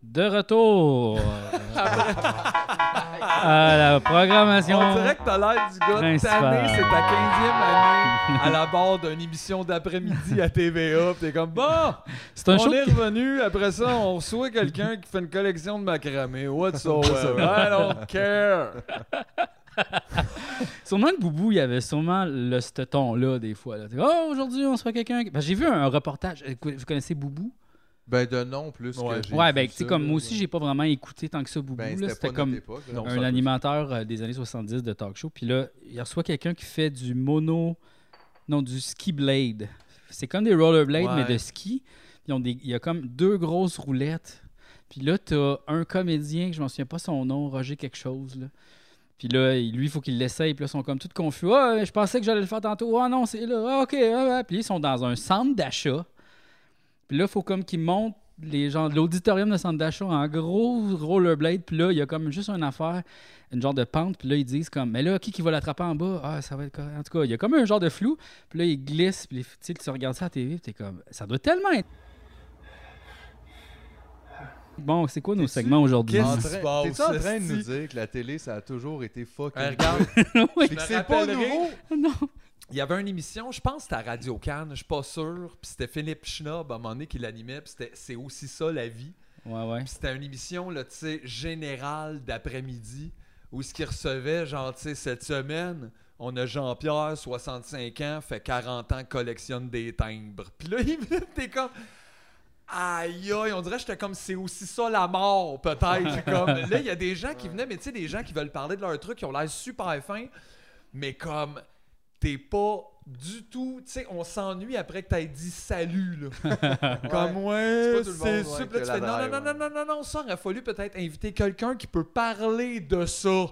Speaker 1: de retour à la programmation.
Speaker 2: On dirait que t'as l'air du gars de
Speaker 1: Principal.
Speaker 2: tanné, c'est ta 15e année à la barre d'une émission d'après-midi à TVA. pis Ah, T'es comme, bah! bon,
Speaker 1: C'est un
Speaker 2: on
Speaker 1: show.
Speaker 2: est revenu, après ça, on reçoit quelqu'un qui fait une collection de macramé. Whatsoever. I don't care.
Speaker 1: Sûrement que Boubou, il y avait sûrement le ce ton-là des fois. Là. T'es, Oh, aujourd'hui, on se fait quelqu'un. Ben, j'ai vu un reportage. Euh, cou- Vous connaissez Boubou?
Speaker 3: Ben, de nom plus
Speaker 2: Ouais.
Speaker 3: que j'ai
Speaker 1: Ouais,
Speaker 3: vu
Speaker 1: ben, tu sais,
Speaker 3: ça,
Speaker 1: comme
Speaker 3: là.
Speaker 1: moi aussi, j'ai pas vraiment écouté tant que ça Boubou.
Speaker 3: Ben,
Speaker 1: là.
Speaker 3: c'était
Speaker 1: C'était
Speaker 3: pas comme...
Speaker 1: comme
Speaker 3: époque. là.
Speaker 2: Non,
Speaker 1: un animateur euh, des années 70 de talk show. Puis là, il reçoit quelqu'un qui fait du mono. Non, du ski blade. C'est comme des rollerblades,
Speaker 2: Ouais.
Speaker 1: mais de ski. Ils ont des- Il y a comme deux grosses roulettes. Puis là, t'as un comédien, que je m'en souviens pas son nom, Roger quelque chose. Là. Puis là, il- lui, il faut qu'il l'essaye. Puis là, ils sont comme tout confus. Ah, je pensais que j'allais le faire tantôt. Ah non, c'est là. Ah, OK. ah, ah. Puis ils sont dans un centre d'achat. Puis là, il faut comme qu'ils montent les gens de l'auditorium de centre d'achat en gros rollerblade. Puis là, il y a comme juste une affaire, une genre de pente. Puis là, ils disent comme, mais là, qui qui va l'attraper en bas? Ah, ça va être... correct. En tout cas, il y a comme un genre de flou. Puis là, ils glissent. Puis les- tu sais, tu regardes ça à la TV, puis t'es comme, ça doit tellement être... Bon, c'est quoi nos segments aujourd'hui?
Speaker 3: En
Speaker 2: Qu'est-ce qui se
Speaker 3: train- T'es-tu en
Speaker 2: passe,
Speaker 3: train de nous
Speaker 2: esti?
Speaker 3: dire que la télé, ça a toujours été fucking...
Speaker 2: Hey, regarde.
Speaker 1: Oui.
Speaker 2: Je
Speaker 3: C'est que
Speaker 2: me
Speaker 3: c'est pas
Speaker 2: rappellerai-
Speaker 3: nouveau.
Speaker 1: Non.
Speaker 2: Il y avait une émission, je pense que c'était à Radio Cannes, je suis pas sûr, puis c'était Philippe Schnob à un moment donné qui l'animait, puis c'était c'est aussi ça la vie.
Speaker 1: Ouais, ouais.
Speaker 2: Puis c'était une émission là, tu sais, générale d'après-midi où ce qu'ils recevaient genre tu sais cette semaine, on a Jean-Pierre 65 ans, fait 40 ans collectionne des timbres. Puis là il t'es comme Aïe, aïe, on dirait que j'étais comme c'est aussi ça la mort, peut-être. comme, là, il y a des gens qui venaient, mais tu sais, des gens qui veulent parler de leur truc, qui ont l'air super fins, mais comme t'es pas du tout. Tu sais, on s'ennuie après que t'aies dit salut, là. Comme ouais,
Speaker 3: C'est pas tout le
Speaker 2: c'est
Speaker 3: monde, ouais,
Speaker 2: super.
Speaker 3: qui
Speaker 2: tu
Speaker 3: a
Speaker 2: fais,
Speaker 3: la
Speaker 2: non, non,
Speaker 3: drive,
Speaker 2: non,
Speaker 3: ouais.
Speaker 2: non, non, non, non, ça aurait fallu peut-être inviter quelqu'un qui peut parler de ça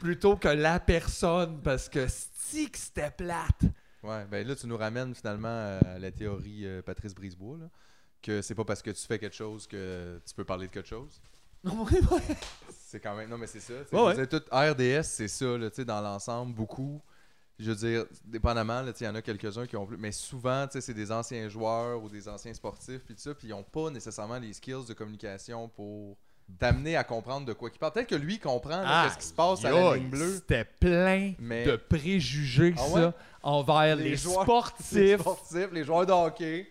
Speaker 2: plutôt que la personne parce que stick c'était plate.
Speaker 3: Ouais, ben là, tu nous ramènes finalement à la théorie euh, Patrice Brisebois, là, que c'est pas parce que tu fais quelque chose que tu peux parler de quelque chose. C'est quand même... Non, mais c'est ça. tu sais.
Speaker 2: Ouais, ouais.
Speaker 3: C'est Tout RDS, c'est ça, là, tu sais, dans l'ensemble, beaucoup. Je veux dire, dépendamment, là, tu sais, il y en a quelques-uns qui ont plus... Mais souvent, tu sais, c'est des anciens joueurs ou des anciens sportifs, puis tout ça, puis ils ont pas nécessairement les skills de communication pour t'amener à comprendre de quoi qu'il parle. Peut-être que lui comprend là, ce qui se passe à la
Speaker 2: Aïe,
Speaker 3: ligne bleue.
Speaker 2: C'était plein
Speaker 3: Mais-
Speaker 2: de préjugés,
Speaker 3: Ah
Speaker 2: ça,
Speaker 3: ouais?
Speaker 2: envers les,
Speaker 3: Les joueurs- les
Speaker 2: sportifs.
Speaker 3: sportifs, les joueurs de hockey.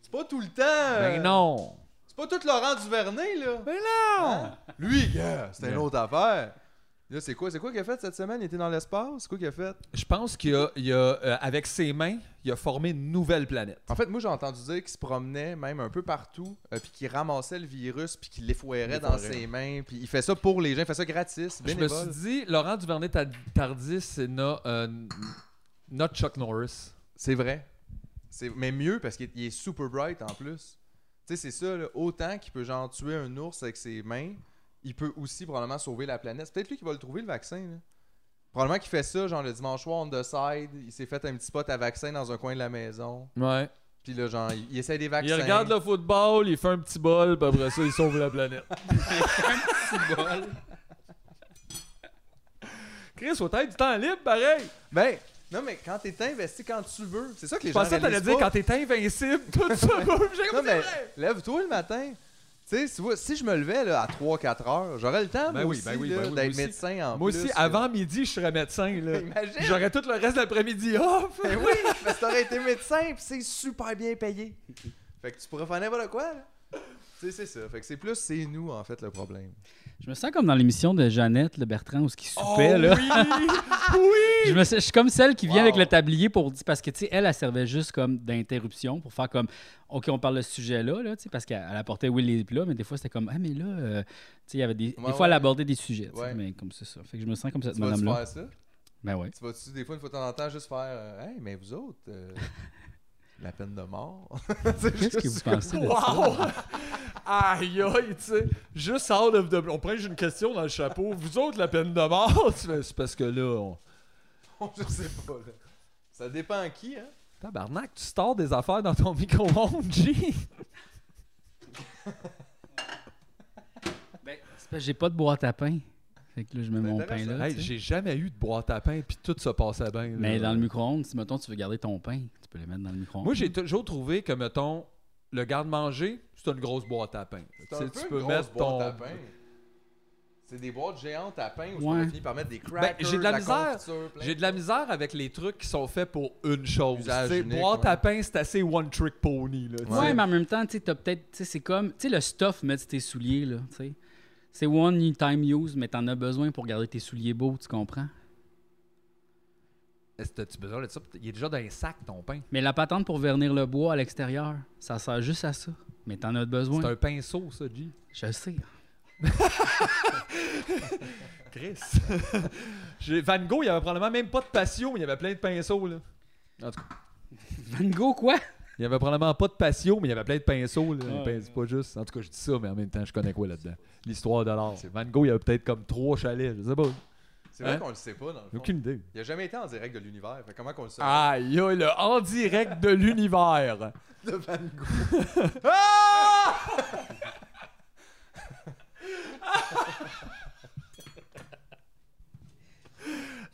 Speaker 3: C'est pas tout le temps.
Speaker 2: Ben
Speaker 3: euh,
Speaker 2: non.
Speaker 3: C'est pas tout Laurent Duvernay, là. Hein?
Speaker 2: Ben non.
Speaker 3: Lui, gars, c'est une autre affaire. Là, c'est quoi, c'est quoi qu'il a fait cette semaine? Il était dans l'espace? C'est quoi qu'il a fait?
Speaker 2: Je pense qu'il a, il a, euh, avec ses mains, il a formé une nouvelle planète.
Speaker 3: En fait, moi, j'ai entendu dire qu'il se promenait même un peu partout, euh, puis qu'il ramassait le virus, puis qu'il l'effouerait dans ses mains, puis il fait ça pour les gens, il fait ça gratis,
Speaker 2: Je me
Speaker 3: bénévole.
Speaker 2: suis dit, Laurent Duvernay-Tardis, c'est no- euh, n- notre Chuck Norris.
Speaker 3: C'est vrai. C'est... Mais mieux, parce qu'il il est super bright en plus. Tu sais, c'est ça, là, autant qu'il peut genre tuer un ours avec ses mains, il peut aussi probablement sauver la planète. C'est peut-être lui qui va le trouver, le vaccin. là. Probablement qu'il fait ça, genre le dimanche soir, on the side, il s'est fait un petit spot à vaccin dans un coin de la maison.
Speaker 2: Ouais.
Speaker 3: Puis là, genre, il, il essaie des vaccins.
Speaker 2: Il regarde le football, il fait un petit bol, puis après ça, il sauve la planète. un petit bol. Chris, au tête du temps libre, pareil.
Speaker 3: Ben, non, mais quand t'es investi, quand tu veux, c'est ça que les
Speaker 2: Je
Speaker 3: gens
Speaker 2: pensais que t'allais
Speaker 3: réalisent
Speaker 2: dire
Speaker 3: pas.
Speaker 2: quand t'es invincible, tout ça. J'ai
Speaker 3: Non,
Speaker 2: comme
Speaker 3: mais
Speaker 2: c'est vrai.
Speaker 3: lève-toi le matin. Tu sais, si, vous- si je me levais là, à 3-4 heures, j'aurais le temps
Speaker 2: Ben
Speaker 3: moi
Speaker 2: oui,
Speaker 3: aussi,
Speaker 2: ben oui,
Speaker 3: là,
Speaker 2: ben oui, moi
Speaker 3: d'être
Speaker 2: aussi.
Speaker 3: médecin en
Speaker 2: Moi
Speaker 3: plus, euh,
Speaker 2: aussi,
Speaker 3: là.
Speaker 2: avant midi, je serais médecin. Là.
Speaker 3: Imagine!
Speaker 2: J'aurais tout le reste de l'après-midi Ah, off.
Speaker 3: Ben oui, parce que t'aurais été médecin, pis c'est super bien payé. Fait que tu pourrais faire n'importe quoi, là. Tu sais, c'est ça. Fait que c'est plus c'est nous, en fait, le problème.
Speaker 1: Je me sens comme dans l'émission de Jeannette, le Bertrand, où ce qui
Speaker 3: Oh
Speaker 1: soupait, là. Je, me, sais- je suis comme celle qui vient
Speaker 3: Wow.
Speaker 1: avec le tablier pour dire. Parce que, tu sais, elle, elle servait juste comme d'interruption pour faire comme. OK, on parle de ce sujet-là, là, tu sais, parce qu'elle elle apportait oui les plats, mais des fois, c'était comme. Ah, mais là. euh, tu sais, il y avait des. des
Speaker 3: Ouais,
Speaker 1: fois, elle
Speaker 3: ouais.
Speaker 1: abordait des sujets, tu sais,
Speaker 3: Ouais.
Speaker 1: mais comme c'est ça. Fait que je me sens comme cette
Speaker 3: Tu vas-tu
Speaker 1: madame-là.
Speaker 3: faire ça?
Speaker 1: Ben ouais.
Speaker 3: Tu vas-tu, des fois, une fois de temps en temps, juste faire euh, Hey, mais vous autres, euh, la peine de mort. »
Speaker 1: Qu'est-ce que vous pensez de ça?
Speaker 2: Wow! Aïe, aïe, tu sais, juste out of the... On prend juste une question dans le chapeau. Vous autres, la peine de mort, tu fais, c'est parce que là... on-
Speaker 3: Je sais pas, là. Ça dépend à qui, hein?
Speaker 2: Tabarnak, tu stores des affaires dans ton micro-ondes, G!
Speaker 1: Ben, C'est parce que J'ai pas de boîte à pain. Fait que là, je mets mon pain
Speaker 3: intéressant.
Speaker 1: là.
Speaker 2: Hey,
Speaker 1: tu sais.
Speaker 2: j'ai euh, jamais eu de boîte à pain, puis tout se passait bien. là.
Speaker 1: mais dans le micro-ondes, si mettons, tu veux garder ton pain, tu peux le mettre dans le micro-ondes.
Speaker 2: Moi, j'ai toujours trouvé que, mettons, Le garde-manger, c'est une grosse boîte à pain.
Speaker 3: C'est un
Speaker 2: Tu sais,
Speaker 3: peu
Speaker 2: tu
Speaker 3: une
Speaker 2: peux
Speaker 3: grosse
Speaker 2: mettre ton.
Speaker 3: boîte à pain. C'est des boîtes géantes à pain où
Speaker 1: Ouais.
Speaker 3: on finit par mettre des crackers,
Speaker 2: Ben, j'ai de la misère.
Speaker 3: confiture, plein
Speaker 2: J'ai de la misère avec les trucs qui sont faits pour une chose.
Speaker 3: Usage
Speaker 2: Tu sais,
Speaker 3: unique,
Speaker 2: boîte
Speaker 3: ouais.
Speaker 2: à pain, c'est assez one trick pony. Là, tu
Speaker 1: Ouais,
Speaker 2: sais.
Speaker 1: mais en même temps, tu sais, t'as peut-être. Tu sais, c'est comme. Tu sais, le stuff, mettre tes souliers, là. Tu sais. C'est one time use, mais t'en as besoin pour garder tes souliers beaux, tu comprends?
Speaker 2: Est-ce que tu besoin de ça? Il est déjà dans un sac, ton pain.
Speaker 1: Mais la patente pour vernir le bois à l'extérieur, ça sert juste à ça. Mais t'en as besoin.
Speaker 2: C'est un pinceau, ça, G.
Speaker 1: Je sais.
Speaker 2: Chris. J'ai- Van Gogh, il avait probablement même pas de patio, mais il avait plein de pinceaux, là. En tout cas,
Speaker 1: Van Gogh, quoi?
Speaker 2: il avait probablement pas de patio, mais il avait plein de pinceaux, là.
Speaker 1: Ouais,
Speaker 2: Les pinceaux, pas juste. En tout cas, je dis ça, mais en même temps, je connais quoi là-dedans? L'histoire de l'art. Van Gogh, il avait peut-être comme trois chalets, je sais pas.
Speaker 3: de- C'est vrai
Speaker 2: Hein?
Speaker 3: qu'on le sait pas, dans le
Speaker 2: J'ai
Speaker 3: fond.
Speaker 2: aucune idée.
Speaker 3: Il a jamais été en direct de l'univers. Fait comment qu'on
Speaker 2: Ah,
Speaker 3: le sait?
Speaker 2: Aïe, aïe, le en direct de l'univers. Ah!
Speaker 3: De Van Gogh.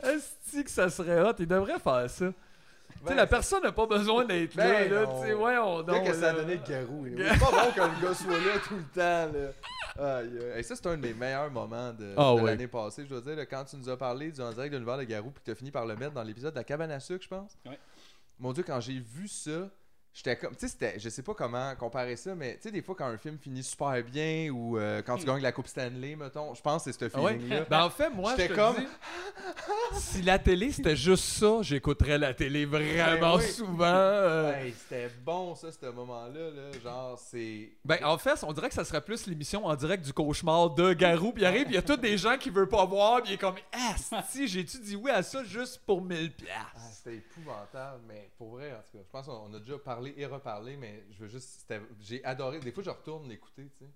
Speaker 2: Est-ce que ça serait hot? Il devrait faire ça. tu sais,
Speaker 3: Ben,
Speaker 2: la personne n'a pas besoin d'être
Speaker 3: Ben
Speaker 2: là, là.
Speaker 3: non.
Speaker 2: Tu sais, ouais, on
Speaker 3: Dès que ça a
Speaker 2: là.
Speaker 3: donné le garou. là. C'est pas bon que le gars soit là tout le temps. Là. Aïe, aïe. Hey, ça, c'est un des meilleurs moments de,
Speaker 2: Ah
Speaker 3: de
Speaker 2: ouais.
Speaker 3: l'année passée. Je dois dire, là, quand tu nous as parlé du en direct de l'univers de garou puis que tu as fini par le mettre dans l'épisode de la cabane à sucre, je pense.
Speaker 1: Ouais.
Speaker 3: Mon Dieu, quand j'ai vu ça, j'étais comme. Tu sais, c'était- je sais pas comment comparer ça, mais tu sais, des fois, quand un film finit super bien ou euh, quand tu gagnes la Coupe Stanley, mettons, je pense que c'est ce
Speaker 2: Ah ouais?
Speaker 3: feeling-là.
Speaker 2: Ben en fait, moi,
Speaker 3: J'étais
Speaker 2: je te
Speaker 3: comme-
Speaker 2: dis, si la télé c'était juste ça, j'écouterais la télé vraiment
Speaker 3: Ben oui. Ben
Speaker 2: souvent. euh.
Speaker 3: Hey, c'était bon, ça, ce moment-là. Là. Genre, c'est.
Speaker 2: Ben en fait, on dirait que ça serait plus l'émission en direct du cauchemar de Garou. Puis il arrive, il y a tous des gens qui veulent pas voir, puis il est comme Ah, si j'ai-tu dit oui à ça juste pour 1000
Speaker 3: Ah,
Speaker 2: pièces.
Speaker 3: c'était épouvantable, mais pour vrai, en tout cas, je pense qu'on on a déjà parlé et reparlé, mais je veux juste. c'était- J'ai adoré. Des fois, je retourne l'écouter, tu sais.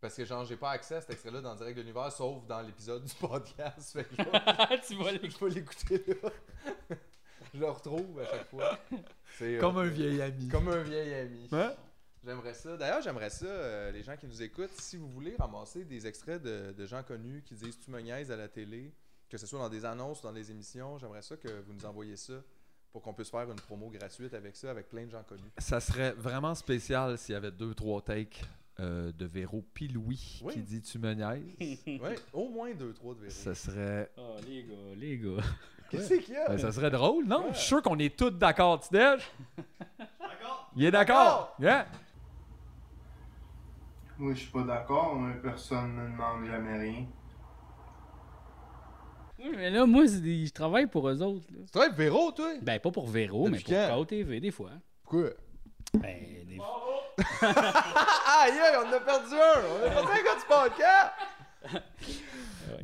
Speaker 3: Parce que, genre, j'ai pas accès à cet extrait-là dans Direct de l'Univers, sauf dans l'épisode du podcast. Fait que je vais-
Speaker 1: Ah, tu vois,
Speaker 3: je vais l'écouter là. je le retrouve à chaque fois. C'est, euh,
Speaker 2: Comme un vieil ami.
Speaker 3: Comme un vieil ami.
Speaker 2: Hein?
Speaker 3: J'aimerais ça. D'ailleurs, j'aimerais ça, euh, les gens qui nous écoutent, si vous voulez ramasser des extraits de, de gens connus qui disent tu me niaises à la télé, que ce soit dans des annonces ou dans des émissions, j'aimerais ça que vous nous envoyiez ça pour qu'on puisse faire une promo gratuite avec ça, avec plein de gens connus.
Speaker 2: Ça serait vraiment spécial s'il y avait deux, trois takes euh, de Véro Piloui
Speaker 3: Oui.
Speaker 2: qui dit Tu me niaises.
Speaker 3: Oui, au moins deux, trois de vérité.
Speaker 2: ça serait.
Speaker 1: Oh, les gars, les gars.
Speaker 3: Qu'est-ce qu'il y a?
Speaker 2: ben, ça serait drôle, non? Je suis sûr qu'on est tous d'accord, tu D'accord. Il est d'accord. Yeah.
Speaker 4: Moi, je suis pas d'accord, mais personne ne me demande jamais rien.
Speaker 1: Oui, mais là, moi, c'est des- je travaille pour eux autres. là.
Speaker 3: C'est vrai, Véro, toi?
Speaker 1: Ben, pas pour Véro, mais
Speaker 3: Depuis
Speaker 1: pour
Speaker 3: quand?
Speaker 1: KOTV, des fois.
Speaker 3: Pourquoi?
Speaker 1: Ben, des fois.
Speaker 3: Oh, Aïe, aïe, on en a perdu un! On a perdu un gars du podcast!
Speaker 2: Yeah.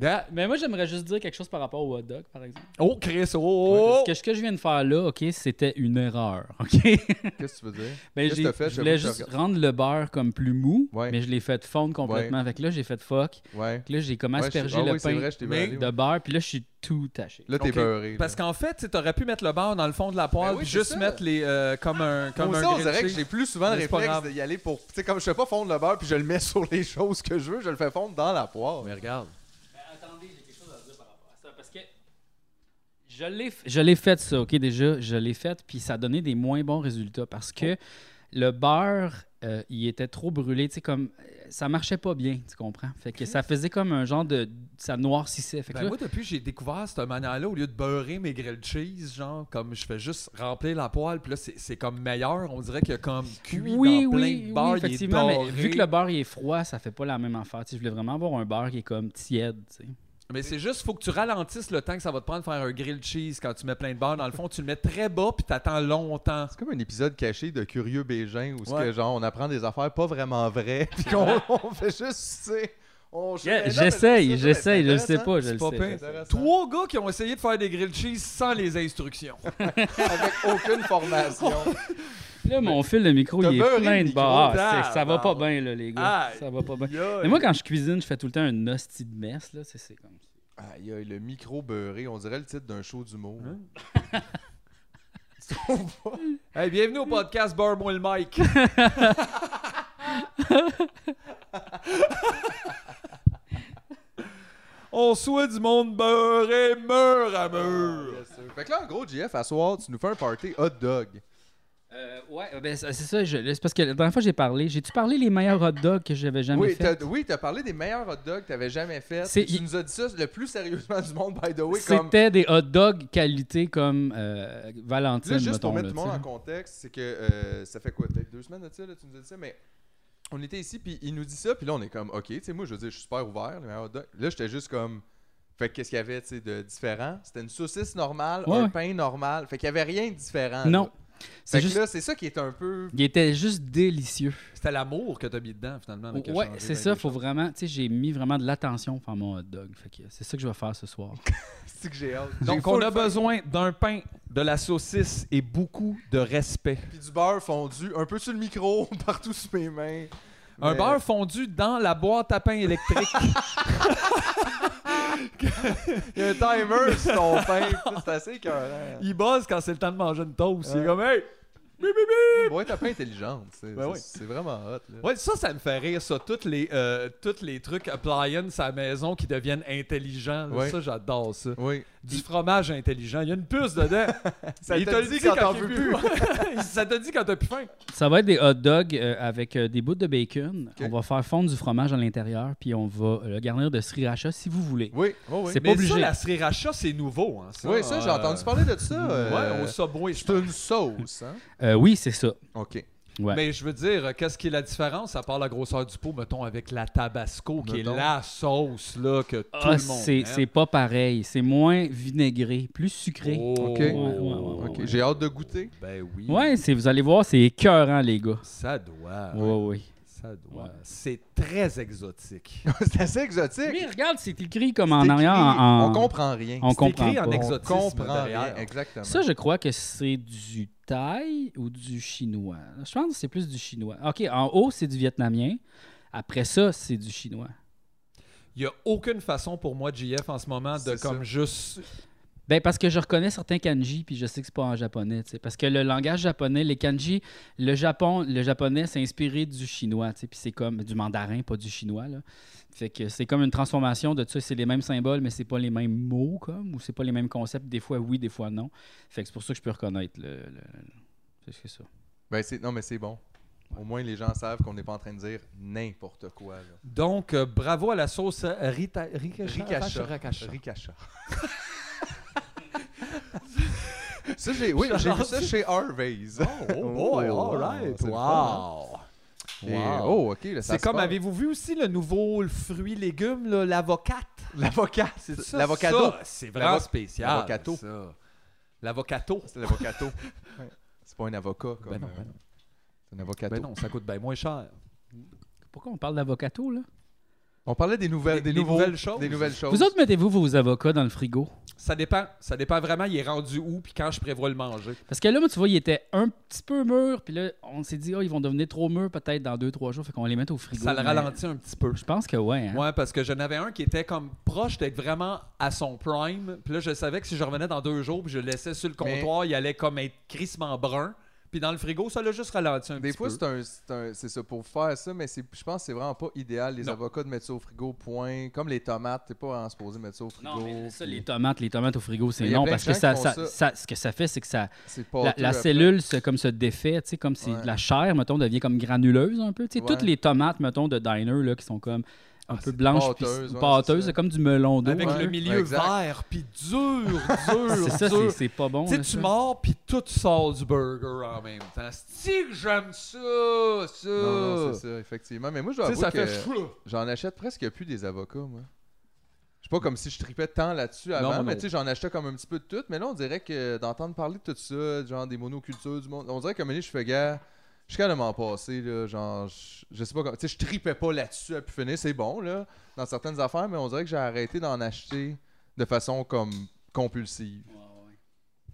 Speaker 1: Ben, Mais moi, j'aimerais juste dire quelque chose par rapport au hot dog, par exemple.
Speaker 2: Oh, Chris, oh, oh,
Speaker 1: Parce que ce que je viens de faire là, OK, c'était une erreur, OK?
Speaker 3: Qu'est-ce que tu veux dire?
Speaker 1: Ben,
Speaker 3: Qu'est-ce
Speaker 1: j'ai-
Speaker 3: que t'as fait?
Speaker 1: je voulais
Speaker 3: J'avoue, je
Speaker 1: juste rendre le beurre comme plus mou,
Speaker 3: Ouais.
Speaker 1: mais je l'ai fait fondre complètement. Fait que là, j'ai fait fuck.
Speaker 3: Ouais.
Speaker 1: Fait que là, j'ai comme
Speaker 3: Ouais,
Speaker 1: aspergé
Speaker 3: je- ah
Speaker 1: le
Speaker 3: oui, c'est
Speaker 1: pain
Speaker 3: vrai, je t'ai
Speaker 2: Mais
Speaker 3: beurré,
Speaker 1: de
Speaker 3: ouais.
Speaker 1: beurre, puis là, je suis tout taché.
Speaker 3: Là, t'es
Speaker 2: Ok.
Speaker 3: beurré. là.
Speaker 2: Parce qu'en fait, tu sais, t'aurais pu mettre le beurre dans le fond de la poêle,
Speaker 3: Ben oui,
Speaker 2: puis
Speaker 3: c'est
Speaker 2: juste
Speaker 3: ça.
Speaker 2: mettre les euh, comme un comme
Speaker 3: Moi
Speaker 2: un
Speaker 3: aussi, on
Speaker 2: grilled
Speaker 3: dirait que
Speaker 2: cheese.
Speaker 3: j'ai plus souvent le
Speaker 2: Mais c'est pas
Speaker 3: réflexe
Speaker 2: grave.
Speaker 3: d'y aller pour. Tu sais, comme je fais pas fondre le beurre puis je le mets sur les choses que je veux, je le fais fondre dans la poire.
Speaker 2: Mais regarde.
Speaker 1: attendez, j'ai quelque chose à dire par rapport à ça, parce que je l'ai, f- je l'ai fait ça, ok, déjà, je l'ai fait, puis ça a donné des moins bons résultats, parce que le beurre, euh, il était trop brûlé, tu sais, comme, euh, ça marchait pas bien, tu comprends? Fait que ça faisait comme un genre de, ça noircissait, fait que
Speaker 2: Ben
Speaker 1: là,
Speaker 2: moi, depuis, j'ai découvert cette manière-là, au lieu de beurrer mes grilled cheese, genre, comme je fais juste remplir la poêle, puis là, c'est c'est comme meilleur. On dirait qu'il y a comme cuit dans plein de beurre, il est
Speaker 1: effectivement, mais
Speaker 2: doré.
Speaker 1: vu que le beurre il est froid, ça fait pas la même affaire. Tu sais, je voulais vraiment avoir un beurre qui est comme tiède. tu sais.
Speaker 2: Mais c'est juste, faut que tu ralentisses le temps que ça va te prendre de faire un grilled cheese quand tu mets plein de beurre. Dans le fond, tu le mets très bas, puis t'attends longtemps.
Speaker 3: C'est comme un épisode caché de Curieux Bégin où ce
Speaker 2: Ouais.
Speaker 3: que, genre, on apprend des affaires pas vraiment vraies puis qu'on on fait juste sucer. On- je-
Speaker 1: Yeah,
Speaker 3: mais non, mais
Speaker 1: j'essaye,
Speaker 3: c'est ça, mais
Speaker 1: j'essaye,
Speaker 3: c'est
Speaker 1: je le sais
Speaker 3: intéressant.
Speaker 1: pas, je le
Speaker 2: C'est pas
Speaker 1: sais.
Speaker 2: pire.
Speaker 1: je le sais.
Speaker 2: Trois gars qui ont essayé de faire des grilled cheese sans les instructions.
Speaker 3: Avec aucune formation.
Speaker 1: Là, mon fil de micro,
Speaker 3: T'as
Speaker 1: il est
Speaker 3: beurré
Speaker 1: plein
Speaker 3: le
Speaker 1: de
Speaker 3: micro,
Speaker 1: beurre.
Speaker 2: tabarnak.
Speaker 1: Ah, c'est- Ça va pas bien, là, les gars.
Speaker 2: Aïe.
Speaker 1: Ça va pas bien. Mais
Speaker 2: Mais
Speaker 1: moi, quand je cuisine, je fais tout le temps un hostie de mess. Là. C'est, c'est comme ça.
Speaker 3: Aïe, aïe, le micro beurré, on dirait le titre d'un show d'humour.
Speaker 2: Hein?
Speaker 3: mot.
Speaker 2: Hey, bienvenue au podcast Beurre-moi le mic. On souhaite du monde beurré mur à mur.
Speaker 3: Ah, Fait que là, en gros, JF, à soir, tu nous fais un party hot dog.
Speaker 1: Ouais, ben, c'est c'est ça. je- C'est parce que la dernière fois que j'ai parlé, j'ai-tu parlé les meilleurs hot dogs que j'avais jamais
Speaker 3: Oui,
Speaker 1: fait?
Speaker 3: t'as oui, t'as parlé des meilleurs hot dogs que t'avais jamais fait.
Speaker 1: C'est-
Speaker 3: Tu nous as dit ça le plus sérieusement du monde, by the way. Comme...
Speaker 1: C'était des hot dogs qualité comme euh, Valentine,
Speaker 3: Là, juste pour
Speaker 1: mettons,
Speaker 3: mettre
Speaker 1: là,
Speaker 3: tout le monde
Speaker 1: tu
Speaker 3: en
Speaker 1: sais.
Speaker 3: contexte, c'est que euh, ça fait quoi, peut-être deux semaines de ça, là, tu nous as dit ça, mais on était ici, puis il nous dit ça, puis là, on est comme, OK, tu sais, moi, je veux dire, je suis super ouvert, les meilleurs hot dogs. Là, j'étais juste comme, fait que qu'est-ce qu'il y avait, tu sais, de différent? C'était une saucisse normale,
Speaker 1: Ouais,
Speaker 3: un
Speaker 1: ouais.
Speaker 3: pain normal, fait qu'il y avait rien de différent.
Speaker 1: Non.
Speaker 3: là. Fait
Speaker 1: C'est
Speaker 3: que
Speaker 1: juste,
Speaker 3: là, c'est ça qui est un peu...
Speaker 1: il était juste délicieux.
Speaker 2: C'était l'amour que t'as mis dedans, finalement. là, qui a
Speaker 1: Ouais,
Speaker 2: changé
Speaker 1: c'est
Speaker 2: bien
Speaker 1: ça.
Speaker 2: des
Speaker 1: Faut
Speaker 2: choses.
Speaker 1: vraiment, tu sais, j'ai mis vraiment de l'attention pour mon hot dog. Fait que c'est ça que je vais faire ce soir.
Speaker 3: C'est que j'ai hâte.
Speaker 2: Donc,
Speaker 3: J'ai
Speaker 2: on
Speaker 3: full
Speaker 2: a
Speaker 3: faim.
Speaker 2: besoin d'un pain, de la saucisse et beaucoup de respect.
Speaker 3: Puis du beurre fondu, un peu sur le micro, partout sur mes mains.
Speaker 2: Un
Speaker 3: Mais- euh,
Speaker 2: beurre fondu dans la boîte à pain électrique.
Speaker 3: Il y a un timer sur ton pain, puis c'est assez écœurant.
Speaker 2: Il buzz quand c'est le temps de manger une toast. Il est
Speaker 3: Ouais.
Speaker 2: comme, hey!
Speaker 3: Ouais, t'as pas intelligente, c'est
Speaker 2: Ben
Speaker 3: c'est-
Speaker 2: oui.
Speaker 3: c'est vraiment hot. Là.
Speaker 2: Ouais, ça, ça me fait rire, ça. Toutes les, euh, toutes les trucs appliance à la maison qui deviennent intelligents. là.
Speaker 3: Ouais.
Speaker 2: Ça, j'adore ça.
Speaker 3: Oui.
Speaker 2: Du fromage intelligent. Il y a une puce dedans.
Speaker 3: Ça
Speaker 2: Il
Speaker 3: te
Speaker 2: te
Speaker 3: le
Speaker 2: le dit
Speaker 3: dit quand t'en
Speaker 2: t'es
Speaker 3: veux
Speaker 2: ça te dit quand t'as plus faim.
Speaker 1: Ça va être des hot dogs euh, avec euh, des bouts de bacon.
Speaker 3: Ok.
Speaker 1: On va faire fondre du fromage à l'intérieur, puis on va euh, le garnir de sriracha si vous voulez.
Speaker 3: Oui, oh oui.
Speaker 1: C'est
Speaker 2: Mais
Speaker 1: pas obligé.
Speaker 2: ça, la sriracha, c'est nouveau. Hein, ça,
Speaker 3: Oui, ça, j'ai
Speaker 2: euh,
Speaker 3: entendu parler de ça.
Speaker 2: Ouais,
Speaker 3: euh,
Speaker 2: au Subway, je
Speaker 3: C'est une sauce, hein?
Speaker 1: Euh, oui, c'est ça.
Speaker 3: OK.
Speaker 1: Ouais.
Speaker 2: Mais je veux dire, euh, qu'est-ce qui est la différence à part la grosseur du pot, mettons, avec la tabasco, qui est
Speaker 3: Mettons.
Speaker 2: la sauce là, que tout
Speaker 1: Ah,
Speaker 2: le monde
Speaker 1: c'est
Speaker 2: aime.
Speaker 1: c'est pas pareil. C'est moins vinaigré, plus sucré.
Speaker 2: Oh,
Speaker 3: OK.
Speaker 1: Ouais, ouais, ouais,
Speaker 3: OK.
Speaker 1: ouais.
Speaker 3: J'ai hâte de goûter.
Speaker 2: Ben oui.
Speaker 1: Ouais, c'est- vous allez voir, c'est écœurant, les gars.
Speaker 2: Ça doit.
Speaker 1: Ouais, ouais.
Speaker 2: Ça doit.
Speaker 1: Ouais.
Speaker 2: C'est très exotique.
Speaker 3: c'est assez exotique.
Speaker 1: Mais regarde, c'est écrit comme
Speaker 3: C'est
Speaker 1: en
Speaker 3: écrit,
Speaker 1: arrière. en- en-
Speaker 3: On comprend rien.
Speaker 1: on
Speaker 2: C'est
Speaker 1: comprend
Speaker 2: écrit en
Speaker 1: pas.
Speaker 2: ex-
Speaker 3: On
Speaker 2: exotisme
Speaker 3: comprend rien,
Speaker 2: derrière.
Speaker 3: exactement.
Speaker 1: Ça, je crois que c'est du thaï ou du chinois. Je pense que c'est plus du chinois. OK, en haut, c'est du vietnamien. Après ça, c'est du chinois.
Speaker 2: Il y a aucune façon pour moi, JF, en ce moment, de
Speaker 3: C'est ça.
Speaker 2: comme juste.
Speaker 1: Ben parce que je reconnais certains kanji puis je sais que c'est pas en japonais, tu sais. parce que le langage japonais, les kanji, le Japon, le japonais s'est inspiré du chinois, tu sais, puis c'est comme du mandarin, pas du chinois là. Fait que c'est comme une transformation de ça, c'est les mêmes symboles mais c'est pas les mêmes mots comme ou c'est pas les mêmes concepts, des fois oui, des fois non. Fait que c'est pour ça que je peux reconnaître le, le- le- c'est ce que c'est ça.
Speaker 3: Ben, c'est- non, mais c'est bon. Au moins, les gens savent qu'on n'est pas en train de dire n'importe quoi. là.
Speaker 2: Donc, euh, bravo à la sauce euh, Rita... Ricacha.
Speaker 3: Ricacha.
Speaker 2: Ricacha.
Speaker 3: Ricacha. ça, j'ai oui, j'ai vu ça chez Harvey's.
Speaker 2: Oh, boy, all right.
Speaker 3: c'est le fun, hein?
Speaker 2: Wow.
Speaker 3: Et-
Speaker 2: Wow.
Speaker 3: oh, OK, là, ça
Speaker 2: C'est
Speaker 3: se
Speaker 2: comme,
Speaker 3: passe.
Speaker 2: avez-vous vu aussi le nouveau fruit légume, là, l'avocate?
Speaker 3: L'avocat, c'est ça.
Speaker 2: Ça,
Speaker 3: L'avocado.
Speaker 2: ça, C'est vraiment
Speaker 3: L'avo-
Speaker 2: spécial.
Speaker 3: l'avocato.
Speaker 2: ça. L'avocato.
Speaker 3: C'est l'avocato. C'est pas un avocat comme.
Speaker 2: Ben non,
Speaker 3: euh,
Speaker 2: ben non.
Speaker 3: C'est un avocato.
Speaker 2: Ben non, ça coûte bien moins cher.
Speaker 1: Pourquoi on parle d'avocato là
Speaker 3: On parlait des nouvelles,
Speaker 2: Des-
Speaker 3: des,
Speaker 2: des
Speaker 3: nouveaux-
Speaker 2: nouvelles choses.
Speaker 3: Des nouvelles choses.
Speaker 1: Vous autres mettez-vous vos avocats dans le frigo
Speaker 2: Ça dépend. Ça dépend vraiment, il est rendu où, puis quand je prévois le manger.
Speaker 1: Parce que là, moi, tu vois, il était un petit peu mûr, puis là, on s'est dit, oh, ils vont devenir trop mûrs peut-être dans deux, trois jours, fait qu'on va les mettre au frigo.
Speaker 2: Ça le
Speaker 1: Mais
Speaker 2: ralentit un petit peu.
Speaker 1: Je pense que ouais. hein.
Speaker 2: Ouais, parce que j'en avais un qui était comme proche d'être vraiment à son prime. Puis là, je savais que si je revenais dans deux jours, puis je le laissais sur le
Speaker 3: Mais-
Speaker 2: comptoir, il allait comme être crissement brun. Puis dans le frigo, ça l'a juste ralenti un
Speaker 3: Des
Speaker 2: petit
Speaker 3: fois,
Speaker 2: peu.
Speaker 3: c'est un, c'est un- c'est ça pour faire ça, mais c'est, je pense que c'est vraiment pas idéal. Les
Speaker 2: Non.
Speaker 3: avocats de mettre ça au frigo, point. Comme les tomates, t'es pas en supposé mettre ça au frigo.
Speaker 1: Non, mais ça,
Speaker 3: puis
Speaker 1: les tomates, les tomates au frigo, c'est
Speaker 3: Mais y a
Speaker 1: non,
Speaker 3: plein de
Speaker 1: parce que
Speaker 3: gens
Speaker 1: ça,
Speaker 3: qui font
Speaker 1: ça,
Speaker 3: ça.
Speaker 1: ça- ce que ça fait, c'est que ça,
Speaker 3: c'est
Speaker 1: la,
Speaker 3: pas
Speaker 1: la
Speaker 3: honteux après.
Speaker 1: cellule se, comme se défait, tu sais, comme si
Speaker 3: Ouais.
Speaker 1: la chair, mettons, devient comme granuleuse un peu. Tu sais,
Speaker 3: Ouais.
Speaker 1: toutes les tomates, mettons, de diner, là, qui sont comme un
Speaker 3: Ah,
Speaker 1: peu
Speaker 3: c'est
Speaker 1: blanches, puis
Speaker 3: pâteuse, ouais,
Speaker 1: pâteuses,
Speaker 3: c'est ça.
Speaker 1: c'est comme du melon d'eau.
Speaker 2: Avec
Speaker 1: un
Speaker 2: le
Speaker 1: peu.
Speaker 2: milieu
Speaker 3: Exact.
Speaker 2: vert, puis dur, dur,
Speaker 1: C'est ça, c'est-
Speaker 2: dur.
Speaker 1: c'est pas bon.
Speaker 2: Tu sais,
Speaker 1: là,
Speaker 2: tu
Speaker 1: ça.
Speaker 2: mords, puis tout sort du burger en même temps. C'est que j'aime ça, ça.
Speaker 3: Non, non, c'est ça, effectivement. Mais moi, je dois
Speaker 2: Tu sais,
Speaker 3: avouer
Speaker 2: ça
Speaker 3: que
Speaker 2: fait chou.
Speaker 3: j'en achète presque plus des avocats, moi. Je sais pas comme si je tripais tant là-dessus avant,
Speaker 2: moi non.
Speaker 3: mais tu sais, j'en achetais comme un petit peu de tout. Mais là, on dirait que d'entendre parler de tout ça, genre des monocultures du monde, on dirait que un moment donné, je fais gars, je suis quand même en passé, là, genre, je, je sais pas comment, tu sais, je tripais pas là-dessus à pu finir, c'est bon, là, dans certaines affaires, mais on dirait que j'ai arrêté d'en acheter de façon comme compulsive.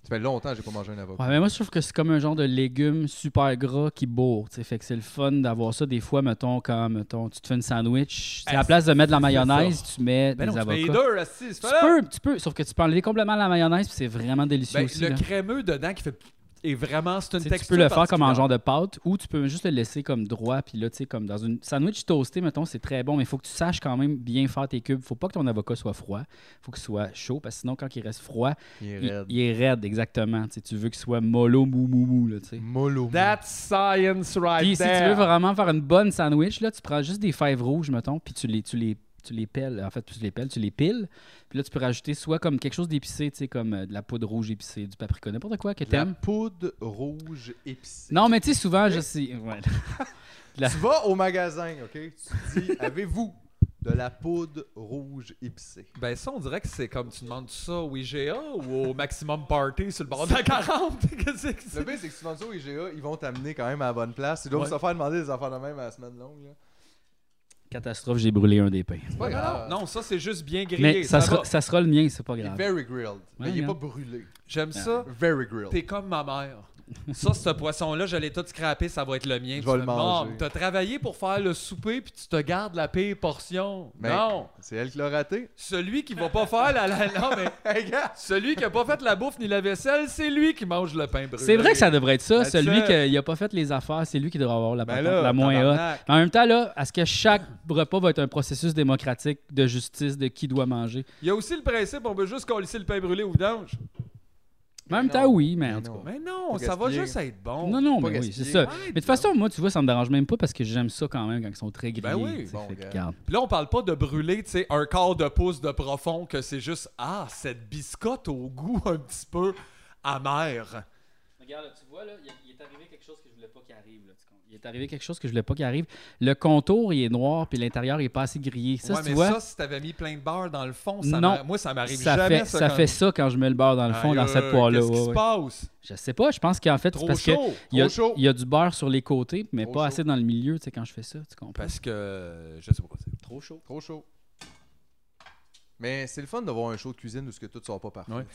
Speaker 3: Ça fait longtemps que j'ai pas mangé un avocat.
Speaker 1: Ouais, mais moi, je trouve que c'est comme un genre de légume super gras qui bourre. tu sais. Fait que c'est le fun d'avoir ça des fois, mettons, quand mettons, tu te fais une sandwich. tu sais, à
Speaker 2: Ah,
Speaker 1: la place de mettre de la
Speaker 2: c'est ça.
Speaker 1: mayonnaise, tu mets
Speaker 2: Ben
Speaker 1: des
Speaker 2: non, tu
Speaker 1: avocats.
Speaker 2: mets les deux, assis, c'est
Speaker 1: Tu
Speaker 2: pas là.
Speaker 1: peux, tu peux, sauf que tu peux enlever complètement la mayonnaise, puis c'est vraiment délicieux
Speaker 2: Ben,
Speaker 1: aussi.
Speaker 2: le
Speaker 1: là.
Speaker 2: crémeux dedans qui fait. est vraiment. C'est une
Speaker 1: Tu sais,
Speaker 2: texture.
Speaker 1: tu peux le faire comme en
Speaker 2: particulière.
Speaker 1: genre de pâte ou tu peux juste le laisser comme droit. Puis là, tu sais, comme dans une sandwich toasté, mettons, c'est très bon, mais il faut que tu saches quand même bien faire tes cubes. faut pas que ton avocat soit froid. faut qu'il soit chaud parce que sinon, quand il reste froid,
Speaker 3: Il est
Speaker 1: il,
Speaker 3: raide.
Speaker 1: il est raide, exactement. Tu sais, tu veux qu'il soit mollo, mou, mou, mou. Là, tu sais.
Speaker 3: Mollo.
Speaker 2: That's science right
Speaker 1: Puis si tu
Speaker 2: there.
Speaker 1: veux vraiment faire une bonne sandwich, là, tu prends juste des fèves rouges, mettons, puis tu les, tu les, tu les pelles. En fait, tu les pelles, tu les piles. Puis là, tu peux rajouter soit comme quelque chose d'épicé, tu sais, comme euh, de la poudre rouge épicée, du paprika, n'importe quoi que
Speaker 3: La
Speaker 1: t'aimes.
Speaker 3: poudre rouge épicée.
Speaker 1: Non, mais tu sais, souvent, je sais. ouais. la-
Speaker 3: Tu vas au magasin, OK? Tu te dis, avez-vous de la poudre rouge épicée?
Speaker 2: Ben ça, on dirait que c'est comme tu demandes ça au IGA ou au Maximum Party sur le bord de la 40. Qu'est-ce que
Speaker 3: Le
Speaker 2: c'est?
Speaker 3: pire, c'est que si tu demandes ça au IGA, ils vont t'amener quand même à la bonne place. Tu dois
Speaker 2: Ouais.
Speaker 3: se faire demander des affaires de même à la semaine longue. là.
Speaker 1: Catastrophe, j'ai brûlé un des pains.
Speaker 3: C'est
Speaker 2: Ouais, non,
Speaker 3: pas grave.
Speaker 2: non, non, ça c'est juste bien grillé.
Speaker 1: Mais ça
Speaker 2: ça
Speaker 1: sera,
Speaker 2: va.
Speaker 1: ça sera le mien, c'est pas
Speaker 3: Il est
Speaker 1: grave.
Speaker 3: very grilled. mais
Speaker 1: Ouais,
Speaker 3: il est pas
Speaker 1: regarde.
Speaker 3: brûlé.
Speaker 2: J'aime ça.
Speaker 3: Very grilled.
Speaker 2: T'es comme ma mère. Ça, ce poisson-là, je l'ai tout scrappé, ça va être le mien.
Speaker 3: Je
Speaker 2: Tu
Speaker 3: vais
Speaker 2: fais,
Speaker 3: le manger.
Speaker 2: Mom, T'as travaillé pour faire le souper, puis tu te gardes la pire portion.
Speaker 3: Mais-
Speaker 2: Non!
Speaker 3: C'est elle qui l'a raté.
Speaker 2: Celui qui va pas faire la... la- non, mais
Speaker 3: Hey, gars!
Speaker 2: celui qui a pas fait la bouffe ni la vaisselle, c'est lui qui mange le pain brûlé.
Speaker 1: C'est vrai que ça devrait être ça.
Speaker 2: That's
Speaker 1: Celui
Speaker 2: it.
Speaker 1: qui a pas fait les affaires, c'est lui qui devrait avoir la,
Speaker 3: Ben
Speaker 1: patente
Speaker 3: là,
Speaker 1: la moins haute.
Speaker 2: tabarnak.
Speaker 1: En même temps, là, est-ce que chaque repas va être un processus démocratique de justice de qui doit manger?
Speaker 2: Il y a aussi le principe, on veut juste colisser le pain brûlé au vidange.
Speaker 1: En même
Speaker 3: Ben non.
Speaker 1: temps, oui, mais en
Speaker 3: Mais
Speaker 1: tout
Speaker 3: non.
Speaker 1: cas.
Speaker 2: Mais non,
Speaker 3: Pas
Speaker 2: ça va
Speaker 3: gaspiller.
Speaker 2: juste être bon.
Speaker 1: Non, non,
Speaker 3: Pas
Speaker 1: mais oui, c'est
Speaker 3: gaspiller.
Speaker 1: ça.
Speaker 2: Arrête,
Speaker 1: Mais de toute façon, moi, tu vois, ça me dérange même pas parce que j'aime ça quand même quand ils sont très grillés.
Speaker 2: Ben oui,
Speaker 1: tu sais,
Speaker 3: bon,
Speaker 1: fait que,
Speaker 3: gars.
Speaker 1: regarde.
Speaker 2: Puis là, on parle pas de brûler, tu sais, un quart de pouce de profond, que c'est juste, ah, cette biscotte au goût un petit peu amer.
Speaker 1: Regarde, là, tu vois, là, il, il est arrivé quelque chose que je voulais pas qu'il arrive. là, tu comprends? il est arrivé quelque chose que je voulais pas qu'il arrive. Le contour, il est noir, puis l'intérieur, il est pas assez grillé. Ça,
Speaker 2: ouais,
Speaker 1: tu
Speaker 2: mais
Speaker 1: vois,
Speaker 2: ça, si t'avais mis plein de beurre dans le fond, ça
Speaker 1: Non.
Speaker 2: m'a- moi, ça m'arrive
Speaker 1: ça,
Speaker 2: jamais.
Speaker 1: fait, ça
Speaker 2: quand-
Speaker 1: fait ça quand je mets le beurre dans le fond,
Speaker 2: Aïe,
Speaker 1: dans cette
Speaker 2: aïe,
Speaker 1: poire-là.
Speaker 2: Qu'est-ce qui
Speaker 1: ouais,
Speaker 2: se
Speaker 1: ouais.
Speaker 2: passe?
Speaker 1: Je sais pas, je pense qu'en fait, c'est
Speaker 2: Trop
Speaker 1: parce
Speaker 2: chaud,
Speaker 1: que il y, a,
Speaker 3: trop chaud.
Speaker 1: il y a du beurre sur les côtés, mais
Speaker 3: Trop
Speaker 1: pas
Speaker 3: chaud.
Speaker 1: assez dans le milieu, tu sais, quand je fais ça, tu comprends?
Speaker 2: Parce que, euh, je sais pas. c'est-
Speaker 1: Trop chaud.
Speaker 3: Trop chaud. Mais c'est le fun d'avoir un show de cuisine où ce que tout sort pas parfait.
Speaker 2: Ouais.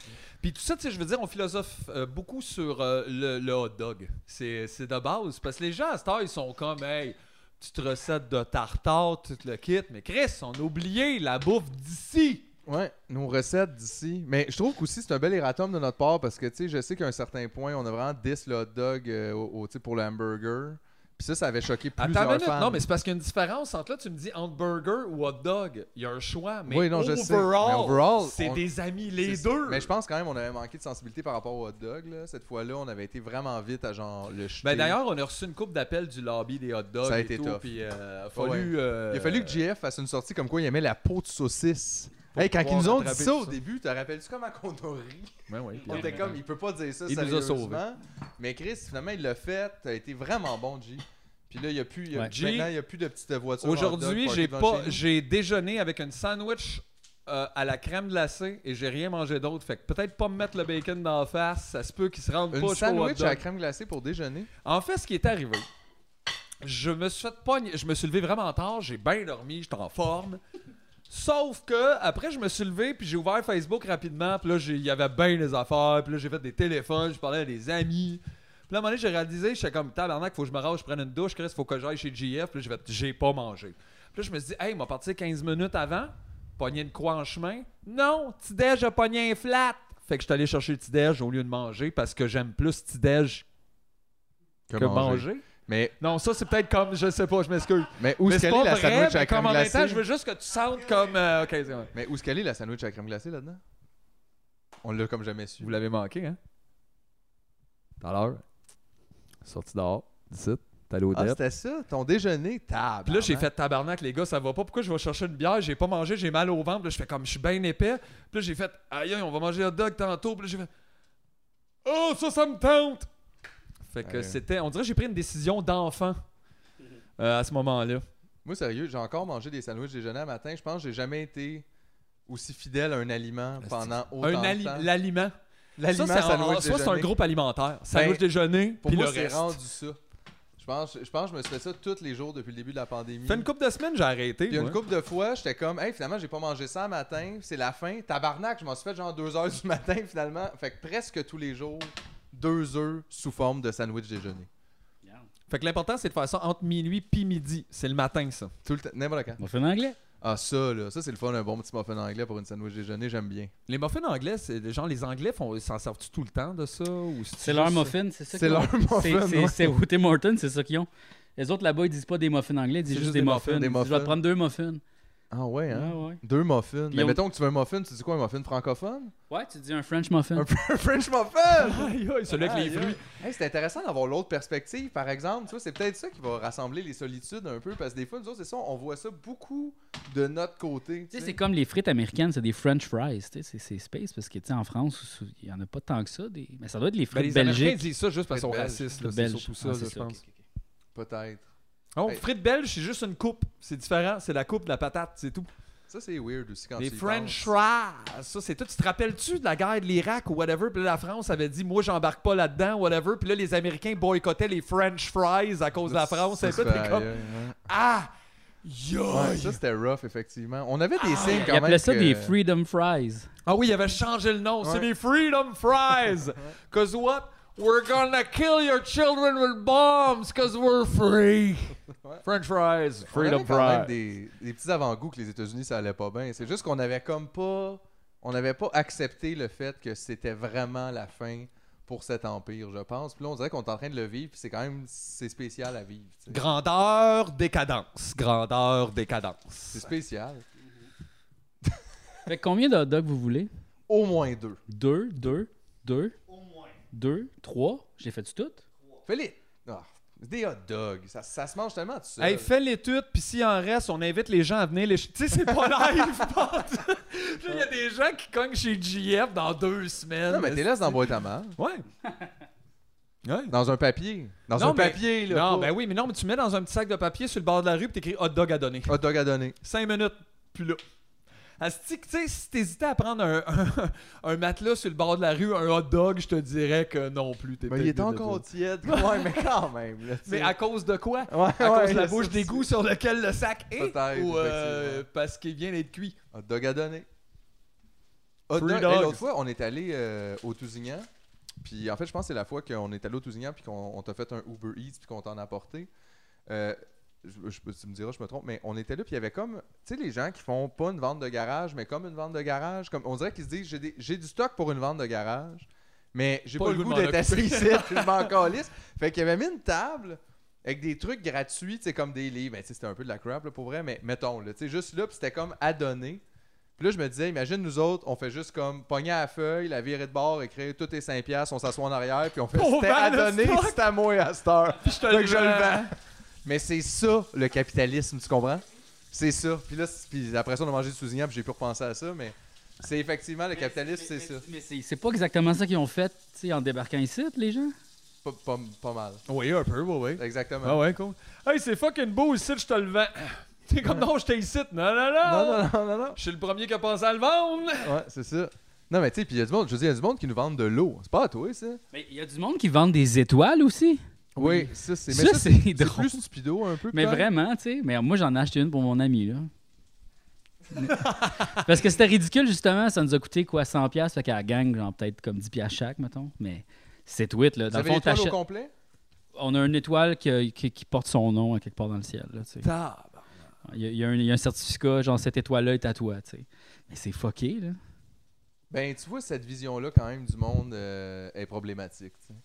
Speaker 2: Puis tout ça, tu sais, je veux dire, on philosophe euh, beaucoup sur euh, le, le hot dog. C'est c'est de base. Parce que les gens, à cette heure, ils sont comme, hey, petite recette de tartare, tout le kit. Mais Chris, on a oublié la bouffe d'ici.
Speaker 3: Ouais, nos recettes d'ici. Mais je trouve qu'aussi, c'est un bel erratum de notre part parce que, tu sais, je sais qu'à un certain point, on a vraiment 10 le hot dog euh, au, au- tu sais, pour le hamburger. Puis ça, ça avait choqué plusieurs
Speaker 2: Attends une minute.
Speaker 3: fans.
Speaker 2: Non, mais c'est parce qu'il y a une différence entre là, tu me dis hamburger ou hot dog. Il y a un choix, mais
Speaker 3: Oui, non, je sais. Mais overall,
Speaker 2: c'est
Speaker 3: on-
Speaker 2: des amis les
Speaker 3: C'est-
Speaker 2: deux.
Speaker 3: Mais je pense quand même qu'on avait manqué de sensibilité par rapport au hot dog. là. Cette fois-là, on avait été vraiment vite à genre le jeter.
Speaker 2: Ben, d'ailleurs, on a reçu une coupe d'appels du lobby des hot dogs.
Speaker 3: Ça a
Speaker 2: et
Speaker 3: été
Speaker 2: tout,
Speaker 3: tough.
Speaker 2: puis, euh, a fallu, euh,
Speaker 3: il a fallu que JF fasse une sortie comme quoi il aimait la peau de saucisse. Hey, quand ils
Speaker 2: pouvoir
Speaker 3: nous ont dit
Speaker 2: rattraper
Speaker 3: ça,
Speaker 2: tout
Speaker 3: au
Speaker 2: ça.
Speaker 3: début, te rappelles-tu comment qu'on a ri?
Speaker 2: Ouais, ouais, puis-
Speaker 3: Ben On était comme, il peut pas dire ça
Speaker 2: Il nous a
Speaker 3: sérieusement.
Speaker 2: sauvés.
Speaker 3: Mais Chris, finalement, il l'a fait. T'as été vraiment bon, G. Puis là, il y a plus, il y a-
Speaker 1: Ouais.
Speaker 2: G,
Speaker 3: maintenant, il y a plus de petites voitures.
Speaker 2: Aujourd'hui, j'ai pas,
Speaker 3: J'ai
Speaker 2: j'ai déjeuné avec un sandwich euh, à la crème glacée et j'ai rien mangé d'autre. Fait que peut-être pas me mettre le bacon dans la face. Ça se peut qu'il se rende pas
Speaker 3: une
Speaker 2: jusqu'au hot
Speaker 3: sandwich à la
Speaker 2: dog.
Speaker 3: crème glacée pour déjeuner.
Speaker 2: En fait, ce qui est arrivé, je me suis fait pogner- je me suis levé vraiment tard, j'ai bien dormi, j'étais en forme. Sauf que après je me suis levé puis j'ai ouvert Facebook rapidement, puis là j'ai- il y avait bien des affaires, puis là j'ai fait des téléphones, je parlais à des amis. Puis là, à un moment donné, j'ai réalisé, j'étais comme tabarnak, faut que je me rase, je prenne une douche, Chris, faut que j'aille chez JF, puis là j'ai fait j'ai pas mangé. Puis là je me suis dit hey, m'a parti 15 minutes avant, pogné une croix en chemin. Non, Tidej j'ai pogné un flat. Fait que je suis allé chercher le Tidej au lieu de manger parce que j'aime plus Tidej que manger.
Speaker 3: Mais,
Speaker 2: Non, ça c'est peut-être comme, je sais pas, je m'excuse.
Speaker 3: mais où
Speaker 2: mais
Speaker 3: est-ce
Speaker 2: c'est pas
Speaker 3: qu'elle est la
Speaker 2: vrai,
Speaker 3: sandwich à
Speaker 2: mais
Speaker 3: la crème
Speaker 2: comme en même temps, je veux
Speaker 3: glacée?
Speaker 2: juste que tu sentes comme. euh, ok, c'est bon.
Speaker 3: Mais où est-ce qu'elle est la sandwich à la crème glacée là-dedans? On l'a comme jamais su.
Speaker 2: Vous l'avez manqué, hein? Tout à l'heure, sorti dehors, d'ici, t'es allé aux
Speaker 3: Ah,
Speaker 2: dettes.
Speaker 3: c'était ça, ton déjeuner, table.
Speaker 2: Puis là, j'ai fait tabarnak, les gars, ça va pas. Pourquoi je vais chercher une bière? J'ai pas mangé, j'ai mal au ventre. Puis Là, je fais comme, je suis bien épais. Puis là, j'ai fait, aïe, aïe, on va manger hot dog tantôt. Puis là, j'ai fait, oh, ça, ça me tente. Fait que
Speaker 3: Ouais.
Speaker 2: c'était, on dirait que j'ai pris une décision d'enfant euh, à ce moment-là.
Speaker 3: Moi, sérieux, j'ai encore mangé des sandwichs déjeuner à matin. Je pense que j'ai jamais été aussi fidèle à un aliment pendant autant
Speaker 2: Un ali-
Speaker 3: de temps.
Speaker 2: l'aliment. ça,
Speaker 3: L'aliment
Speaker 2: c'est un-
Speaker 3: sandwich
Speaker 2: soit c'est un
Speaker 3: déjeuner. Ben,
Speaker 2: groupe alimentaire, sandwich déjeuner,
Speaker 3: Pour
Speaker 2: puis le
Speaker 3: moi, c'est
Speaker 2: reste.
Speaker 3: rendu ça. Je pense, je pense que je me suis fait ça tous les jours depuis le début de la pandémie.
Speaker 2: Fait une couple de semaines, j'ai arrêté.
Speaker 3: Puis une
Speaker 2: moi.
Speaker 3: couple de fois, j'étais comme, hey, finalement, j'ai pas mangé ça le matin, c'est la fin. Tabarnak, je m'en suis fait genre 2 heures du matin finalement. Fait que presque tous les jours, deux œufs sous forme de sandwich déjeuner.
Speaker 2: Fait que l'important, c'est de faire ça entre minuit puis midi. C'est le matin, ça. Ben,
Speaker 3: Tout le temps, n'importe quand.
Speaker 1: On fait en anglais.
Speaker 3: Ah, ça, là, ça c'est le fun, un bon petit muffin anglais pour une sandwich déjeuner, j'aime bien.
Speaker 2: Les muffins anglais, c'est genre les Anglais font, s'en servent-tu tout le temps de ça ou
Speaker 1: C'est leur muffin, c'est ça
Speaker 3: C'est
Speaker 1: qu'ils ont.
Speaker 3: leur muffin,
Speaker 1: C'est- c'est-
Speaker 3: ouais.
Speaker 1: C'est au Tim Hortons, c'est ça qu'ils ont. Les autres là-bas, ils disent pas des muffins anglais, ils disent
Speaker 3: C'est
Speaker 1: juste des muffins.
Speaker 3: des
Speaker 1: Ils disent, Je vais te
Speaker 3: muffins.
Speaker 1: prendre deux muffins.
Speaker 3: Ah ouais, hein?
Speaker 1: Ouais, ouais.
Speaker 3: Deux muffins.
Speaker 1: Puis
Speaker 3: Mais
Speaker 1: on-
Speaker 3: mettons que tu veux un muffin, tu dis quoi, un muffin francophone?
Speaker 1: Ouais, tu dis un French muffin.
Speaker 3: Un un French muffin!
Speaker 2: Aïe, aïe, celui avec les
Speaker 3: Aïe, aïe.
Speaker 2: fruits.
Speaker 3: Hey, c'est intéressant d'avoir l'autre perspective, par exemple. Tu vois, c'est peut-être ça qui va rassembler les solitudes un peu, parce que des fois, nous autres, c'est ça, on voit ça beaucoup de notre côté.
Speaker 1: Tu sais, c'est comme les frites américaines, c'est des French fries. tu sais, C'est c'est space parce que, tu sais, en France, il n'y en a pas tant que ça. Des... Mais ça doit être les
Speaker 2: Ben,
Speaker 1: frites
Speaker 2: les Américains
Speaker 1: belgiques.
Speaker 2: disent ça juste parce qu'ils sont
Speaker 3: Frites belges.
Speaker 2: racistes. là,
Speaker 1: Frites
Speaker 2: C'est
Speaker 1: belges.
Speaker 2: surtout ça,
Speaker 1: Ah,
Speaker 2: là,
Speaker 1: c'est
Speaker 2: je
Speaker 1: ça, ok,
Speaker 2: pense.
Speaker 1: ok, ok.
Speaker 3: Peut-être.
Speaker 2: Non,
Speaker 3: Hey.
Speaker 2: frites belges, c'est juste une coupe. C'est différent. C'est la coupe de la patate, c'est tout.
Speaker 3: Ça, c'est weird aussi quand
Speaker 2: Les
Speaker 3: tu y
Speaker 2: French
Speaker 3: penses.
Speaker 2: fries, ça c'est tout. Tu te rappelles-tu de la guerre de l'Irak ou whatever? Puis là, la France avait dit, moi j'embarque pas là-dedans, whatever. Puis là, les Américains boycottaient les French fries à cause de la France.
Speaker 3: Ça,
Speaker 2: Et tout,
Speaker 3: c'est
Speaker 2: t'es comme,
Speaker 3: ailleurs, hein.
Speaker 2: ah! Yo!
Speaker 3: Ouais, ça, c'était rough, effectivement. On avait des signes quand
Speaker 1: Ils
Speaker 3: même.
Speaker 1: appelaient ça
Speaker 3: que-
Speaker 1: des freedom fries.
Speaker 2: Ah oui, il avait changé le nom. C'est
Speaker 3: Ouais.
Speaker 2: les Freedom Fries. Cause what? We're gonna kill your children with bombs cause we're free.
Speaker 3: Ouais.
Speaker 2: French fries.
Speaker 3: On avait
Speaker 2: Freedom
Speaker 3: quand même
Speaker 2: Fries.
Speaker 3: des, des petits avant-goûts que les États-Unis, ça allait pas bien. C'est juste qu'on avait comme pas. On n'avait pas accepté le fait que c'était vraiment la fin pour cet empire, je pense. Puis là, on dirait qu'on est en train de le vivre, puis c'est quand même c'est spécial à vivre. tu sais.
Speaker 2: Grandeur, décadence. Grandeur, décadence.
Speaker 3: C'est spécial.
Speaker 1: Fait que combien de hot dogs vous voulez
Speaker 3: Au moins deux.
Speaker 1: Deux, deux, deux. Au moins. Deux, trois. J'ai fait tout.
Speaker 3: Fais les. Ah, des hot dogs. Ça, ça se mange tellement tout seul.
Speaker 2: Hey, fais l'étude, puis s'il en reste, on invite les gens à venir. Les... Tu sais, c'est pas live, pote. Il y a des gens qui cognent chez JF dans deux semaines.
Speaker 3: non, mais t'es là dans la boîte à mal.
Speaker 2: Ouais. Ouais.
Speaker 3: Dans un papier. Dans
Speaker 2: Non,
Speaker 3: un
Speaker 2: mais-
Speaker 3: papier, là.
Speaker 2: Non,
Speaker 3: pas-
Speaker 2: ben oui, mais non, mais tu mets dans un petit sac de papier sur le bord de la rue, puis t'écris hot dog à donner.
Speaker 3: Hot dog à donner.
Speaker 2: Cinq minutes, puis là. Asti, que, tu sais, si t'hésitais à prendre un, un, un matelas sur le bord de la rue, un hot dog, je te dirais que non plus. t'es
Speaker 3: Ben,
Speaker 2: peut-être
Speaker 3: il est
Speaker 2: mieux de
Speaker 3: encore
Speaker 2: dire.
Speaker 3: tiède. Ouais, mais quand même. là, tu
Speaker 2: Mais
Speaker 3: sais.
Speaker 2: à cause de quoi
Speaker 3: Ouais,
Speaker 2: À cause
Speaker 3: ouais,
Speaker 2: de la
Speaker 3: ça,
Speaker 2: bouche
Speaker 3: c'est-
Speaker 2: d'égout sur lequel le sac est
Speaker 3: Peut-être,
Speaker 2: Ou euh,
Speaker 3: effectivement.
Speaker 2: parce qu'il vient d'être cuit
Speaker 3: Hot dog à donner. Hot
Speaker 2: Free
Speaker 3: dog.
Speaker 2: dogs.
Speaker 3: Hey, L'autre fois, on est allé euh, au Tousignan. Puis en fait, je pense que c'est la fois qu'on est allé au Tousignan puis qu'on on t'a fait un Uber Eats puis qu'on t'en a apporté. Euh, je, je- tu me diras, je me trompe, mais on était là puis il y avait comme, tu sais, les gens qui font pas une vente de garage, mais comme une vente de garage. Comme, on dirait qu'ils se disent, j'ai des- j'ai du stock pour une vente de garage, mais j'ai pas, le goût
Speaker 2: de
Speaker 3: d'être
Speaker 2: m'en
Speaker 3: assis
Speaker 2: occuper.
Speaker 3: ici puis je m'en calisse. Fait qu'il avait mis une table avec des trucs gratuits, tu sais, comme des livres. Ben, tu sais, c'était un peu de la crap, là, pour vrai, mais mettons, là, tu sais, juste là, puis c'était comme à donner. Puis là, je me disais, imagine nous autres, on fait juste comme pogner à la feuille, la virer de bord, écrire tout est 5 piastres, on s'assoit en arrière, puis on fait
Speaker 2: On
Speaker 3: c'était
Speaker 2: vend
Speaker 3: à
Speaker 2: le
Speaker 3: donner,
Speaker 2: stock.
Speaker 3: c'est à moi à cette heure.
Speaker 2: Puis je te
Speaker 3: Fait
Speaker 2: le
Speaker 3: que je le
Speaker 2: vends.
Speaker 3: vends. Mais c'est ça, le capitalisme, tu comprends? C'est ça. Puis là, c'est- puis après ça, on a mangé du sousignan, puis j'ai pu repenser à ça, mais c'est effectivement le capitalisme, c'est ça.
Speaker 1: Mais c'est c'est pas exactement ça qu'ils ont fait tu sais, en débarquant ici, les gens.
Speaker 3: Pas, pas- pas mal.
Speaker 2: Oui, un peu, oui, oui.
Speaker 3: Exactement.
Speaker 2: Ah ouais, cool. Hey, c'est fucking beau ici, je te le vends. T'es comme non, je t'ai ici. Non, non,
Speaker 3: Non,
Speaker 2: non.
Speaker 3: non, non, non, non.
Speaker 2: Je suis le premier qui a pensé à le vendre.
Speaker 3: Ouais, c'est ça. Non, mais tu sais, puis il y a du monde, je veux dire, il y a du monde qui nous vendent de l'eau. C'est pas à toi, ça?
Speaker 1: Mais il y a du monde qui vend des étoiles aussi.
Speaker 3: Oui, ça, c'est. mais
Speaker 1: Ça, c'est
Speaker 3: C'est
Speaker 1: drôle.
Speaker 3: plus stupido, un peu.
Speaker 1: Mais
Speaker 3: peut-être.
Speaker 1: vraiment, tu sais. Mais moi, j'en ai acheté une pour mon ami, là. Parce que c'était ridicule, justement. Ça nous a coûté, quoi, 100$. piastres, Fait qu'à la gang, genre, peut-être comme 10$ piastres chaque, mettons. Mais c'est tweet, là.
Speaker 3: Vous
Speaker 1: Dans le
Speaker 3: avez
Speaker 1: fond,
Speaker 3: l'étoile au
Speaker 1: t'achètes-
Speaker 3: complet?
Speaker 1: On a une étoile qui, qui- qui porte son nom à quelque part dans le ciel, là, tu sais. Il y, a, il y a un, il y a un certificat, genre, cette étoile-là est à toi, tu sais. Mais c'est fucké, là.
Speaker 3: Ben, tu vois, cette vision-là, quand même, du monde euh, est problématique. tu sais.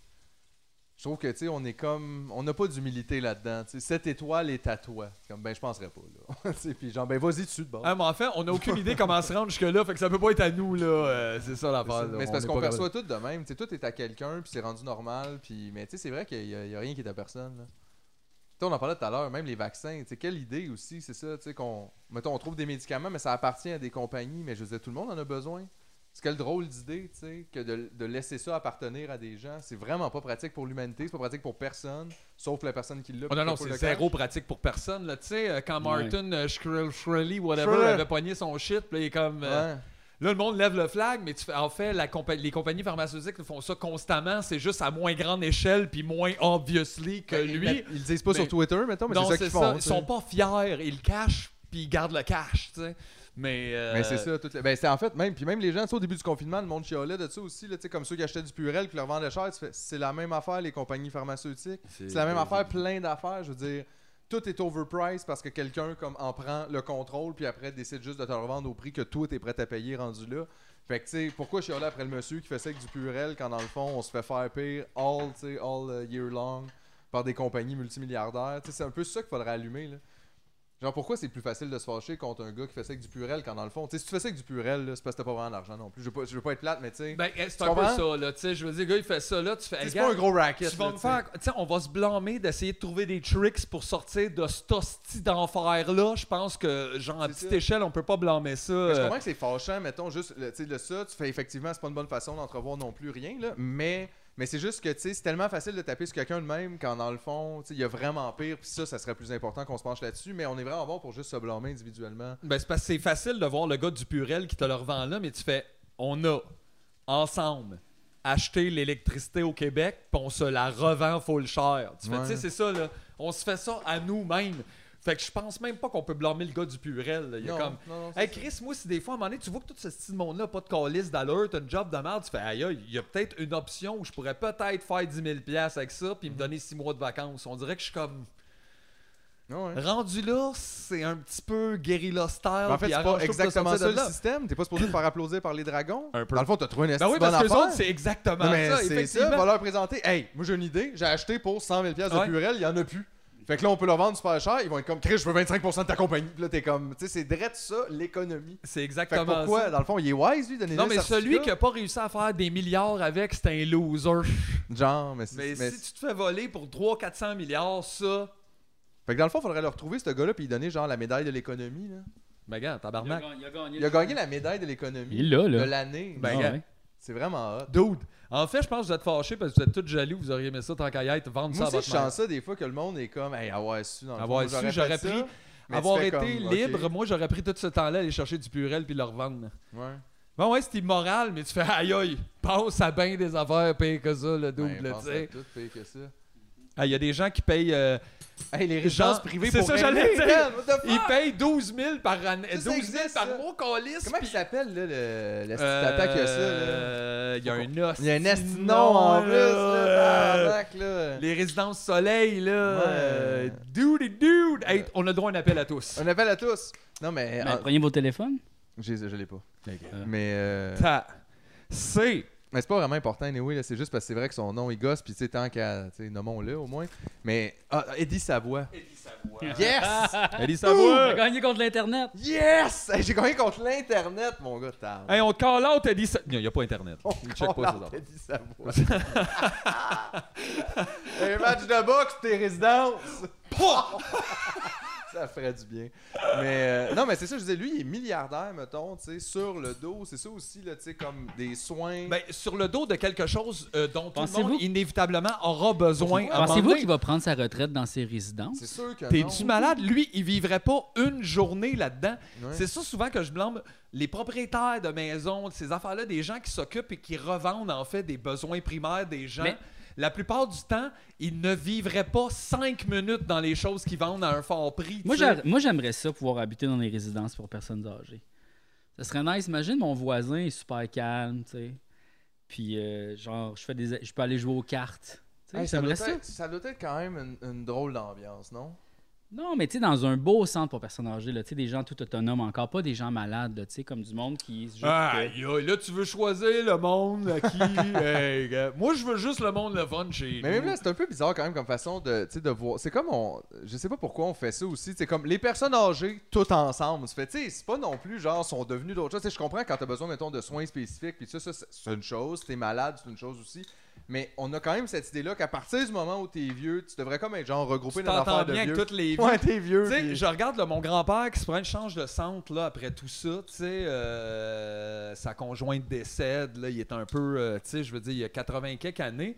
Speaker 3: Je trouve que, tu sais, on est comme. On n'a pas d'humilité là-dedans. tu sais. Cette étoile est à toi. C'est Comme, ben, je penserais pas, là. Tu sais, Puis, genre, ben, vas-y dessus de bord.
Speaker 2: Ah, mais enfin, on n'a aucune idée comment se rendre jusque-là, fait que ça peut pas être à nous, là. Euh, c'est ça l'affaire. là.
Speaker 3: mais c'est
Speaker 2: On
Speaker 3: parce
Speaker 2: est
Speaker 3: qu'on
Speaker 2: pas
Speaker 3: perçoit tout de même. Tu sais, tout est à quelqu'un, puis c'est rendu normal. Puis, mais tu sais, c'est vrai qu'il n'y a, rien qui est à personne. là. Tu sais, on en parlait tout à l'heure, même les vaccins. Tu sais, quelle idée aussi, c'est ça. Tu sais, qu'on. Mettons, on trouve des médicaments, mais ça appartient à des compagnies. Mais je veux dire, tout le monde en a besoin. C'est quelle drôle d'idée, tu sais, que de, de laisser ça appartenir à des gens. C'est vraiment pas pratique pour l'humanité, c'est pas pratique pour personne, sauf la personne qui l'a.
Speaker 2: Oh non, non,
Speaker 3: puis
Speaker 2: c'est
Speaker 3: qui a pas le
Speaker 2: zéro pratique pour personne. Là. Tu sais, euh, quand
Speaker 1: Ouais.
Speaker 2: Martin euh, Shkrel- Shkreli, whatever,
Speaker 3: Shkreli.
Speaker 2: avait pogné son shit, puis là, il est comme.
Speaker 3: cash.
Speaker 2: euh,
Speaker 3: Ouais.
Speaker 2: Là, le monde lève le flag, mais tu fais- en fait, la compa- les compagnies pharmaceutiques font ça constamment. C'est juste à moins grande échelle, puis moins obviously que
Speaker 3: Ben,
Speaker 2: lui.
Speaker 3: Ils le disent pas
Speaker 2: mais-
Speaker 3: sur Twitter, mettons, mais
Speaker 2: non,
Speaker 3: c'est ça
Speaker 2: c'est
Speaker 3: qu'ils
Speaker 2: ça.
Speaker 3: font. hein,
Speaker 2: Ils
Speaker 3: tu sais.
Speaker 2: sont pas fiers. Ils le cachent, puis ils gardent le cash, tu sais. Mais, euh,
Speaker 3: Mais c'est ça, tout le- ben, c'est en fait même puis même les gens tu sais, au début du confinement, le monde chialait de ça aussi là, tu sais, comme ceux qui achetaient du Purel qui leur vendaient cher, tu fais, c'est la même affaire les compagnies pharmaceutiques, c'est la même affaire plein d'affaires, je veux dire tout est overpriced parce que quelqu'un comme en prend le contrôle puis après décide juste de te le revendre au prix que toi t'es prêt à payer rendu là. Fait que tu sais, pourquoi je suis allé après le monsieur qui fait ça avec du purel quand dans le fond on se fait faire pire all, tu sais, all uh, year long par des compagnies multimilliardaires. Tu sais, c'est un peu ça qu'il faudrait allumer là. Genre pourquoi c'est plus facile de se fâcher contre un gars qui fait ça avec du purel quand dans le fond, tu sais, si tu fais ça avec du purel là, c'est parce que t'as pas vraiment d'argent non plus. Je veux pas, je veux pas être plate mais tu sais,
Speaker 2: Ben, eh, c'est
Speaker 3: Tu
Speaker 2: un peu
Speaker 3: comprends?
Speaker 2: ça, là. Tu sais, je veux dire, Ben, gars, il fait ça, là. Tu fais. hey,
Speaker 3: c'est pas un
Speaker 2: regarde,
Speaker 3: gros racket.
Speaker 2: Tu vas
Speaker 3: là,
Speaker 2: me
Speaker 3: tu sais.
Speaker 2: faire. Tu sais, on va se blâmer d'essayer de trouver des tricks pour sortir de cet hostie d'enfer-là. Je pense que, genre, à
Speaker 3: C'est
Speaker 2: petite
Speaker 3: ça.
Speaker 2: échelle, on peut pas blâmer ça.
Speaker 3: Mais je
Speaker 2: euh,
Speaker 3: comprends que c'est fâchant, mettons, juste, le, tu sais, le ça, tu fais effectivement, c'est pas une bonne façon d'entrevoir non plus rien, là, mais, mais c'est juste que, tu sais, c'est tellement facile de taper sur quelqu'un de même quand, dans le fond, tu sais, il y a vraiment pire, puis ça, ça serait plus important qu'on se penche là-dessus, mais on est vraiment bon pour juste se blâmer individuellement.
Speaker 2: Ben, c'est parce que c'est facile de voir le gars du Purel qui te le revend là, mais tu fais on a ensemble acheté l'électricité au Québec, puis on se la revend full cher. Tu fais,
Speaker 3: Ouais.
Speaker 2: tu sais, c'est ça, là. On se fait ça à nous-mêmes. Fait que je pense même pas qu'on peut blâmer le gars du Purel. là. Il y a
Speaker 3: Non,
Speaker 2: comme.
Speaker 3: non, non, c'est
Speaker 2: Hey Chris, moi, si des fois, à un moment donné, tu vois que tout ce petit monde-là, pas de calice d'alerte, un job de merde, tu fais, aïe, aïe, il y a peut-être une option où je pourrais peut-être faire 10 000$ avec ça, puis me
Speaker 3: Mm-hmm.
Speaker 2: donner 6 mois de vacances. On dirait que je suis comme.
Speaker 3: ça. Ouais.
Speaker 2: Rendu là, c'est un petit peu guérilla style.
Speaker 3: hein. Mais en fait,
Speaker 2: puis
Speaker 3: c'est pas
Speaker 2: arrange-toi pour te
Speaker 3: exactement
Speaker 2: sortir
Speaker 3: ça
Speaker 2: de
Speaker 3: le
Speaker 2: là.
Speaker 3: système. T'es pas supposé te faire applaudir par les dragons.
Speaker 2: Un peu.
Speaker 3: Dans le fond, t'as trouvé une
Speaker 2: Ben
Speaker 3: esti
Speaker 2: oui,
Speaker 3: bonne
Speaker 2: parce que les
Speaker 3: affaire.
Speaker 2: autres, c'est exactement
Speaker 3: Non, mais
Speaker 2: ça.
Speaker 3: c'est ça,
Speaker 2: effectivement.
Speaker 3: va leur présenter. Hey, moi j'ai une idée, j'ai acheté pour 100 000 pièces de
Speaker 2: Ouais.
Speaker 3: Purel, il y en a plus. Fait que là, on peut le vendre super cher, ils vont être comme, Chris, je veux 25% de ta compagnie. Puis là, t'es comme, tu sais, c'est direct ça, l'économie.
Speaker 2: C'est
Speaker 3: Fait que
Speaker 2: exactement
Speaker 3: pourquoi,
Speaker 2: ça.
Speaker 3: dans le fond, il est wise, lui, donner
Speaker 2: Non,
Speaker 3: le
Speaker 2: mais celui
Speaker 3: certificat?
Speaker 2: qui a pas réussi à faire des milliards avec, c'est un loser.
Speaker 3: Genre, mais c'est.
Speaker 2: Mais,
Speaker 3: mais
Speaker 2: si
Speaker 3: c'est-
Speaker 2: tu te fais voler pour 300-400 milliards, ça.
Speaker 3: Fait que dans le fond, faudrait le retrouver, ce gars-là, puis lui donner, genre, la médaille de l'économie, là.
Speaker 2: Mais ben gars,
Speaker 1: Il a
Speaker 2: tabarnak.
Speaker 1: gagné- il a gagné.
Speaker 3: Il a gagné la médaille de l'économie.
Speaker 1: Il l'a, là.
Speaker 3: De l'année.
Speaker 2: Ben,
Speaker 1: Ah,
Speaker 2: gars.
Speaker 1: ouais.
Speaker 3: C'est vraiment hot.
Speaker 2: Dude. En fait, je pense que vous êtes fâchés parce que vous êtes tous jaloux. Vous auriez aimé ça tant qu'à y être, vendre ça
Speaker 3: Moi
Speaker 2: à
Speaker 3: aussi,
Speaker 2: votre
Speaker 3: je
Speaker 2: mère.
Speaker 3: sens ça des fois que le monde est comme, hey, avoir su, dans le fond,
Speaker 2: Avoir
Speaker 3: moi,
Speaker 2: su,
Speaker 3: fait
Speaker 2: Ah j'aurais
Speaker 3: ça.
Speaker 2: pris.
Speaker 3: Mais tu
Speaker 2: Avoir
Speaker 3: fais
Speaker 2: été
Speaker 3: comme,
Speaker 2: libre,
Speaker 3: ok.
Speaker 2: moi, j'aurais pris tout ce temps-là à aller chercher du purel puis le revendre.
Speaker 3: Ouais.
Speaker 2: Bon, ouais, c'est immoral, mais tu fais aïe aïe, pense à bien des affaires payées que ça, le double,
Speaker 3: Ben,
Speaker 2: là,
Speaker 3: pense
Speaker 2: tu
Speaker 3: à
Speaker 2: sais.
Speaker 3: tout pire que ça.
Speaker 2: Ah, Il y a des gens qui payent. euh,
Speaker 3: Hey, les
Speaker 2: Genre,
Speaker 3: résidences privées
Speaker 2: c'est
Speaker 3: pour
Speaker 2: ça,
Speaker 3: rire.
Speaker 2: j'allais dire.
Speaker 3: Man, what the fuck?
Speaker 2: ils payent 12 000 par année.
Speaker 3: Ça,
Speaker 2: 12
Speaker 3: ça
Speaker 2: 000
Speaker 3: existe,
Speaker 2: par
Speaker 3: ça.
Speaker 2: mois qu'on lisse.
Speaker 3: Comment il
Speaker 2: puis-
Speaker 3: s'appelle, là, le, le
Speaker 2: Euh,
Speaker 3: attaque que ça, là?
Speaker 2: Il y a un os.
Speaker 3: Il y a un esti nom en plus, là, tabarnak, là.
Speaker 2: Les résidences soleil, là. euh, Dude et dude. Hey, on a le droit à un appel à tous.
Speaker 3: Un appel à tous. Non, mais...
Speaker 1: Mais
Speaker 3: ah,
Speaker 1: Ben, prenez vos téléphones.
Speaker 3: j'ai- je l'ai pas.
Speaker 1: Euh,
Speaker 3: Mais, euh,
Speaker 2: Ta- C'est.
Speaker 3: mais c'est pas vraiment important, anyway, là. C'est juste parce que c'est vrai que son nom, il gosse, puis tu sais, tant qu'à... Tu sais, nommons-le, au moins. Mais... Ah, Eddie Savoie. Yes!
Speaker 2: Allez,
Speaker 1: Ouh,
Speaker 2: ça
Speaker 1: il a gagné contre l'Internet.
Speaker 3: Yes! Hey, J'ai gagné contre l'Internet, mon gars, tard.
Speaker 2: Hey, on te call out, t'as dit ça. Non, il n'y a pas Internet.
Speaker 3: On
Speaker 2: check pas ça,
Speaker 3: parle d'Eddie Savoie. Un match de boxe, tes résidences. ça ferait du bien. Mais euh, non, mais c'est ça, je disais, lui, il est milliardaire, mettons, tu sais, sur le dos. C'est ça aussi, là, tu sais, comme des soins.
Speaker 2: Ben, sur le dos de quelque chose euh, dont tout le
Speaker 1: Pensez-vous-
Speaker 2: monde inévitablement aura besoin. à un moment
Speaker 1: Pensez-vous
Speaker 2: donné.
Speaker 1: qu'il va prendre sa retraite dans ses résidences?
Speaker 3: c'est sûr que. non.
Speaker 2: T'es-tu malade? Lui, il vivrait pas une journée là-dedans.
Speaker 3: Ouais.
Speaker 2: C'est ça souvent que je blâme les propriétaires de maisons, de ces affaires-là, des gens qui s'occupent et qui revendent en fait des besoins primaires des gens.
Speaker 1: Mais-
Speaker 2: La plupart du temps, ils ne vivraient pas cinq minutes dans les choses qu'ils vendent à un fort prix.
Speaker 1: Moi,
Speaker 2: tu sais.
Speaker 1: j'a- moi, j'aimerais ça pouvoir habiter dans des résidences pour personnes âgées. Ça serait nice. Imagine mon voisin est super calme, tu sais. Puis, euh, genre, je, fais des... je peux aller jouer aux cartes. Tu sais,
Speaker 3: Hey, ça, doit
Speaker 1: j'aimerais ça.
Speaker 3: être, ça doit être quand même une, une drôle d'ambiance, non?
Speaker 1: Non, mais tu sais, dans un beau centre pour personnes âgées, là, tu sais, des gens tout autonomes encore, pas des gens malades, là, tu sais, comme du monde qui. se- Juste que-
Speaker 2: Aïe, aïe, là, tu veux choisir le monde à qui. Hey, gars, moi, je veux juste le monde le fun chez
Speaker 3: Mais même
Speaker 2: nous.
Speaker 3: là, c'est un peu bizarre quand même comme façon de, tu sais, de voir. C'est comme on. Je sais pas pourquoi on fait ça aussi. C'est comme les personnes âgées, toutes ensemble. Ça fait, tu sais, c'est pas non plus genre, sont devenus d'autres choses. Tu sais, je comprends quand t'as besoin, mettons, de soins spécifiques. Puis ça, ça, c'est- c'est une chose. T'es malade, c'est une chose aussi. Mais on a quand même cette idée-là qu'à partir du moment où t'es vieux, tu devrais comme être genre regroupé
Speaker 2: tu
Speaker 3: dans l'affaire
Speaker 2: t'entends
Speaker 3: de
Speaker 2: bien avec
Speaker 3: vieux.
Speaker 2: toutes les vies.
Speaker 3: Ouais, t'es vieux.
Speaker 2: Tu sais,
Speaker 3: puis-
Speaker 2: je regarde là, mon grand-père qui se prend une change de centre là, après tout ça. Tu sais, euh, sa conjointe décède. Là, il est un peu, euh, tu sais, je veux dire, il y a 80 quelques années.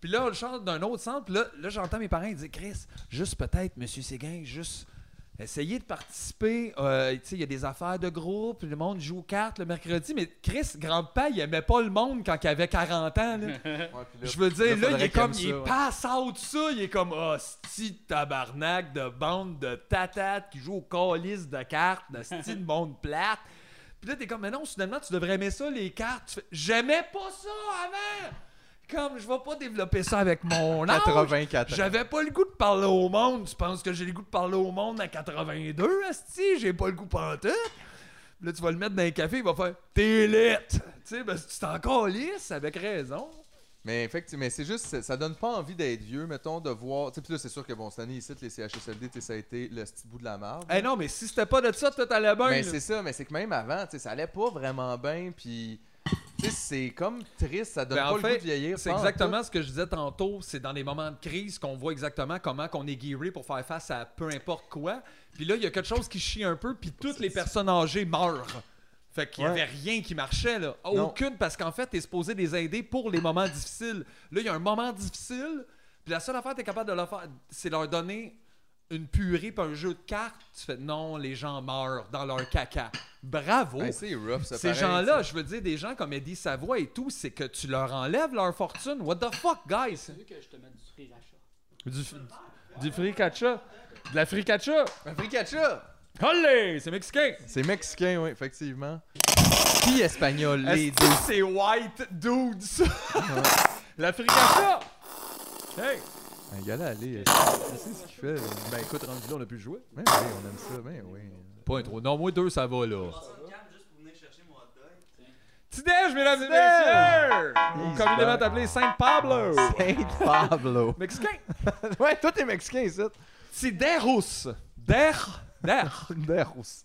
Speaker 2: Puis là, on le change d'un autre centre. Puis là, là j'entends mes parents ils disent Chris, juste peut-être, monsieur Séguin, juste essayez de participer. Euh, tu sais, il y a des affaires de groupe. Le monde joue aux cartes le mercredi. Mais Chris, grand-père, il aimait pas le monde quand il avait 40 ans. là.
Speaker 3: Ouais, puis là,
Speaker 2: Je veux dire, là,
Speaker 3: faudrait
Speaker 2: il est
Speaker 3: qu'il aime
Speaker 2: comme, il
Speaker 3: ça, ouais.
Speaker 2: passe out ça, il est comme, hostie de tabarnak de bande de tatates qui joue au calice de cartes, de style de monde plate. Puis là, t'es comme, mais non, soudainement, tu devrais aimer ça, les cartes. Tu fais, J'aimais pas ça avant! Comme je vais pas développer ça avec mon âge.
Speaker 3: 84 ans.
Speaker 2: J'avais pas le goût de parler au monde. Tu penses que j'ai le goût de parler au monde à 82, Asti? J'ai pas le goût pantoute. Là, tu vas le mettre dans un café, il va faire T'es lit! Tu sais, ben, tu t'en calisses avec raison.
Speaker 3: Mais effectivement, mais c'est juste, ça, ça donne pas envie d'être vieux, mettons, de voir. Tu sais, puis là, c'est sûr que bon, cette année, ici, les CHSLD, tu sais, ça a été le petit bout de la marde.
Speaker 2: Eh non, mais si c'était pas de ça, toi, t'allais bien.
Speaker 3: mais
Speaker 2: là.
Speaker 3: Ben, c'est ça, mais c'est que même avant, tu sais, ça allait pas vraiment bien, puis. Tu sais, c'est comme triste, ça donne
Speaker 2: Ben, en
Speaker 3: pas le
Speaker 2: fait,
Speaker 3: goût de vieillir.
Speaker 2: C'est
Speaker 3: pas en
Speaker 2: exactement ce que je disais tantôt. C'est dans les moments de crise qu'on voit exactement comment qu'on est guéri pour faire face à peu importe quoi. Puis là, il y a quelque chose qui chie un peu, puis toutes les personnes âgées meurent. Fait qu'il n'y avait rien qui marchait, là.
Speaker 3: Non.
Speaker 2: Aucune, parce qu'en fait, t'es supposé les aider pour les moments difficiles. Là, il y a un moment difficile, puis la seule affaire que t'es capable de leur faire, c'est leur donner une purée puis un jeu de cartes. Tu fais « Non, les gens meurent dans leur caca. » Bravo!
Speaker 3: tout. Hey, Ben, c'est rough, ça
Speaker 2: Ces
Speaker 3: pareil,
Speaker 2: gens-là, je veux dire, des gens comme Eddie Savoie et tout, c'est que tu leur enlèves leur fortune. What the fuck, guys?
Speaker 1: que je te mette du frire à chat.
Speaker 2: Du, du fricacha. De la fricacha.
Speaker 3: tu sais. Un fricacha!
Speaker 2: Allez, c'est mexicain.
Speaker 3: C'est mexicain, oui, effectivement. Puis espagnol, les
Speaker 2: Est-ce
Speaker 3: deux.
Speaker 2: que C'est white dude, ça. la fricacha. Hey. Hein,
Speaker 3: Un gars là, allez,
Speaker 2: euh, Ah,
Speaker 3: c'est ce qu'il fait. là.
Speaker 2: Ben écoute, rendu là, on a pu jouer.
Speaker 3: Ben oui, on aime ça, ben oui.
Speaker 2: Pas un trop. Non, moi, deux, ça va, là. Tidej, mesdames et messieurs! Ou communément appelé Saint Pablo.
Speaker 3: Saint Pablo.
Speaker 2: Mexicain.
Speaker 3: ouais, toi, t'es mexicain, ici.
Speaker 2: Tiderus. Der. Der.
Speaker 3: Derros.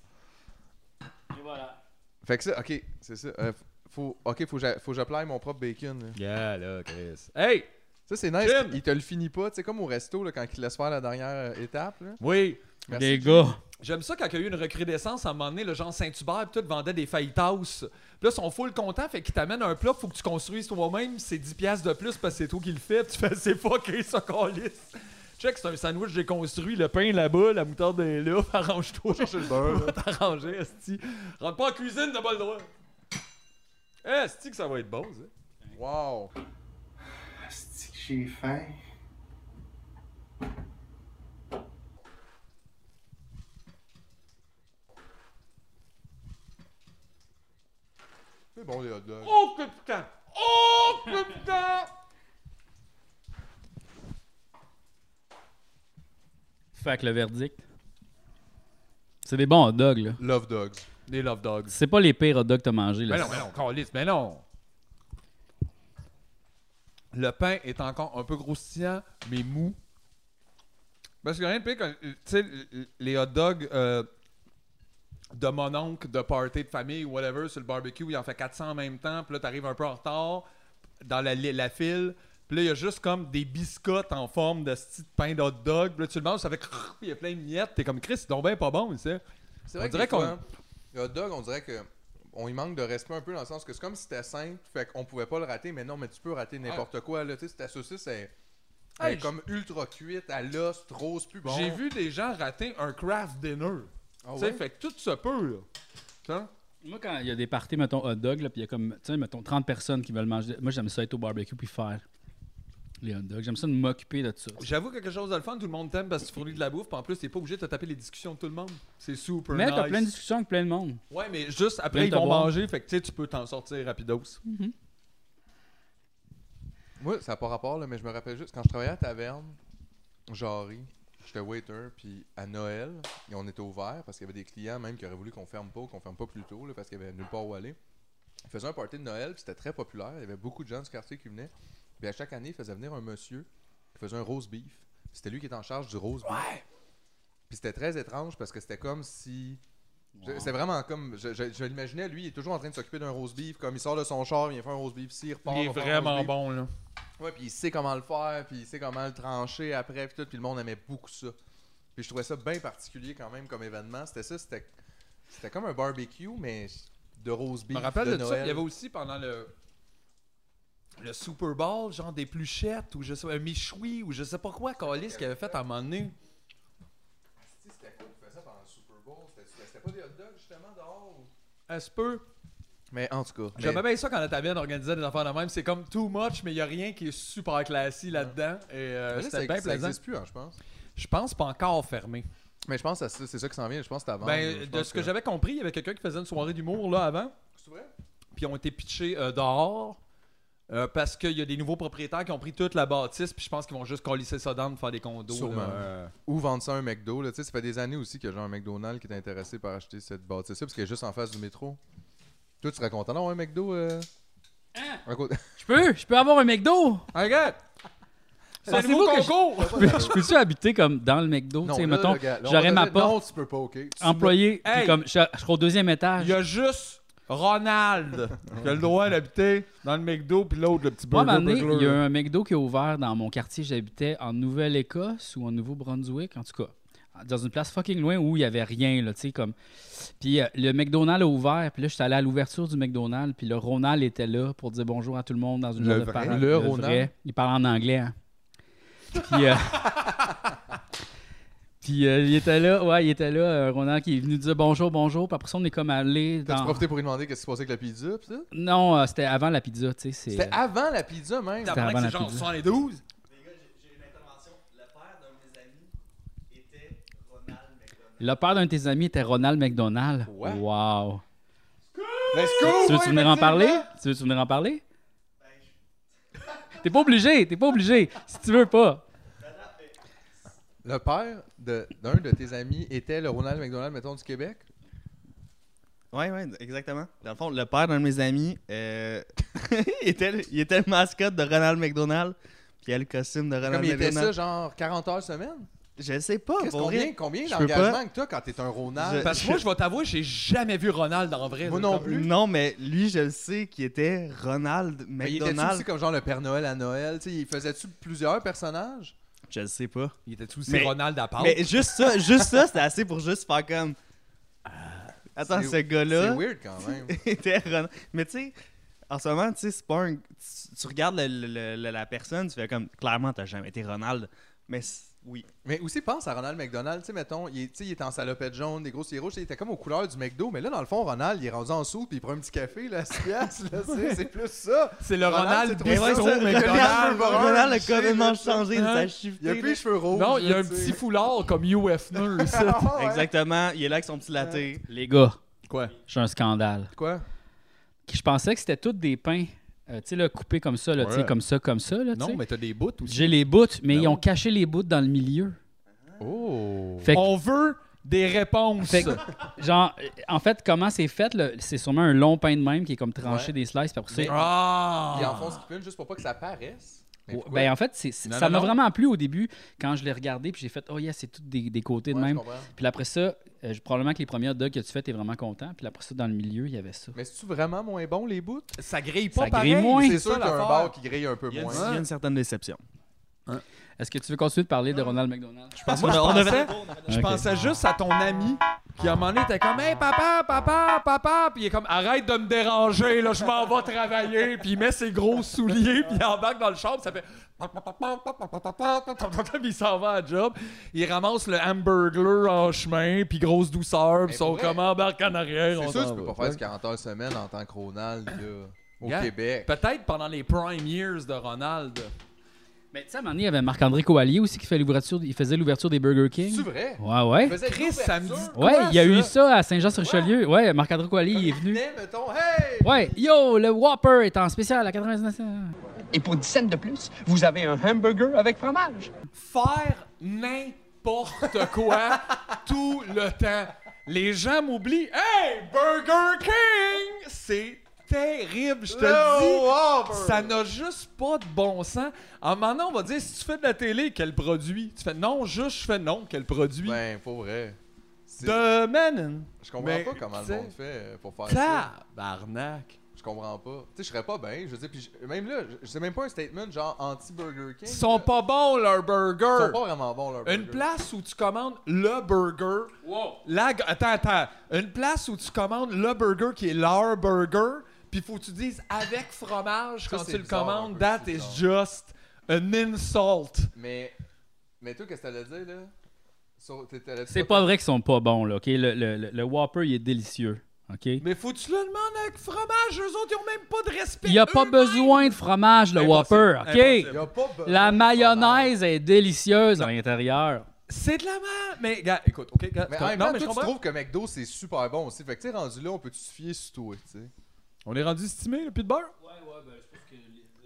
Speaker 1: Et voilà.
Speaker 3: Fait que ça, ok, c'est ça. Euh, faut, ok, faut que j'a- faut que j'appelle mon propre bacon. là.
Speaker 2: Yeah, là, Chris. Hey!
Speaker 3: Ça, c'est nice.
Speaker 2: Jim!
Speaker 3: Il te le finit pas. Tu sais, comme au resto, là, quand il te laisse faire la dernière euh, étape. Là.
Speaker 2: Oui.
Speaker 3: Merci,
Speaker 1: les
Speaker 3: Jim.
Speaker 1: gars.
Speaker 2: J'aime ça quand il y a eu une recrudescence à un moment donné, le genre Saint-Hubert, puis tout vendait des fajitas. Puis là, ils sont full contents, fait qu'ils t'amènent un plat, faut que tu construises toi-même, c'est 10$ piastres de plus parce que c'est toi qui le fais, tu fais c'est fucké, ça calisse. Check, c'est un sandwich, j'ai construit, le pain là-bas, la moutarde est là, arrange-toi. Cherche le beurre. T'arranger, Esti. Rentre pas en cuisine, t'as pas le droit. Eh, Esti, que ça va être bon, ça.
Speaker 3: Wow.
Speaker 4: Asti que J'ai faim.
Speaker 3: C'est bon, les hot dogs.
Speaker 2: Oh, que putain! Oh, que putain!
Speaker 1: Fait que le verdict. C'est des bons hot dogs, là.
Speaker 3: Love dogs.
Speaker 2: Des love dogs.
Speaker 1: C'est pas les pires hot dogs que t'as mangé, là.
Speaker 8: Ben
Speaker 2: Mais non, mais non, calice, mais non. Le pain est encore un peu croustillant, mais mou. Parce que rien de pire que, tu sais, les hot dogs euh, de mon oncle, de party, de famille, whatever, sur le barbecue, il en fait 400 en même temps, puis là, t'arrives un peu en retard dans la, li- la file, puis là, il y a juste comme des biscottes en forme de ce petit pain d'hot dog, puis là, tu le manges, ça fait crrr, il y a plein de miettes, t'es comme Chris, c'est donc ben pas bon, tu sais.
Speaker 3: C'est
Speaker 2: On
Speaker 3: vrai
Speaker 2: dirait
Speaker 3: que des
Speaker 2: qu'on-
Speaker 3: fois, Les hot dogs, on dirait que. On y manque de respect un peu dans le sens que c'est comme si c'était simple, fait qu'on pouvait pas le rater, mais non, mais tu peux rater n'importe quoi. Là, tu sais, ta saucisse, elle, elle
Speaker 2: Ah. Hey,
Speaker 3: est comme ultra cuite, à l'os, trop, c'est plus bon.
Speaker 2: J'ai vu des gens rater un craft dinner.
Speaker 3: Ah
Speaker 2: Tu sais,
Speaker 3: ouais?
Speaker 2: fait que tout se peut, là. Putain.
Speaker 1: Moi, quand il y a des parties, mettons, hot dog, là, puis il y a comme, tu sais, mettons, 30 personnes qui veulent manger. Moi, j'aime ça être au barbecue puis faire les hot dogs. J'aime ça de m'occuper de ça.
Speaker 2: J'avoue quelque chose de le fun, tout le monde t'aime parce que tu fournis de la bouffe, puis en plus, t'es pas obligé de te taper les discussions de tout le monde. C'est super
Speaker 1: Mais t'as
Speaker 2: nice.
Speaker 1: plein de discussions avec plein de monde.
Speaker 2: Ouais, mais juste après,
Speaker 1: Viens
Speaker 2: ils
Speaker 1: te
Speaker 2: vont
Speaker 1: voir.
Speaker 2: manger, fait que tu sais, tu peux t'en sortir rapidos.
Speaker 3: Moi, ça n'a pas rapport, là, mais je me rappelle juste, quand je travaillais à la taverne, Jarry, j'étais waiter, puis à Noël, et on était ouvert parce qu'il y avait des clients même qui auraient voulu qu'on ferme pas ou qu'on ferme pas plus tôt là, parce qu'il y avait nulle part où aller. Ils faisaient un party de Noël, puis c'était très populaire. Il y avait beaucoup de gens du quartier qui venaient. Puis à chaque année, ils faisaient venir un monsieur qui faisait un roast beef. Puis C'était lui qui était en charge du roast beef. Puis c'était très étrange parce que c'était comme si. je- C'est vraiment comme. Je, je- je l'imaginais, lui, il est toujours en train de s'occuper d'un roast beef. Comme il sort de son char, il vient faire un roast beef ici, il repart.
Speaker 2: Il est
Speaker 3: va faire un roast
Speaker 2: vraiment
Speaker 3: beef.
Speaker 2: bon, là.
Speaker 3: Ouais, puis il sait comment le faire, puis il sait comment le trancher après, puis tout. Puis le monde aimait beaucoup ça. Puis je trouvais ça bien particulier quand même comme événement. C'était ça, c'était, c'était comme un barbecue, mais de rose
Speaker 2: Je
Speaker 3: beef
Speaker 2: me rappelle de,
Speaker 3: de,
Speaker 2: ça.
Speaker 3: Noël.
Speaker 2: Il y avait aussi pendant le. Le Super Bowl, genre des pluchettes, ou je sais un michoui, ou je sais pas quoi, Calis, qui avait fait à un moment donné.
Speaker 3: C'était quoi qu'ils faisaient pendant le Super Bowl? C'était, c'était pas des hot dogs, justement, dehors? ou-
Speaker 2: Elle se peut.
Speaker 3: Mais en tout cas... mais-
Speaker 2: J'aimais bien ça quand la taverne organisait des affaires de même. C'est comme too much, mais il n'y a rien qui est super classy là-dedans. Et euh,
Speaker 3: mais là, ça,
Speaker 2: c'était bien
Speaker 3: ça
Speaker 2: plaisant.
Speaker 3: existe plus, hein, je pense.
Speaker 2: Je pense pas encore fermé.
Speaker 3: Mais je pense que ça- c'est ça qui s'en vient. Je pense que c'est avant.
Speaker 2: ben,
Speaker 3: je
Speaker 2: de
Speaker 3: pense
Speaker 2: ce que, j'avais compris, il y avait quelqu'un qui faisait une soirée d'humour là avant,
Speaker 3: C'est vrai?
Speaker 2: puis ils ont été pitchés euh, dehors. Euh, parce qu'il y a des nouveaux propriétaires qui ont pris toute la bâtisse, puis je pense qu'ils vont juste colisser ça dedans pour faire des condos.
Speaker 3: Sûrement.
Speaker 2: là. Euh,
Speaker 3: Ou vendre ça à un McDo. Là. Tu sais, Ça fait des années aussi que genre un McDonald's qui est intéressé par acheter cette bâtisse-là, parce qu'elle est juste en face du métro. Toi, tu serais content d'avoir un McDo euh, à côté-
Speaker 1: Je peux, je peux avoir un McDo.
Speaker 9: Regarde! C'est un nouveau
Speaker 1: Pensez-vous que je-
Speaker 9: concours!
Speaker 1: je peux-tu habiter comme dans le McDo, tu
Speaker 3: Non,
Speaker 1: sais,
Speaker 3: là,
Speaker 1: mettons,
Speaker 3: le gars, là, on
Speaker 1: j'aurais
Speaker 3: va
Speaker 1: ma
Speaker 3: dire,
Speaker 1: porte,
Speaker 3: Non, tu peux pas, OK. Tu
Speaker 1: employé, puis
Speaker 2: Hey!
Speaker 1: comme, je, je serai au deuxième étage.
Speaker 2: Il y a juste Ronald qui a le droit d'habiter dans le McDo, puis l'autre, le petit
Speaker 1: Moi, à un
Speaker 2: burger.
Speaker 1: moment donné,
Speaker 2: burger.
Speaker 1: il y a un McDo qui est ouvert dans mon quartier. J'habitais en Nouvelle-Écosse ou en Nouveau-Brunswick, en tout cas. Dans une place fucking loin où il n'y avait rien, là, tu sais, comme. Puis euh, le McDonald's a ouvert, puis là, j'étais allé à l'ouverture du McDonald's, puis le Ronald était là pour dire bonjour à tout le monde dans une
Speaker 3: Le
Speaker 1: genre de
Speaker 3: vrai?
Speaker 1: parole.
Speaker 3: Le Ronald?
Speaker 1: Il parle en anglais, hein. Puis. euh, Puis euh, il était là, ouais, il était là, euh, Ronald qui est venu dire bonjour, bonjour. Puis après ça, on est comme allé
Speaker 3: T'as-tu
Speaker 1: dans.
Speaker 3: profité pour lui demander qu'est-ce qui se passait avec la pizza, pis ça?
Speaker 1: Non, euh, c'était avant la pizza, tu sais. c'est- euh,
Speaker 3: C'était avant la pizza, même.
Speaker 1: C'était avant
Speaker 2: T'apprends que
Speaker 1: la
Speaker 2: c'est genre
Speaker 1: pizza.
Speaker 2: 72.
Speaker 1: Le père d'un de tes amis était Ronald McDonald.
Speaker 3: Ouais.
Speaker 1: Wow.
Speaker 3: Let's
Speaker 1: Tu veux-tu venir en parler? Tu veux-tu venir en parler? T'es pas obligé, t'es pas obligé. Si tu veux pas.
Speaker 3: Le père de- d'un de, tes amis était le Ronald McDonald, mettons, du Québec.
Speaker 10: Ouais, ouais, exactement. Dans le fond, le père d'un de mes amis, euh, il, était, le- il était le mascotte de Ronald McDonald. Puis il a le costume de Ronald
Speaker 3: Comme il était ça,
Speaker 10: McDonald.
Speaker 3: genre 40 heures semaine.
Speaker 10: Je sais pas,
Speaker 3: Qu'est-ce
Speaker 10: pour
Speaker 3: combien,
Speaker 10: vrai.
Speaker 3: combien
Speaker 10: Je peux
Speaker 3: d'engagement que t'as quand t'es un Ronald?
Speaker 2: Parce que moi, je vais t'avouer, j'ai jamais vu Ronald en vrai.
Speaker 3: Moi
Speaker 2: là,
Speaker 3: non
Speaker 2: comme-
Speaker 3: plus.
Speaker 10: Non, mais lui, je le sais qu'il était Ronald
Speaker 3: Mais il était aussi
Speaker 10: McDonald.
Speaker 3: comme genre le Père Noël à Noël, tu sais, il faisait-tu plusieurs personnages?
Speaker 10: Je le sais pas.
Speaker 2: Il était aussi
Speaker 10: Mais-
Speaker 2: Ronald à
Speaker 3: Ah,
Speaker 2: part.
Speaker 10: Mais juste ça, juste ça, c'était assez pour juste faire comme. Attends,
Speaker 3: Ah, c'est-
Speaker 10: ce
Speaker 3: C'est
Speaker 10: gars-là
Speaker 3: weird quand même.
Speaker 10: était Ronald. Mais tu sais, en ce moment, tu sais, c'est pas un- Tu, tu regardes le- le- le- la personne, tu fais comme. Clairement, t'as jamais été Ronald. Mais c- oui.
Speaker 3: Mais aussi, pense à Ronald McDonald. Tu sais, mettons, il est, tu sais, il est en salopette jaune, des grosses rouges. Il était comme aux couleurs du McDo. Mais là, dans le fond, Ronald, il est rendu en sous puis il prend un petit café, là, à six piastres, là, c'est- C'est plus ça.
Speaker 2: C'est le
Speaker 3: Ronald,
Speaker 2: Ronald
Speaker 3: c'est trop
Speaker 2: bistrot
Speaker 3: ça.
Speaker 10: Ronald,
Speaker 2: McDonald.
Speaker 3: McDonald,
Speaker 10: Ronald a
Speaker 3: Ronald,
Speaker 10: complètement
Speaker 3: je sais,
Speaker 10: changé de
Speaker 2: hein.
Speaker 10: sa
Speaker 3: Il a
Speaker 10: chiftée,
Speaker 3: plus
Speaker 10: là.
Speaker 3: les cheveux rouges.
Speaker 2: Non, il y a
Speaker 3: là,
Speaker 2: un
Speaker 3: tu
Speaker 2: petit
Speaker 3: sais.
Speaker 2: foulard comme Hugh Hefner ici.
Speaker 3: Ah ouais.
Speaker 10: Exactement, il est là avec son petit laté.
Speaker 1: Les gars,
Speaker 3: Quoi?
Speaker 1: j'ai un scandale.
Speaker 3: Quoi?
Speaker 1: Je pensais que c'était toutes des pains, euh, tu sais, là, coupés comme ça, là, tu sais,
Speaker 2: Ouais.
Speaker 1: comme ça, comme ça, là, tu sais.
Speaker 2: Non, mais t'as des bouts aussi.
Speaker 1: J'ai les bouts, mais
Speaker 2: Ben
Speaker 1: ils ont
Speaker 2: oui.
Speaker 1: caché les bouts dans le milieu.
Speaker 3: Oh!
Speaker 1: Fait que-
Speaker 2: On veut des réponses.
Speaker 1: Fait que, genre, euh, en fait, comment c'est fait, là, c'est sûrement un long pain de même qui est comme tranché
Speaker 3: Ouais.
Speaker 1: des slices, puis après ça,
Speaker 2: Ah!
Speaker 3: Il enfonce qui peut juste pour pas que ça paraisse. Mais
Speaker 1: Ouais,
Speaker 3: pourquoi?
Speaker 1: ben en fait, c'est- c'est-
Speaker 2: Non,
Speaker 1: ça
Speaker 2: non,
Speaker 1: m'a
Speaker 2: non.
Speaker 1: vraiment plu au début quand je l'ai regardé, puis j'ai fait, oh yeah, c'est tous des, des côtés de
Speaker 3: Ouais, je
Speaker 1: même.
Speaker 3: comprends.
Speaker 1: Puis après ça, euh, je- probablement que les premiers hot dogs que tu fais, t'es vraiment content. Puis après ça, dans le milieu, il y avait ça.
Speaker 3: Mais c'est-tu vraiment moins bon, les bouts?
Speaker 2: Ça grille pas
Speaker 1: Ça
Speaker 2: pareil.
Speaker 1: grille moins. Oui,
Speaker 3: c'est sûr
Speaker 2: ça,
Speaker 3: qu'il y a un
Speaker 2: l'affaire.
Speaker 3: bar qui grille un peu
Speaker 10: Il y a une,
Speaker 3: moins.
Speaker 10: il y a une certaine déception.
Speaker 1: Est-ce que tu veux continuer de parler de Ronald McDonald?
Speaker 10: Parce
Speaker 2: Moi, je
Speaker 10: qu'on a- on
Speaker 2: pensais,
Speaker 10: avait-
Speaker 2: je
Speaker 1: Ok.
Speaker 2: pensais juste à ton ami qui, à un moment donné, était comme Hey, papa, papa, papa. Puis il est comme Arrête de me déranger, là, je m'en vais travailler. Puis il met ses gros souliers, puis il embarque dans le char, puis ça fait. Puis il s'en va à job. Il ramasse le hamburger en chemin, puis grosse douceur, puis
Speaker 3: Mais
Speaker 2: son
Speaker 3: pour vrai,
Speaker 2: comment embarque en arrière.
Speaker 3: C'est
Speaker 2: on
Speaker 3: sûr que
Speaker 2: s'en
Speaker 3: tu peux
Speaker 2: va.
Speaker 3: pas faire du 40 heures semaine en tant que Ronald, là, au
Speaker 2: Yeah.
Speaker 3: Québec.
Speaker 2: Peut-être pendant les prime years de Ronald.
Speaker 1: Mais Ben, tu sais, à un moment donné, il y avait Marc-André Coallier aussi qui fait l'ouverture, il faisait l'ouverture des Burger King.
Speaker 3: C'est vrai?
Speaker 1: Ouais, ouais.
Speaker 3: Il faisait
Speaker 2: Chris,
Speaker 3: l'ouverture,
Speaker 2: ça me dit-
Speaker 1: Ouais, il y a
Speaker 2: ça?
Speaker 1: eu ça à Saint-Jean-sur-Richelieu. Ouais, Marc-André Coallier, il est
Speaker 3: il
Speaker 1: venu.
Speaker 3: venait, mettons, hey!
Speaker 1: Ouais, yo, le Whopper est en spécial à 99
Speaker 11: Et pour 10 cents de plus, vous avez un hamburger avec fromage.
Speaker 2: faire n'importe quoi tout le temps. Les gens m'oublient. Hey, Burger King! C'est terrible, je te le dis. Ça n'a juste pas de bon sens. À un moment donné, on va dire si tu fais de la télé, quel produit Tu fais non, juste je fais non, quel produit
Speaker 3: Ben, pour vrai. c'est-
Speaker 2: De Menon.
Speaker 3: Je comprends
Speaker 2: Mais,
Speaker 3: pas comment le
Speaker 2: tu sais,
Speaker 3: monde fait euh, pour faire ça.
Speaker 2: Tabarnak.
Speaker 3: Je comprends pas. Tu sais, je serais pas bien. Je veux dire, puis je- même là, je- c'est même pas un statement genre anti-Burger King.
Speaker 2: Ils sont
Speaker 3: là.
Speaker 2: pas bons, leurs
Speaker 3: Ils
Speaker 2: burgers.
Speaker 3: sont pas vraiment bons, leur
Speaker 2: Une place où tu commandes le burger. La... g- Attends, attends. Une place où tu commandes le burger qui est leur burger, puis faut que tu dises avec fromage
Speaker 3: Ça,
Speaker 2: quand
Speaker 3: c'est
Speaker 2: tu le
Speaker 3: bizarre, un
Speaker 2: commandes.
Speaker 3: peu,
Speaker 2: That
Speaker 3: c'est
Speaker 2: is just an insult.
Speaker 3: Mais, mais toi, qu'est-ce que t'allais dire, là? Sur- t'es- t'allais-
Speaker 1: C'est pas vrai qu'ils sont pas bons, là, OK? Le, le- le- le Whopper, il est délicieux, OK?
Speaker 2: Mais faut que tu le demandes avec fromage. Eux autres, ils ont même pas de respect.
Speaker 1: Il n'y a pas
Speaker 2: eux-mêmes.
Speaker 1: besoin de fromage, le
Speaker 2: Impossible.
Speaker 1: Whopper, OK?
Speaker 2: Impossible.
Speaker 3: Y a pas besoin
Speaker 1: La
Speaker 3: de
Speaker 1: mayonnaise est délicieuse à l'intérieur.
Speaker 2: C'est de la merde. Mais, gars, écoute, OK, gars.
Speaker 3: fromage. Mais
Speaker 2: t'as-
Speaker 3: en même
Speaker 2: non,
Speaker 3: temps,
Speaker 2: mais je
Speaker 3: toi, tu
Speaker 2: comprends.
Speaker 3: trouves que McDo, c'est super bon aussi. Fait que, tu sais, rendu là, on peut-tu se fier sur toi, tu sais.
Speaker 2: On est rendu stimé, le plus de beurre.
Speaker 1: Ouais, ouais, ben, je pense que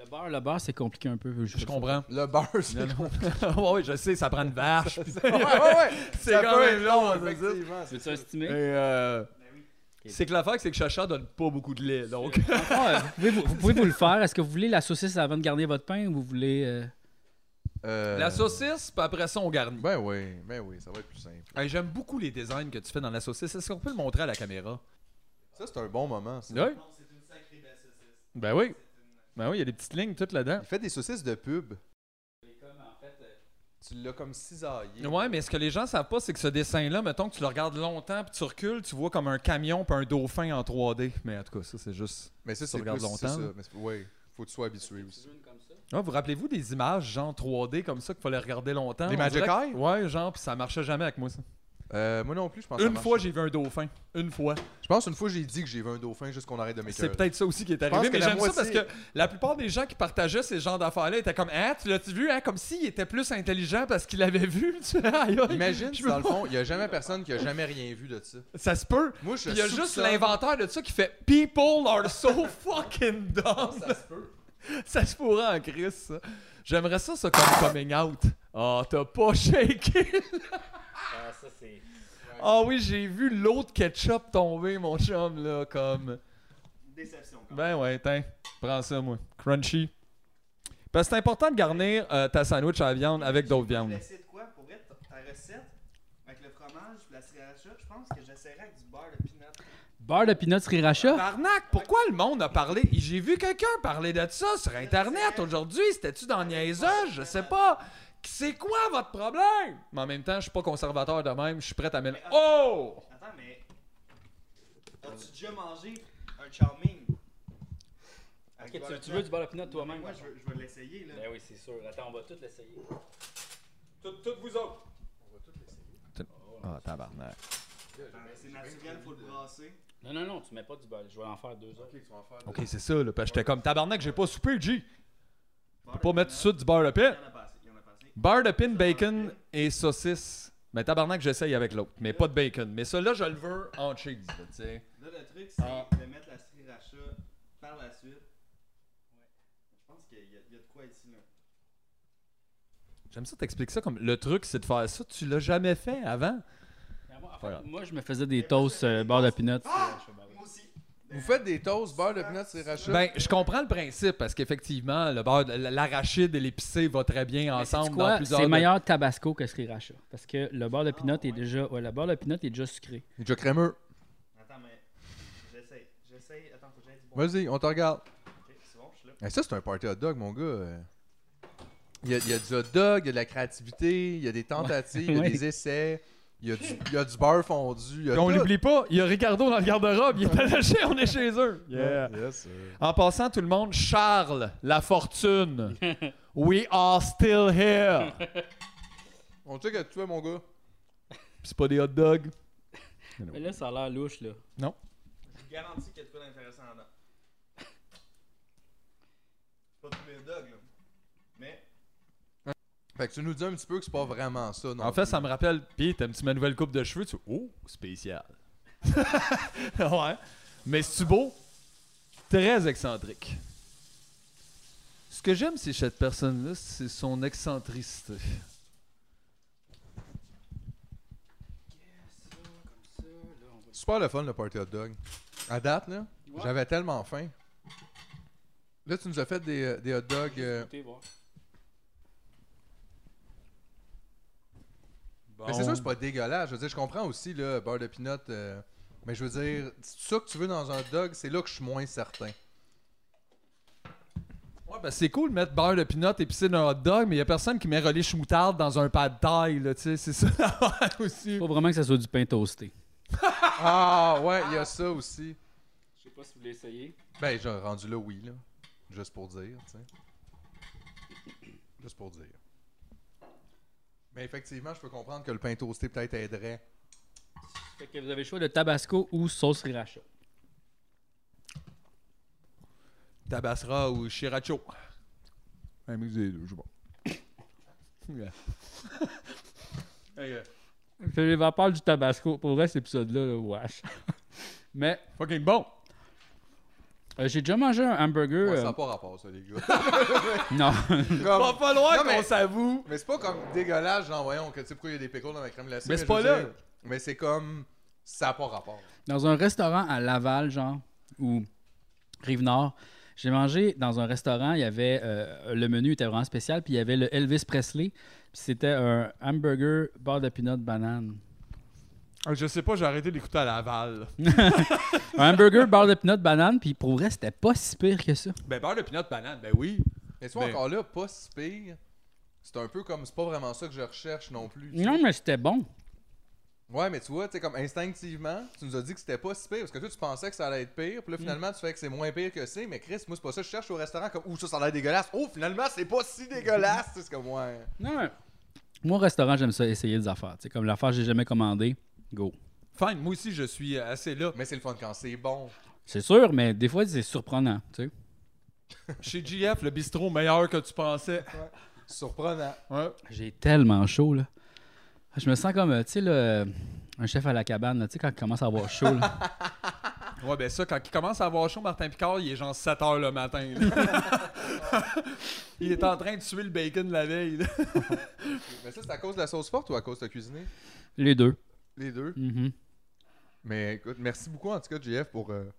Speaker 1: le beurre, le beurre, c'est compliqué un peu.
Speaker 8: Je comprends.
Speaker 3: Le beurre, c'est
Speaker 8: Non, non. oui, je sais, ça prend une vache. puis
Speaker 3: Ouais, ouais, ouais.
Speaker 8: c'est
Speaker 3: Ça
Speaker 8: quand
Speaker 3: peut
Speaker 8: même
Speaker 3: être
Speaker 8: long, ça, ça.
Speaker 3: effectivement.
Speaker 1: Veux-tu
Speaker 8: Et,
Speaker 1: estimer?
Speaker 8: euh, C'est que l'affaire, c'est que Chacha donne pas beaucoup de lait. Donc,
Speaker 1: Ah, euh, vous, pouvez, vous, vous pouvez vous le faire. Est-ce que vous voulez la saucisse avant de garnir votre pain ou vous voulez. euh,
Speaker 3: Euh,
Speaker 8: la saucisse, puis après ça, on garnit.
Speaker 3: Ben oui, ben oui, ça va être plus simple.
Speaker 8: Hey, J'aime beaucoup les designs que tu fais dans la saucisse. Est-ce qu'on peut le montrer à la caméra?
Speaker 3: Ça, c'est un bon moment. ça.
Speaker 8: Oui. Ben oui. Ben oui, il y a des petites lignes toutes là-dedans.
Speaker 3: Il fait des saucisses de pub. euh, Tu l'as comme cisaillé.
Speaker 8: Ouais, mais ce que les gens savent pas, c'est que ce dessin-là, mettons que tu le regardes longtemps, puis tu recules, tu vois comme un camion puis un dauphin en 3D. Mais en tout cas, ça, c'est juste...
Speaker 3: Mais ça,
Speaker 8: Tu
Speaker 3: c'est
Speaker 8: regardes
Speaker 3: plus- c'est
Speaker 8: longtemps.
Speaker 3: ça, mais c'est- Ouais, faut que tu sois habitué aussi.
Speaker 8: Ouais, Ah, vous rappelez-vous des images, genre 3D, comme ça, qu'il fallait regarder longtemps?
Speaker 3: Des
Speaker 8: On
Speaker 3: Magic
Speaker 8: dirait que-
Speaker 3: Eye?
Speaker 8: Ouais, genre, puis ça marchait jamais avec moi, ça.
Speaker 3: Euh, moi non plus, je pense que ça
Speaker 8: Une
Speaker 3: marche.
Speaker 8: fois, j'ai vu un dauphin. Une fois.
Speaker 3: Je pense une fois, j'ai dit que j'ai vu un dauphin juste qu'on arrête de m'écœurer.
Speaker 8: C'est peut-être ça aussi qui est
Speaker 3: pense
Speaker 8: arrivé,
Speaker 3: que
Speaker 8: mais
Speaker 3: la
Speaker 8: j'aime ça parce
Speaker 3: moitié-
Speaker 8: que la plupart des gens qui partageaient ces genres d'affaires-là étaient comme Ah, tu l'as-tu vu, hein? Comme s'il était plus intelligent parce qu'il l'avait vu. Tu sais, aïe, aïe.
Speaker 3: Imagine,
Speaker 8: Je
Speaker 3: si
Speaker 8: veux
Speaker 3: dans le
Speaker 8: pas.
Speaker 3: fond, il n'y a jamais personne qui a jamais rien vu de ça.
Speaker 8: Ça se peut.
Speaker 3: Moi, je
Speaker 8: Puis il y a juste
Speaker 3: soupçonne-
Speaker 8: l'inventeur de ça qui fait People are so fucking dumb. Ça se peut. Ça se pourrait en Chris, ça. J'aimerais ça, ça, comme coming out. Ah, t'as pas shaké. Ah oui, j'ai vu l'autre ketchup tomber, mon chum, là, comme.
Speaker 10: Déception.
Speaker 8: Ben ouais, tiens, prends ça, moi. Crunchy. Parce que c'est important de garnir euh, ta sandwich à la viande avec d'autres viandes.
Speaker 10: de quoi pour vrai ta- ta recette avec le fromage, la sriracha, je pense que j'essaierai avec du beurre de pinot.
Speaker 1: Beurre de peanuts sriracha?
Speaker 8: Barnac, pourquoi le monde a parlé J'ai vu quelqu'un parler de ça sur Internet aujourd'hui. C'était-tu dans niaiseuse Je sais pas. C'est quoi votre problème Mais en même temps, je suis pas conservateur de même. Je suis prêt à mettre. Oh
Speaker 10: Attends, mais as-tu déjà mangé un charming
Speaker 1: Ah,
Speaker 10: Avec beurre de pinot?
Speaker 1: beurre de peanuts toi-même?
Speaker 10: Moi, je veux, je veux l'essayer là.
Speaker 1: oui, c'est sûr. Attends, on va tout l'essayer.
Speaker 8: Ah, tabarnak.
Speaker 10: C'est naturel, faut le brasser.
Speaker 1: Non, non, non, tu mets pas du beurre. Je vais en faire deux autres.
Speaker 8: Ok, c'est ça, là. parce que J'étais comme tabarnak, j'ai pas soupé, G. Faut Pas mettre tout de suite du beurre de pin.
Speaker 10: Il y en a pas assez, il y en a pas assez.
Speaker 8: Beurre de pin, bacon et saucisse. Mais tabarnak, j'essaye avec l'autre. Mais pas de bacon. Mais celui-là, je le veux en cheese, là, tu sais.
Speaker 10: Là, le truc, c'est
Speaker 8: Ah.
Speaker 10: de mettre la sriracha par la suite. Je pense qu'il y, a- il y a de quoi ici, là.
Speaker 8: J'aime ça, t'expliques ça comme le truc, c'est de faire ça. Tu l'as jamais fait avant.
Speaker 1: Moi, en fait,
Speaker 8: Voilà.
Speaker 1: moi, je me faisais des toasts euh, beurre de peanuts.
Speaker 10: Moi aussi.
Speaker 3: Vous faites des toasts, beurre de peanuts, sriracha.
Speaker 8: Ben, je comprends le principe parce qu'effectivement, le beurre, de- l'arachide et l'épicé va très bien
Speaker 1: Mais sais-tu
Speaker 8: ensemble
Speaker 1: quoi?
Speaker 8: dans plusieurs.
Speaker 1: C'est meilleur tabasco que sriracha. Parce que le beurre de peanut est déjà. Ah, Ouais, le beurre de peanut est déjà sucré.
Speaker 3: Il est déjà crémeux.
Speaker 10: Attends, mais j'essaye. J'essaye. Attends, faut que j'aille du bon.
Speaker 3: Vas-y, on te regarde.
Speaker 10: Ok, c'est bon, je suis là.
Speaker 3: Eh, ça, c'est un party hot dog, mon gars. Euh, Il y, a, il y a du hot dog, il y a de la créativité, il y a des tentatives, il y a
Speaker 1: Ouais.
Speaker 3: des essais, il y a du, il y a du beurre fondu. il y a
Speaker 8: Puis on
Speaker 3: tout.
Speaker 8: l'oublie pas, il y a Ricardo dans le garde-robe, il est attaché, on est chez eux. Yeah.
Speaker 3: Yes, sir.
Speaker 8: En passant, tout le monde, Charles, la fortune. We are still here.
Speaker 3: On check à toi, mon gars.
Speaker 8: C'est pas des hot dogs.
Speaker 1: Mais là, ça a l'air louche, là.
Speaker 10: Je vous garantis qu'il y a de quoi d'intéressant là-dedans. Pas tous les dogs, là. Mais.
Speaker 3: Fait que tu nous dis un petit peu que c'est pas vraiment ça, non?
Speaker 8: En fait, ça me rappelle, pis t'aimes-tu ma nouvelle coupe de cheveux? Tu oh, spécial. ouais. Mais c'est-tu beau? Très excentrique. Ce que j'aime, c'est cette personne-là, c'est son excentricité.
Speaker 3: Super le fun, le party hot dog. À date, là, j'avais tellement faim. Là, tu nous as fait des, euh, des hot dogs. euh,
Speaker 1: Goûtez, voir.
Speaker 3: Mais c'est sûr, c'est pas dégueulasse. Je veux dire, je comprends aussi, là, beurre de peanut. euh, Mais je veux dire, c'est ça que tu veux dans un hot dog, c'est là que je suis moins certain.
Speaker 8: Ouais, ben c'est cool de mettre beurre de peanut épicé dans un hot dog, mais y a personne qui met relish moutarde dans un pas de taille, là, tu sais, c'est ça l'affaire aussi.
Speaker 1: Faut vraiment que ça soit du pain toasté.
Speaker 3: Ah, ouais, il y a ça aussi.
Speaker 1: Je sais pas si vous voulez essayer.
Speaker 3: Ben, j'ai rendu là, oui, là. Juste pour dire, tu sais. Juste pour dire. Mais effectivement, je peux comprendre que le pain toasté peut-être aiderait.
Speaker 1: Fait que vous avez le choix de tabasco ou sauce sriracha.
Speaker 8: Tabassera ou Shiracho. Un mix des deux, je sais pas. Yeah. Ok.
Speaker 1: J'ai les vapeurs du tabasco. Pour vrai, cet épisode-là, là, wesh. Mais
Speaker 8: Fucking bon!
Speaker 1: Euh, J'ai déjà mangé un hamburger.
Speaker 3: Ouais, ça
Speaker 1: euh,
Speaker 3: n'a pas rapport, ça, les gars.
Speaker 1: Non.
Speaker 3: hein. Comme-
Speaker 8: Va falloir
Speaker 3: Non,
Speaker 8: qu'on
Speaker 3: mais-
Speaker 8: s'avoue.
Speaker 3: Mais c'est pas comme dégueulasse, genre, voyons, que tu sais pourquoi il y a des pickles dans la crème glacée.
Speaker 8: Mais c'est
Speaker 3: je veux
Speaker 8: pas là.
Speaker 3: dire, Mais c'est comme. Ça n'a pas rapport.
Speaker 1: Dans un restaurant à Laval, genre, ou Rive-Nord, j'ai mangé dans un restaurant, il y avait euh, le menu était vraiment spécial, puis il y avait le Elvis Presley, puis c'était un hamburger beurre de peanut banane.
Speaker 8: Je sais pas, j'ai arrêté d'écouter à Laval.
Speaker 1: Un hamburger beurre de peanut banane, puis pour vrai, c'était pas si pire que ça.
Speaker 8: Ben, beurre de pinot banane, ben oui.
Speaker 3: Mais soit encore là, pas si pire. C'est un peu comme. C'est pas vraiment ça que je recherche non plus. tu sais.
Speaker 1: Non, mais c'était bon.
Speaker 3: Ouais, mais tu vois, tu sais, comme instinctivement, tu nous as dit que c'était pas si pire. Parce que toi, tu pensais que ça allait être pire. Puis là, finalement, tu fais que c'est moins pire que c'est. Mais Chris, moi, c'est pas ça. que Je cherche au restaurant comme. Ouh, ça, ça a l'air dégueulasse. Oh, finalement, c'est pas si dégueulasse. Tu sais, c'est comme, ouais.
Speaker 1: Non, mais... Moi, au restaurant, j'aime ça, essayer des affaires. Tu sais, comme l'affaire que j'ai jamais commandée, go.
Speaker 8: Fine, moi aussi, je suis euh, assez là.
Speaker 3: Mais c'est le fun quand c'est bon.
Speaker 1: C'est sûr, mais des fois, c'est surprenant, tu sais.
Speaker 8: Chez GF, le bistrot meilleur que tu pensais.
Speaker 3: Surprenant.
Speaker 8: Ouais.
Speaker 1: J'ai tellement chaud, là. Je me sens comme, euh, tu sais, le- un chef à la cabane, là, tu sais, quand il commence à avoir chaud, là.
Speaker 8: Ouais, ben ça, quand il commence à avoir chaud, Martin Picard, il est genre 7 h le matin. là. il est en train de tuer le bacon la veille. là.
Speaker 3: Mais ça, c'est à cause de la sauce forte ou à cause de cuisiner
Speaker 1: Les deux.
Speaker 3: Les deux.
Speaker 1: Mhm.
Speaker 3: Mais écoute, merci beaucoup, en tout cas, JF, pour, euh,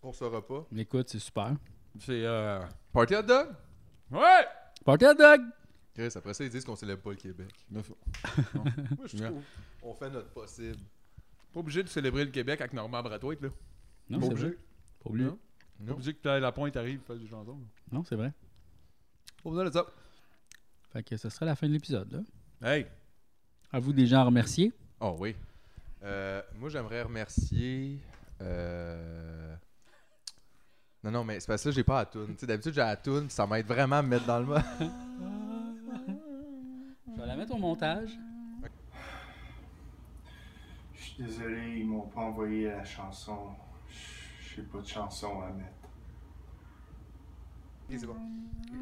Speaker 3: pour ce repas.
Speaker 1: Écoute, c'est super.
Speaker 8: C'est. euh,
Speaker 3: Party hot dog
Speaker 8: Ouais!
Speaker 1: Party hot dog!
Speaker 3: Chris, après ça, ils disent qu'on célèbre pas le Québec. Moi, je trouve. On fait notre possible.
Speaker 8: Pas obligé de célébrer le Québec avec Normand Bratoit, là.
Speaker 1: Non, c'est vrai. Pas obligé.
Speaker 8: Non. Pas obligé que la pointe arrive, fasse du chanson.
Speaker 1: Non, c'est vrai.
Speaker 8: Pas besoin de ça.
Speaker 1: Fait que ce serait la fin de l'épisode, là.
Speaker 8: Hey!
Speaker 1: À vous des gens à remercier.
Speaker 3: Oh oui. Euh, moi, j'aimerais remercier. euh, Non, non, mais c'est parce que ça, j'ai pas à tune. Tu sais, d'habitude, j'ai à tune, ça m'aide vraiment à me mettre dans le mode.
Speaker 1: Je vais la mettre au montage.
Speaker 4: Je suis désolé, ils m'ont pas envoyé la chanson. J'ai pas de chanson à mettre.
Speaker 3: Ok, c'est bon.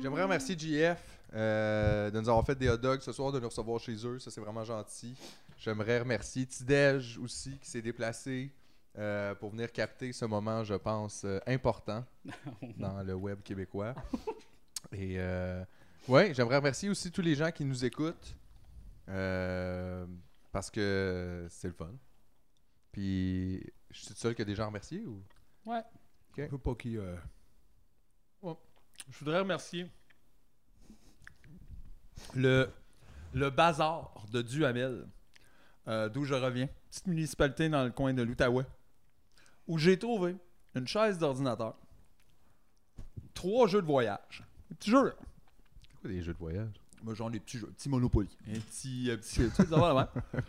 Speaker 3: J'aimerais remercier JF euh, de nous avoir fait des hot dogs ce soir, de nous recevoir chez eux. Ça, c'est vraiment gentil. J'aimerais remercier Tidej aussi qui s'est déplacé euh, pour venir capter ce moment, je pense, euh, important dans le web québécois. Et euh, ouais, j'aimerais remercier aussi tous les gens qui nous écoutent euh, parce que c'est le fun. Puis, je suis le seul qui a des gens à remercier ou
Speaker 8: Je veux pas qu'il. euh, ouais. Je voudrais remercier le, le bazar de Duhamel, euh, d'où je reviens. Petite municipalité dans le coin de l'Outaouais, où j'ai trouvé une chaise d'ordinateur, trois jeux de voyage. Des petits jeux, là.
Speaker 3: C'est quoi des jeux de voyage
Speaker 8: Moi, genre des petits jeux, petit Monopoly. Un petit. euh, petit tu sais, des affaires de même.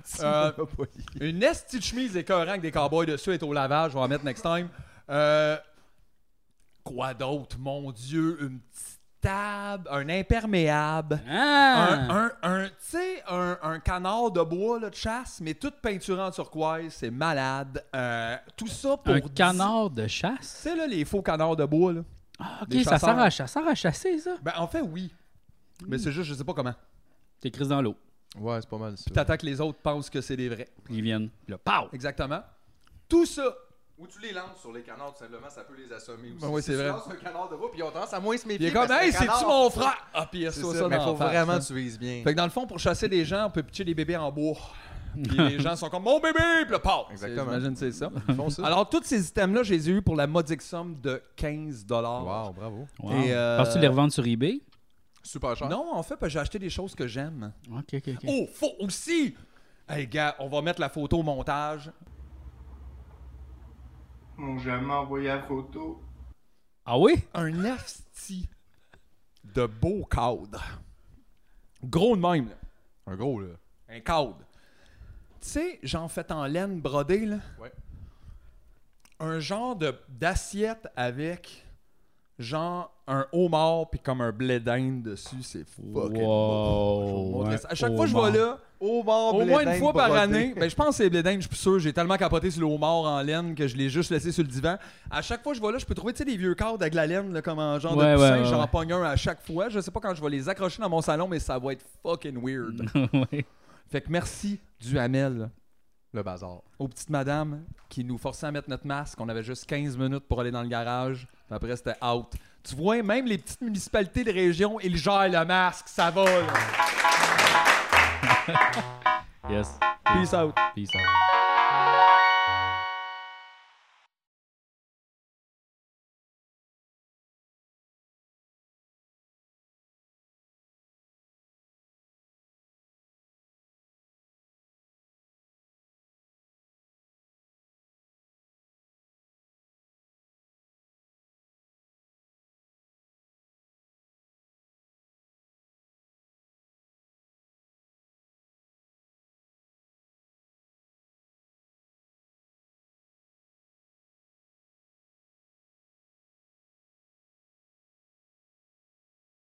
Speaker 8: Euh, Une esti de chemise écœurante avec des cowboys dessus est au lavage, je vais en mettre next time. Euh, quoi d'autre, mon Dieu? Une petite table, un imperméable. Un,
Speaker 1: Ah!
Speaker 8: un, un, tu sais, un, un canard de bois là, de chasse, mais toute peinturée en turquoise, c'est malade. Euh, tout ça pour. dix-
Speaker 1: canard de chasse?
Speaker 8: Tu sais, là, les faux canards de bois, là.
Speaker 1: Ah, ok,
Speaker 8: Des
Speaker 1: ça sert,
Speaker 8: chasseurs.
Speaker 1: à, ça sert à chasser, ça.
Speaker 8: Ben, en fait, oui. Euh. Mais c'est juste, je sais pas comment.
Speaker 1: T'es crise dans l'eau.
Speaker 3: Ouais, c'est pas mal ça.
Speaker 8: Puis t'attends que les autres pensent que c'est des vrais.
Speaker 1: Ils viennent. Puis là, pow!
Speaker 8: Exactement. Tout ça
Speaker 3: Ou tu les lances sur les canards, tout simplement, ça peut les assommer aussi.
Speaker 8: Ben oui,
Speaker 3: Si
Speaker 8: c'est vrai.
Speaker 3: Tu lances un canard de bois, puis ils ont tendance à moins se
Speaker 8: Puis
Speaker 3: méfier.
Speaker 8: il est comme,
Speaker 3: parce que
Speaker 8: hey,
Speaker 3: le
Speaker 8: c'est-tu
Speaker 3: canard-
Speaker 8: mon frère? Ah, puis il y a
Speaker 3: C'est
Speaker 8: ça,
Speaker 3: ça,
Speaker 8: ça,
Speaker 3: mais
Speaker 8: dans
Speaker 3: faut
Speaker 8: la face,
Speaker 3: vraiment
Speaker 8: là.
Speaker 3: que tu vises bien.
Speaker 8: Fait que dans le fond, pour chasser des gens, on peut pitcher des bébés en bois. Puis les gens sont comme, mon bébé, puis le paf! C'est-
Speaker 3: Exactement.
Speaker 8: J'imagine que c'est ça.
Speaker 3: Ils font ça.
Speaker 8: Alors, tous ces items-là, je les ai eus pour la modique somme de 15
Speaker 3: Wow, bravo.
Speaker 1: Wow.
Speaker 8: Et, euh,
Speaker 1: Penses-tu les revendre sur eBay?
Speaker 3: Super cher.
Speaker 8: Non, en fait, parce que j'ai acheté des choses que j'aime.
Speaker 1: Ok, ok, ok.
Speaker 8: Oh, faut aussi! Hey, gars, on va mettre la photo au montage.
Speaker 4: Ils m'ont jamais envoyé la photo.
Speaker 1: Ah oui?
Speaker 8: Un asti de beau cadre. Gros de même, là.
Speaker 3: Un gros, là.
Speaker 8: Un cadre. Tu sais, j'en fais en laine brodée, là.
Speaker 3: Ouais.
Speaker 8: Un genre de d'assiette avec genre un homard puis comme un blé d'Inde dessus, c'est fucking bon. Je vais vous
Speaker 1: Wow!
Speaker 8: montrer ça. À chaque
Speaker 1: un
Speaker 8: fois que je vais
Speaker 1: homard.
Speaker 8: là,
Speaker 3: Au mort,
Speaker 8: au moins une fois par année, ben, je pense que c'est les blé d'Inde, je suis plus sûr, j'ai tellement capoté sur le homard en laine que je l'ai juste laissé sur le divan. À chaque fois que je vais là, je peux trouver tu sais, des vieux cadres avec la laine là, comme en genre
Speaker 1: Ouais,
Speaker 8: de
Speaker 1: ouais,
Speaker 8: poussin,
Speaker 1: ouais,
Speaker 8: j'en
Speaker 1: ouais.
Speaker 8: pogne un à chaque fois. Je sais pas quand je vais les accrocher dans mon salon, mais ça va être fucking weird.
Speaker 1: Ouais.
Speaker 8: fait que merci Duhamel
Speaker 3: Le bazar.
Speaker 8: aux petites madames qui nous forçaient à mettre notre masque. On avait juste 15 minutes pour aller dans le garage. Puis après, c'était out. Tu vois, même les petites municipalités de région, ils gèrent le masque. Ça va, là.
Speaker 1: Yes.
Speaker 8: Peace out.
Speaker 1: Peace out.